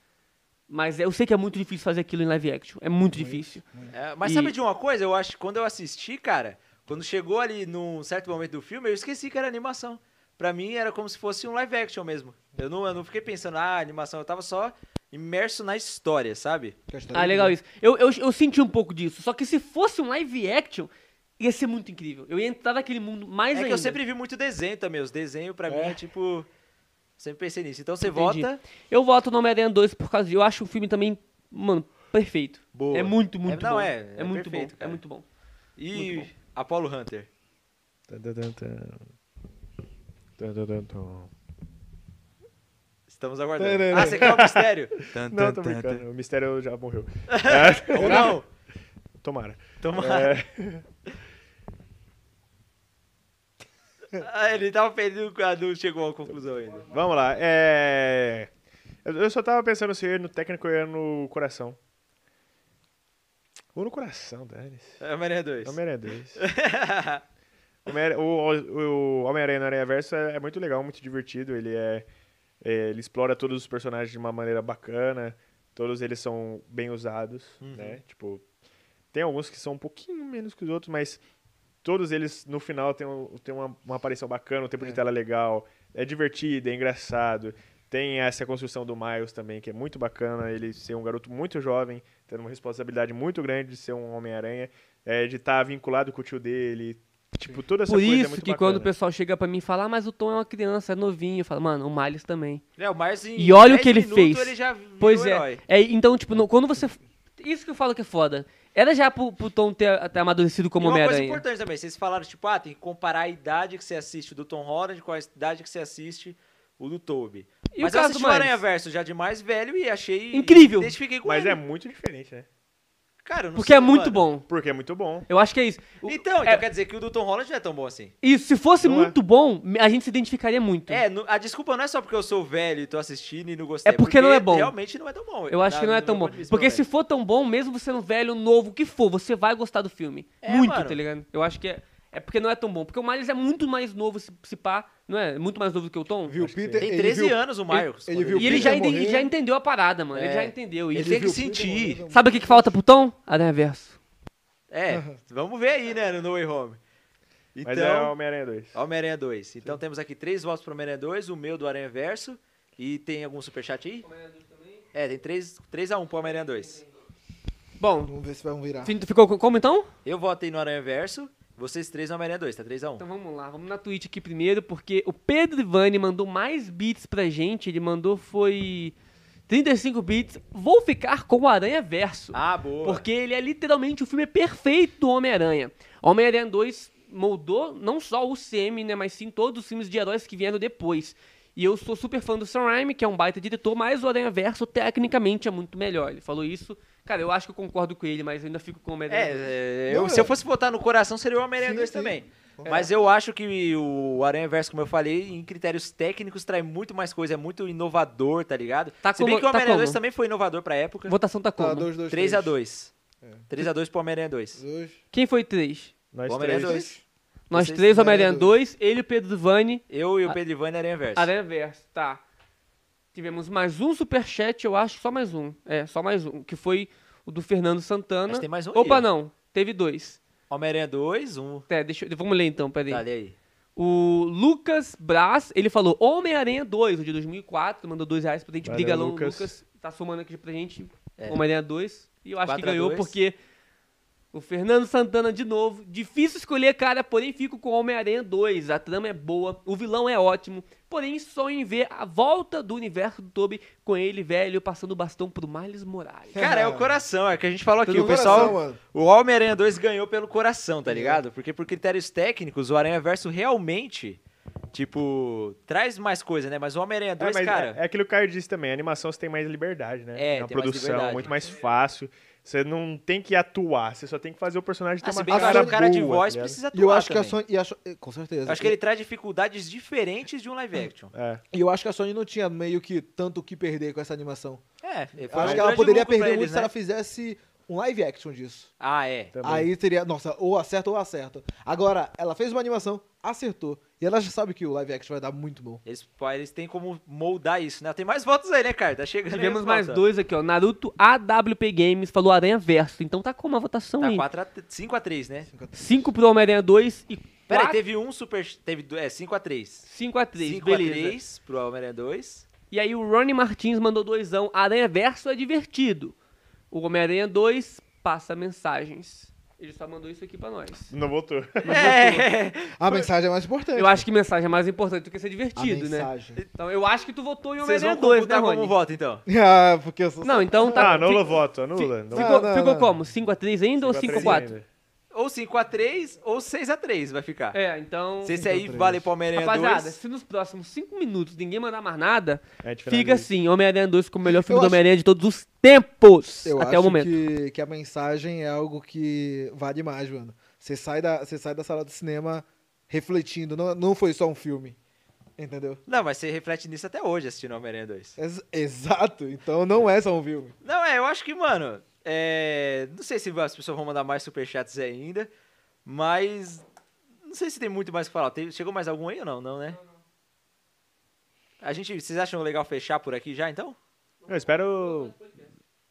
[SPEAKER 4] Mas eu sei que é muito difícil fazer aquilo em live action. É muito difícil.
[SPEAKER 2] É, mas
[SPEAKER 4] E-
[SPEAKER 2] sabe de uma coisa? Eu acho que quando eu assisti, cara, quando chegou ali num certo momento do filme, eu esqueci que era animação. Pra mim era como se fosse um live action mesmo. Eu não, eu não fiquei pensando, ah, animação, eu tava só imerso na história, sabe?
[SPEAKER 1] Que a história
[SPEAKER 4] Ah,
[SPEAKER 1] é
[SPEAKER 4] legal
[SPEAKER 1] boa.
[SPEAKER 4] isso. Eu, eu, eu senti um pouco disso. Só que se fosse um live action, ia ser muito incrível. Eu ia entrar naquele mundo mais
[SPEAKER 2] é
[SPEAKER 4] ainda.
[SPEAKER 2] que eu sempre vi muito desenho também. Os desenhos pra mim é tipo. Sempre pensei nisso. Então você
[SPEAKER 4] Entendi.
[SPEAKER 2] vota.
[SPEAKER 4] Eu voto no Homem-Aranha 2 por causa de... Eu acho o filme também, mano, perfeito.
[SPEAKER 2] Boa.
[SPEAKER 4] É muito, muito
[SPEAKER 2] É, não,
[SPEAKER 4] bom.
[SPEAKER 2] é, é
[SPEAKER 4] muito
[SPEAKER 2] perfeito,
[SPEAKER 4] bom.
[SPEAKER 2] cara.
[SPEAKER 4] É muito bom.
[SPEAKER 2] E
[SPEAKER 4] Muito
[SPEAKER 2] Apollo Hunter.
[SPEAKER 3] Tan, tan, tan, tan. Tan, tan, tan, tan.
[SPEAKER 2] Estamos aguardando.
[SPEAKER 1] Tarará.
[SPEAKER 2] Ah, você quer o mistério?
[SPEAKER 3] Não, tô brincando. O mistério já morreu.
[SPEAKER 2] Ou não?
[SPEAKER 3] Tomara.
[SPEAKER 2] Tomara.
[SPEAKER 3] É,
[SPEAKER 2] Ah, ele tava perdido, ah, não chegou a conclusão ainda.
[SPEAKER 3] vamos lá. É, Eu eu só tava pensando se eu ia no técnico ou eu ia no coração. Ou no coração, dane-se.
[SPEAKER 2] É Maria 2.
[SPEAKER 3] Homem-Aranha 2. Homem-Aranha- o o- o Homem-Aranha no Aranha Verso é, é muito legal, muito divertido. Ele é, é, Ele explora todos os personagens de uma maneira bacana. Todos eles são bem usados, né? Tipo, tem alguns que são um pouquinho menos que os outros, mas todos eles no final tem, um- tem uma, uma aparição bacana, um tempo de tela legal. É divertido, é engraçado. Tem essa construção do Miles também, que é muito bacana. Ele ser um garoto muito jovem, tendo uma responsabilidade muito grande de ser um Homem-Aranha, é, de estar vinculado com o tio dele. Tipo, toda essa
[SPEAKER 4] Por
[SPEAKER 3] coisa é
[SPEAKER 4] isso
[SPEAKER 3] muito
[SPEAKER 4] que
[SPEAKER 3] bacana.
[SPEAKER 4] quando o pessoal chega pra mim e fala, ah, mas o Tom é uma criança, é novinho, eu falo, mano, o Miles também.
[SPEAKER 2] É, o Mars em
[SPEAKER 4] E olha o
[SPEAKER 2] 10
[SPEAKER 4] que ele
[SPEAKER 2] minutos,
[SPEAKER 4] fez.
[SPEAKER 2] Ele já virou
[SPEAKER 4] Pois é.
[SPEAKER 2] Uhum. herói.
[SPEAKER 4] é. Então, tipo, não- quando você. Isso que eu falo que é foda. Era já pro, pro Tom ter, ter amadurecido como
[SPEAKER 2] e uma coisa
[SPEAKER 4] Homem-Aranha.
[SPEAKER 2] importante também, vocês falaram, tipo, ah, tem que comparar a idade que você assiste do Tom Holland com a idade que você assiste o do Toby.
[SPEAKER 4] E o
[SPEAKER 2] Mas eu
[SPEAKER 4] caso do
[SPEAKER 2] assisti o
[SPEAKER 4] Miles?
[SPEAKER 2] Aranha Verso já de mais velho e achei...
[SPEAKER 4] Incrível.
[SPEAKER 2] me Identifiquei com
[SPEAKER 3] Mas
[SPEAKER 2] ele.
[SPEAKER 3] é muito diferente, né?
[SPEAKER 2] Cara, eu não
[SPEAKER 4] Porque
[SPEAKER 2] sei,
[SPEAKER 4] é muito
[SPEAKER 2] mano.
[SPEAKER 4] bom.
[SPEAKER 3] Porque é muito bom.
[SPEAKER 4] Eu acho que é isso. O-
[SPEAKER 2] Então, então
[SPEAKER 4] é-
[SPEAKER 2] quer dizer que o do Tom Holland não é tão bom assim.
[SPEAKER 4] E se fosse
[SPEAKER 3] Não é.
[SPEAKER 4] muito bom, a gente se identificaria muito.
[SPEAKER 2] É, no- a desculpa não é só porque eu sou velho e tô assistindo e não gostei.
[SPEAKER 4] É porque não é bom.
[SPEAKER 2] Realmente não é tão bom.
[SPEAKER 4] Eu acho
[SPEAKER 2] na-
[SPEAKER 4] que não é
[SPEAKER 2] no
[SPEAKER 4] tão
[SPEAKER 2] meu
[SPEAKER 4] bom.
[SPEAKER 2] ponto de vista,
[SPEAKER 4] Porque
[SPEAKER 2] pelo
[SPEAKER 4] se for tão bom, mesmo sendo velho, novo, o que for, você vai gostar do filme.
[SPEAKER 2] É,
[SPEAKER 4] muito,
[SPEAKER 2] mano.
[SPEAKER 4] tá ligado? Eu acho que é. É porque não é tão bom. Porque o Miles é muito mais novo, se, se pá, não é? Muito mais novo do que o Tom.
[SPEAKER 1] Viu o Peter?
[SPEAKER 2] menos. Tem
[SPEAKER 1] ele
[SPEAKER 2] 13
[SPEAKER 1] viu-
[SPEAKER 2] anos o Miles.
[SPEAKER 1] ele
[SPEAKER 2] quando
[SPEAKER 1] viu
[SPEAKER 4] E ele
[SPEAKER 1] Peter
[SPEAKER 4] já, ente- ele
[SPEAKER 1] morrer.
[SPEAKER 4] já entendeu a parada, mano. Ele
[SPEAKER 2] É.
[SPEAKER 4] já entendeu
[SPEAKER 2] Ele
[SPEAKER 4] isso.
[SPEAKER 2] tem que
[SPEAKER 1] viu o Peter
[SPEAKER 2] sentir.
[SPEAKER 1] morrendo.
[SPEAKER 4] Sabe o que, que falta pro Tom? Aranha Verso.
[SPEAKER 2] É, vamos ver aí, né, no No Way Home.
[SPEAKER 3] Mas é
[SPEAKER 2] Então,
[SPEAKER 3] Homem-Aranha 2.
[SPEAKER 2] Homem-Aranha 2. Então temos aqui três votos pro Homem-Aranha 2, o meu do Aranha Verso. E tem algum superchat aí? É, tem 3, 3 a 1 pro Homem-Aranha 2.
[SPEAKER 4] Bom,
[SPEAKER 1] Vamos ver se vai um virar.
[SPEAKER 4] fi- tu ficou co- como então?
[SPEAKER 2] Eu votei no Aranha Verso, vocês três no Homem-Aranha 2, tá 3 a 1.
[SPEAKER 4] Então vamos lá, vamos na Twitch aqui primeiro, porque o Pedro Ivani mandou mais bits pra gente. Ele mandou foi 35 bits. Vou ficar com o Aranha Verso.
[SPEAKER 2] Ah, boa.
[SPEAKER 4] Porque ele é literalmente o filme perfeito do Homem-Aranha. Homem-Aranha 2 moldou não só o CM, né, mas sim todos os filmes de heróis que vieram depois. E eu sou super fã do Sam Raimi, que é um baita diretor, mas o Aranha Verso tecnicamente é muito melhor. Ele falou isso. Cara, eu acho que eu concordo com ele, mas eu ainda fico com o Homem-Aranha. dois.
[SPEAKER 2] É, é,
[SPEAKER 1] Não,
[SPEAKER 2] eu- se eu fosse botar no coração, seria o Homem-Aranha
[SPEAKER 1] Sim,
[SPEAKER 2] 2
[SPEAKER 1] sim. Uhum.
[SPEAKER 2] também. Mas eu acho que o Aranha Verso, como eu falei, em critérios técnicos, traz muito mais coisa, é muito inovador, tá ligado?
[SPEAKER 4] Tá
[SPEAKER 2] se bem
[SPEAKER 4] como-
[SPEAKER 2] que o
[SPEAKER 4] tá
[SPEAKER 2] Homem-Aranha 2
[SPEAKER 4] como?
[SPEAKER 2] também foi inovador pra época.
[SPEAKER 4] Votação tá como?
[SPEAKER 1] Tá, 2, 2,
[SPEAKER 2] 3 a 2
[SPEAKER 1] É.
[SPEAKER 2] 3 a 2 pro Homem-Aranha 2.
[SPEAKER 1] 2.
[SPEAKER 4] Quem foi três?
[SPEAKER 3] Nós
[SPEAKER 2] Homem-Aranha
[SPEAKER 3] três.
[SPEAKER 2] 2.
[SPEAKER 4] Nós
[SPEAKER 2] Vocês
[SPEAKER 4] três,
[SPEAKER 1] fizeram
[SPEAKER 4] Homem-Aranha
[SPEAKER 1] dois.
[SPEAKER 4] 2, ele, o Pedro Ivani,
[SPEAKER 2] Eu e o Pedro Ivan e Aranha Verso.
[SPEAKER 4] Aranha Verso, tá. Tivemos mais um superchat, eu acho, só mais um. É, só mais um, que foi o do Fernando Santana.
[SPEAKER 2] Mas tem mais um aí,
[SPEAKER 4] Opa,
[SPEAKER 2] ó.
[SPEAKER 4] não, teve dois.
[SPEAKER 2] Homem-Aranha 2, 1.
[SPEAKER 4] É, deixa eu, vamos ler então, peraí.
[SPEAKER 2] Tá, lê aí.
[SPEAKER 4] O Lucas Brás, ele falou Homem-Aranha 2, o de 2004, mandou dois reais pra gente.
[SPEAKER 3] Valeu,
[SPEAKER 4] Obrigadão, Lucas.
[SPEAKER 3] Lucas.
[SPEAKER 4] Tá somando aqui pra gente
[SPEAKER 2] É.
[SPEAKER 4] Homem-Aranha 2. E eu acho que
[SPEAKER 2] Quatro a
[SPEAKER 4] ganhou
[SPEAKER 2] dois.
[SPEAKER 4] porque O Fernando Santana de novo. Difícil escolher, cara, porém fico com Homem-Aranha 2. A trama é boa, o vilão é ótimo. Porém, sonho em ver a volta do universo do Toby com ele, velho, passando o bastão pro Miles Morales.
[SPEAKER 2] Cara, é o coração, é o que a gente falou aqui.
[SPEAKER 1] Pelo
[SPEAKER 2] o pessoal.
[SPEAKER 1] coração, mano.
[SPEAKER 2] o Homem-Aranha 2 ganhou pelo coração, tá ligado? Porque por critérios técnicos, o Aranha Verso realmente, tipo, traz mais coisa, né? Mas o Homem-Aranha 2,
[SPEAKER 3] mas
[SPEAKER 2] cara.
[SPEAKER 3] é, é aquilo que o Caio disse também, a animação você tem mais liberdade, né?
[SPEAKER 2] É,
[SPEAKER 3] uma
[SPEAKER 2] tem mais
[SPEAKER 3] produção
[SPEAKER 2] liberdade. né?
[SPEAKER 3] muito mais fácil. Você não tem que atuar, você só tem que fazer o personagem ter
[SPEAKER 2] Ah, se
[SPEAKER 3] é uma
[SPEAKER 2] bem que
[SPEAKER 3] cara,
[SPEAKER 2] o cara de
[SPEAKER 3] boa,
[SPEAKER 2] voz
[SPEAKER 3] tá ligado?
[SPEAKER 2] precisa atuar
[SPEAKER 1] E eu acho que é a
[SPEAKER 2] também.
[SPEAKER 1] Sony. E a So- com certeza.
[SPEAKER 2] Acho que ele traz dificuldades diferentes de um live action.
[SPEAKER 3] É.
[SPEAKER 1] E eu acho que a Sony não tinha meio que tanto o que perder com essa animação.
[SPEAKER 2] É, foi
[SPEAKER 1] Eu
[SPEAKER 2] um
[SPEAKER 1] acho que ela
[SPEAKER 2] grande
[SPEAKER 1] poderia
[SPEAKER 2] lucro pra
[SPEAKER 1] perder
[SPEAKER 2] eles,
[SPEAKER 1] muito se
[SPEAKER 2] né?
[SPEAKER 1] ela fizesse um live action disso.
[SPEAKER 2] Ah, é.
[SPEAKER 3] Também.
[SPEAKER 1] Aí teria, nossa, ou acerta ou acerta. Agora, ela fez uma animação, acertou. E ela já sabe que o live action vai dar muito bom.
[SPEAKER 2] Eles, pô, eles têm como moldar isso, né? Tem mais votos aí, né, cara? Tá chegando aí
[SPEAKER 4] Tivemos
[SPEAKER 2] as
[SPEAKER 4] mais
[SPEAKER 2] votos.
[SPEAKER 4] dois aqui, ó. Naruto AWP Games falou Aranha Verso. Então tá com uma votação aí.
[SPEAKER 2] Tá 5x3, né?
[SPEAKER 4] 5 pro Homem-Aranha 2 e
[SPEAKER 2] Peraí,
[SPEAKER 4] 4.
[SPEAKER 2] teve um super. Teve, do- é, 5x3.
[SPEAKER 4] 5 a 3,
[SPEAKER 2] 5
[SPEAKER 4] beleza.
[SPEAKER 2] a 3 pro Homem-Aranha 2.
[SPEAKER 4] E aí o Ronnie Martins mandou doisão. Aranha Verso é divertido. O Homem-Aranha 2 passa mensagens. Ele só mandou isso aqui pra nós.
[SPEAKER 3] Não voltou.
[SPEAKER 2] É,
[SPEAKER 1] A mensagem é mais importante.
[SPEAKER 4] Eu acho que mensagem é mais importante do que ser
[SPEAKER 1] a
[SPEAKER 4] divertido, né?
[SPEAKER 1] mensagem.
[SPEAKER 4] Então eu acho que tu votou em
[SPEAKER 2] vocês vão
[SPEAKER 4] Homem-Aranha 2, né,
[SPEAKER 2] computar
[SPEAKER 4] Rony?
[SPEAKER 2] como voto, então.
[SPEAKER 1] Ah, porque eu sou.
[SPEAKER 4] Não, então tá.
[SPEAKER 3] Ah, anula o
[SPEAKER 4] fi-
[SPEAKER 3] voto, anula.
[SPEAKER 1] Não,
[SPEAKER 4] Ficou,
[SPEAKER 1] não,
[SPEAKER 4] ficou
[SPEAKER 1] não.
[SPEAKER 4] como? 5x3 ainda ou 5x4?
[SPEAKER 2] Ou 5x3 ou 6x3 vai ficar.
[SPEAKER 4] É, então.
[SPEAKER 2] Se esse aí
[SPEAKER 1] 5x3.
[SPEAKER 2] vale pro Homem-Aranha
[SPEAKER 4] Rapaziada,
[SPEAKER 2] 2.
[SPEAKER 4] se nos próximos 5 minutos ninguém mandar mais nada,
[SPEAKER 3] A gente
[SPEAKER 4] fica
[SPEAKER 3] finaliza.
[SPEAKER 4] assim: Homem-Aranha 2 como o melhor filme
[SPEAKER 1] Eu
[SPEAKER 4] do
[SPEAKER 1] acho-
[SPEAKER 4] Homem-Aranha de todos os tempos.
[SPEAKER 1] Eu
[SPEAKER 4] até
[SPEAKER 1] acho
[SPEAKER 4] o momento.
[SPEAKER 1] Que, que a mensagem é algo que vale demais, mano. Você sai da, você sai da sala de cinema refletindo, não, não foi só um filme. Entendeu?
[SPEAKER 2] Não, mas você reflete nisso até hoje assistindo Homem-Aranha 2.
[SPEAKER 1] Ex- exato, então não é só um filme.
[SPEAKER 2] Não, é, eu acho que, mano. é, Não sei se as pessoas vão mandar mais superchats ainda. Mas. Não sei se tem muito mais o que falar. Tem- Chegou mais algum aí ou não? Não, né? A gente. Vocês acham legal fechar por aqui já, então?
[SPEAKER 3] Eu espero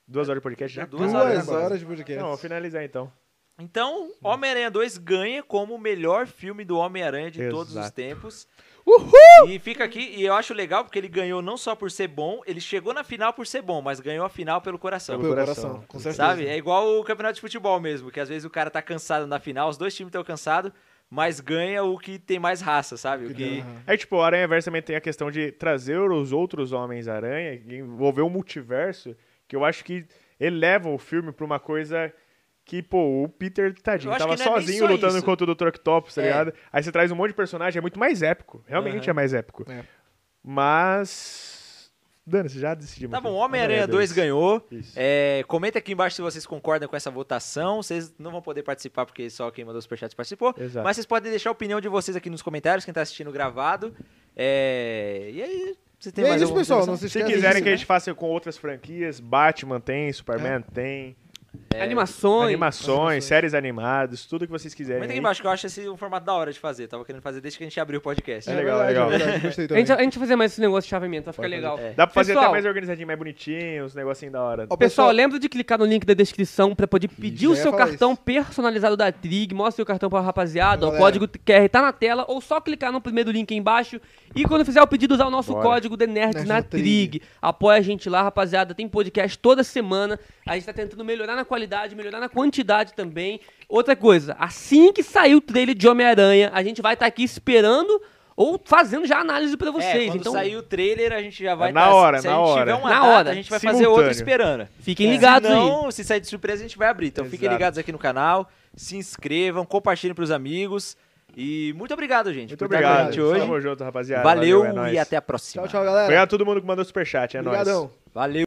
[SPEAKER 3] duas horas de podcast já.
[SPEAKER 2] Duas
[SPEAKER 1] Duas,
[SPEAKER 2] horas,
[SPEAKER 1] horas,
[SPEAKER 2] né, quase?
[SPEAKER 1] de podcast.
[SPEAKER 3] Não, vou finalizar então.
[SPEAKER 2] Então, Homem-Aranha 2 ganha como o melhor filme do Homem-Aranha de todos os
[SPEAKER 3] Exato.
[SPEAKER 2] tempos.
[SPEAKER 1] Uhul!
[SPEAKER 2] E fica aqui, e eu acho legal porque ele ganhou não só por ser bom, ele chegou na final por ser bom, mas ganhou a final pelo coração.
[SPEAKER 1] Pelo
[SPEAKER 3] coração,
[SPEAKER 1] coração, com certeza.
[SPEAKER 2] Sabe? É igual o campeonato de futebol mesmo, que às vezes o cara tá cansado na final, os dois times estão cansados, mas ganha o que tem mais raça, sabe? O que... Tá
[SPEAKER 1] Aham.
[SPEAKER 3] É tipo, o Aranha Verso também tem a questão de trazer os outros Homens-Aranha, e envolver o multiverso, que eu acho que eleva o filme pra uma coisa que, pô, o Peter,
[SPEAKER 2] Eu
[SPEAKER 3] tadinho,
[SPEAKER 2] acho
[SPEAKER 3] tava
[SPEAKER 2] que não é nem
[SPEAKER 3] sozinho
[SPEAKER 2] só
[SPEAKER 3] lutando
[SPEAKER 2] isso.
[SPEAKER 3] contra o Dr. Octopus, tá
[SPEAKER 2] É.
[SPEAKER 3] ligado? Aí você traz um monte de personagem, é muito mais épico.
[SPEAKER 2] Aham.
[SPEAKER 3] Realmente é mais épico.
[SPEAKER 1] É.
[SPEAKER 3] Mas... Dani, você já decidimos.
[SPEAKER 2] Tá bom,
[SPEAKER 3] aqui.
[SPEAKER 2] Homem-Aranha 2 ganhou.
[SPEAKER 3] Isso.
[SPEAKER 2] É, comenta aqui embaixo se vocês concordam com essa votação. Vocês não vão poder participar porque só quem mandou o superchat participou.
[SPEAKER 3] Exato.
[SPEAKER 2] É, Mas vocês podem deixar a opinião de vocês aqui nos comentários, quem tá assistindo gravado. É, e aí, você tem
[SPEAKER 1] E é
[SPEAKER 2] mais
[SPEAKER 1] isso,
[SPEAKER 2] alguma
[SPEAKER 1] pessoal.
[SPEAKER 2] observação?
[SPEAKER 1] Não se
[SPEAKER 3] Se
[SPEAKER 1] esqueçam.
[SPEAKER 3] quiserem
[SPEAKER 1] disso, né?
[SPEAKER 3] que
[SPEAKER 2] né?
[SPEAKER 3] a gente faça com outras franquias, Batman tem, Superman
[SPEAKER 2] É.
[SPEAKER 3] tem,
[SPEAKER 4] Animações.
[SPEAKER 3] É, animações, séries animadas, tudo que vocês quiserem.
[SPEAKER 2] Comenta aqui
[SPEAKER 3] aí.
[SPEAKER 2] embaixo que eu acho esse um formato da hora de fazer. Tava querendo fazer desde que a gente abriu o podcast.
[SPEAKER 3] É
[SPEAKER 1] É
[SPEAKER 3] legal,
[SPEAKER 1] verdade,
[SPEAKER 3] legal.
[SPEAKER 1] é verdade, gostei
[SPEAKER 4] A gente,
[SPEAKER 1] também.
[SPEAKER 4] a gente vai fazer mais esse negócio de chaveamento, vai ficar
[SPEAKER 1] Pode
[SPEAKER 4] legal.
[SPEAKER 2] fazer.
[SPEAKER 3] Dá pra fazer
[SPEAKER 4] Pessoal,
[SPEAKER 3] até mais organizadinho, mais bonitinho, uns negocinhos da hora.
[SPEAKER 1] Ó,
[SPEAKER 4] Pessoal, lembra de clicar no link da descrição pra poder pedir o
[SPEAKER 1] já ia
[SPEAKER 4] seu
[SPEAKER 1] falar
[SPEAKER 4] cartão
[SPEAKER 1] isso.
[SPEAKER 4] personalizado da Trig. Mostra o cartão pra rapaziada. ó, O
[SPEAKER 1] Galera.
[SPEAKER 4] código QR tá na tela ou só clicar no primeiro link aí embaixo. E quando fizer o pedido, usar o nosso
[SPEAKER 3] Bora.
[SPEAKER 4] código The Nerds
[SPEAKER 1] Nerds
[SPEAKER 4] na
[SPEAKER 1] na
[SPEAKER 4] Trig. Apoia a gente lá, rapaziada. Tem podcast toda semana. A gente tá tentando melhorar na qualidade, melhorar na quantidade também. Outra coisa, assim que sair o trailer de Homem-Aranha, a gente vai estar aqui esperando ou fazendo já a análise pra
[SPEAKER 2] É,
[SPEAKER 4] vocês.
[SPEAKER 2] quando
[SPEAKER 4] então
[SPEAKER 2] sair o trailer, a gente já vai...
[SPEAKER 3] É na
[SPEAKER 2] tá-
[SPEAKER 3] hora,
[SPEAKER 2] se
[SPEAKER 3] na
[SPEAKER 2] a gente tiver
[SPEAKER 3] hora.
[SPEAKER 2] uma
[SPEAKER 4] Na
[SPEAKER 2] data,
[SPEAKER 4] hora.
[SPEAKER 2] a gente vai fazer
[SPEAKER 3] Simultâneo.
[SPEAKER 2] outro esperando.
[SPEAKER 4] fiquem ligados
[SPEAKER 2] É. se
[SPEAKER 4] aí.
[SPEAKER 2] não, se sair de surpresa, a gente vai abrir. Então fiquem
[SPEAKER 3] Exato.
[SPEAKER 2] ligados aqui no canal, se inscrevam, compartilhem pros amigos. E muito obrigado, gente,
[SPEAKER 3] Muito
[SPEAKER 2] por estar com a
[SPEAKER 3] obrigado.
[SPEAKER 2] gente hoje.
[SPEAKER 3] Tamo junto, rapaziada.
[SPEAKER 2] Valeu,
[SPEAKER 3] é nóis.
[SPEAKER 2] e até a próxima.
[SPEAKER 1] Tchau, tchau, galera.
[SPEAKER 3] Obrigado a todo mundo que mandou superchat, é nóis.
[SPEAKER 1] Obrigadão.
[SPEAKER 2] Valeu.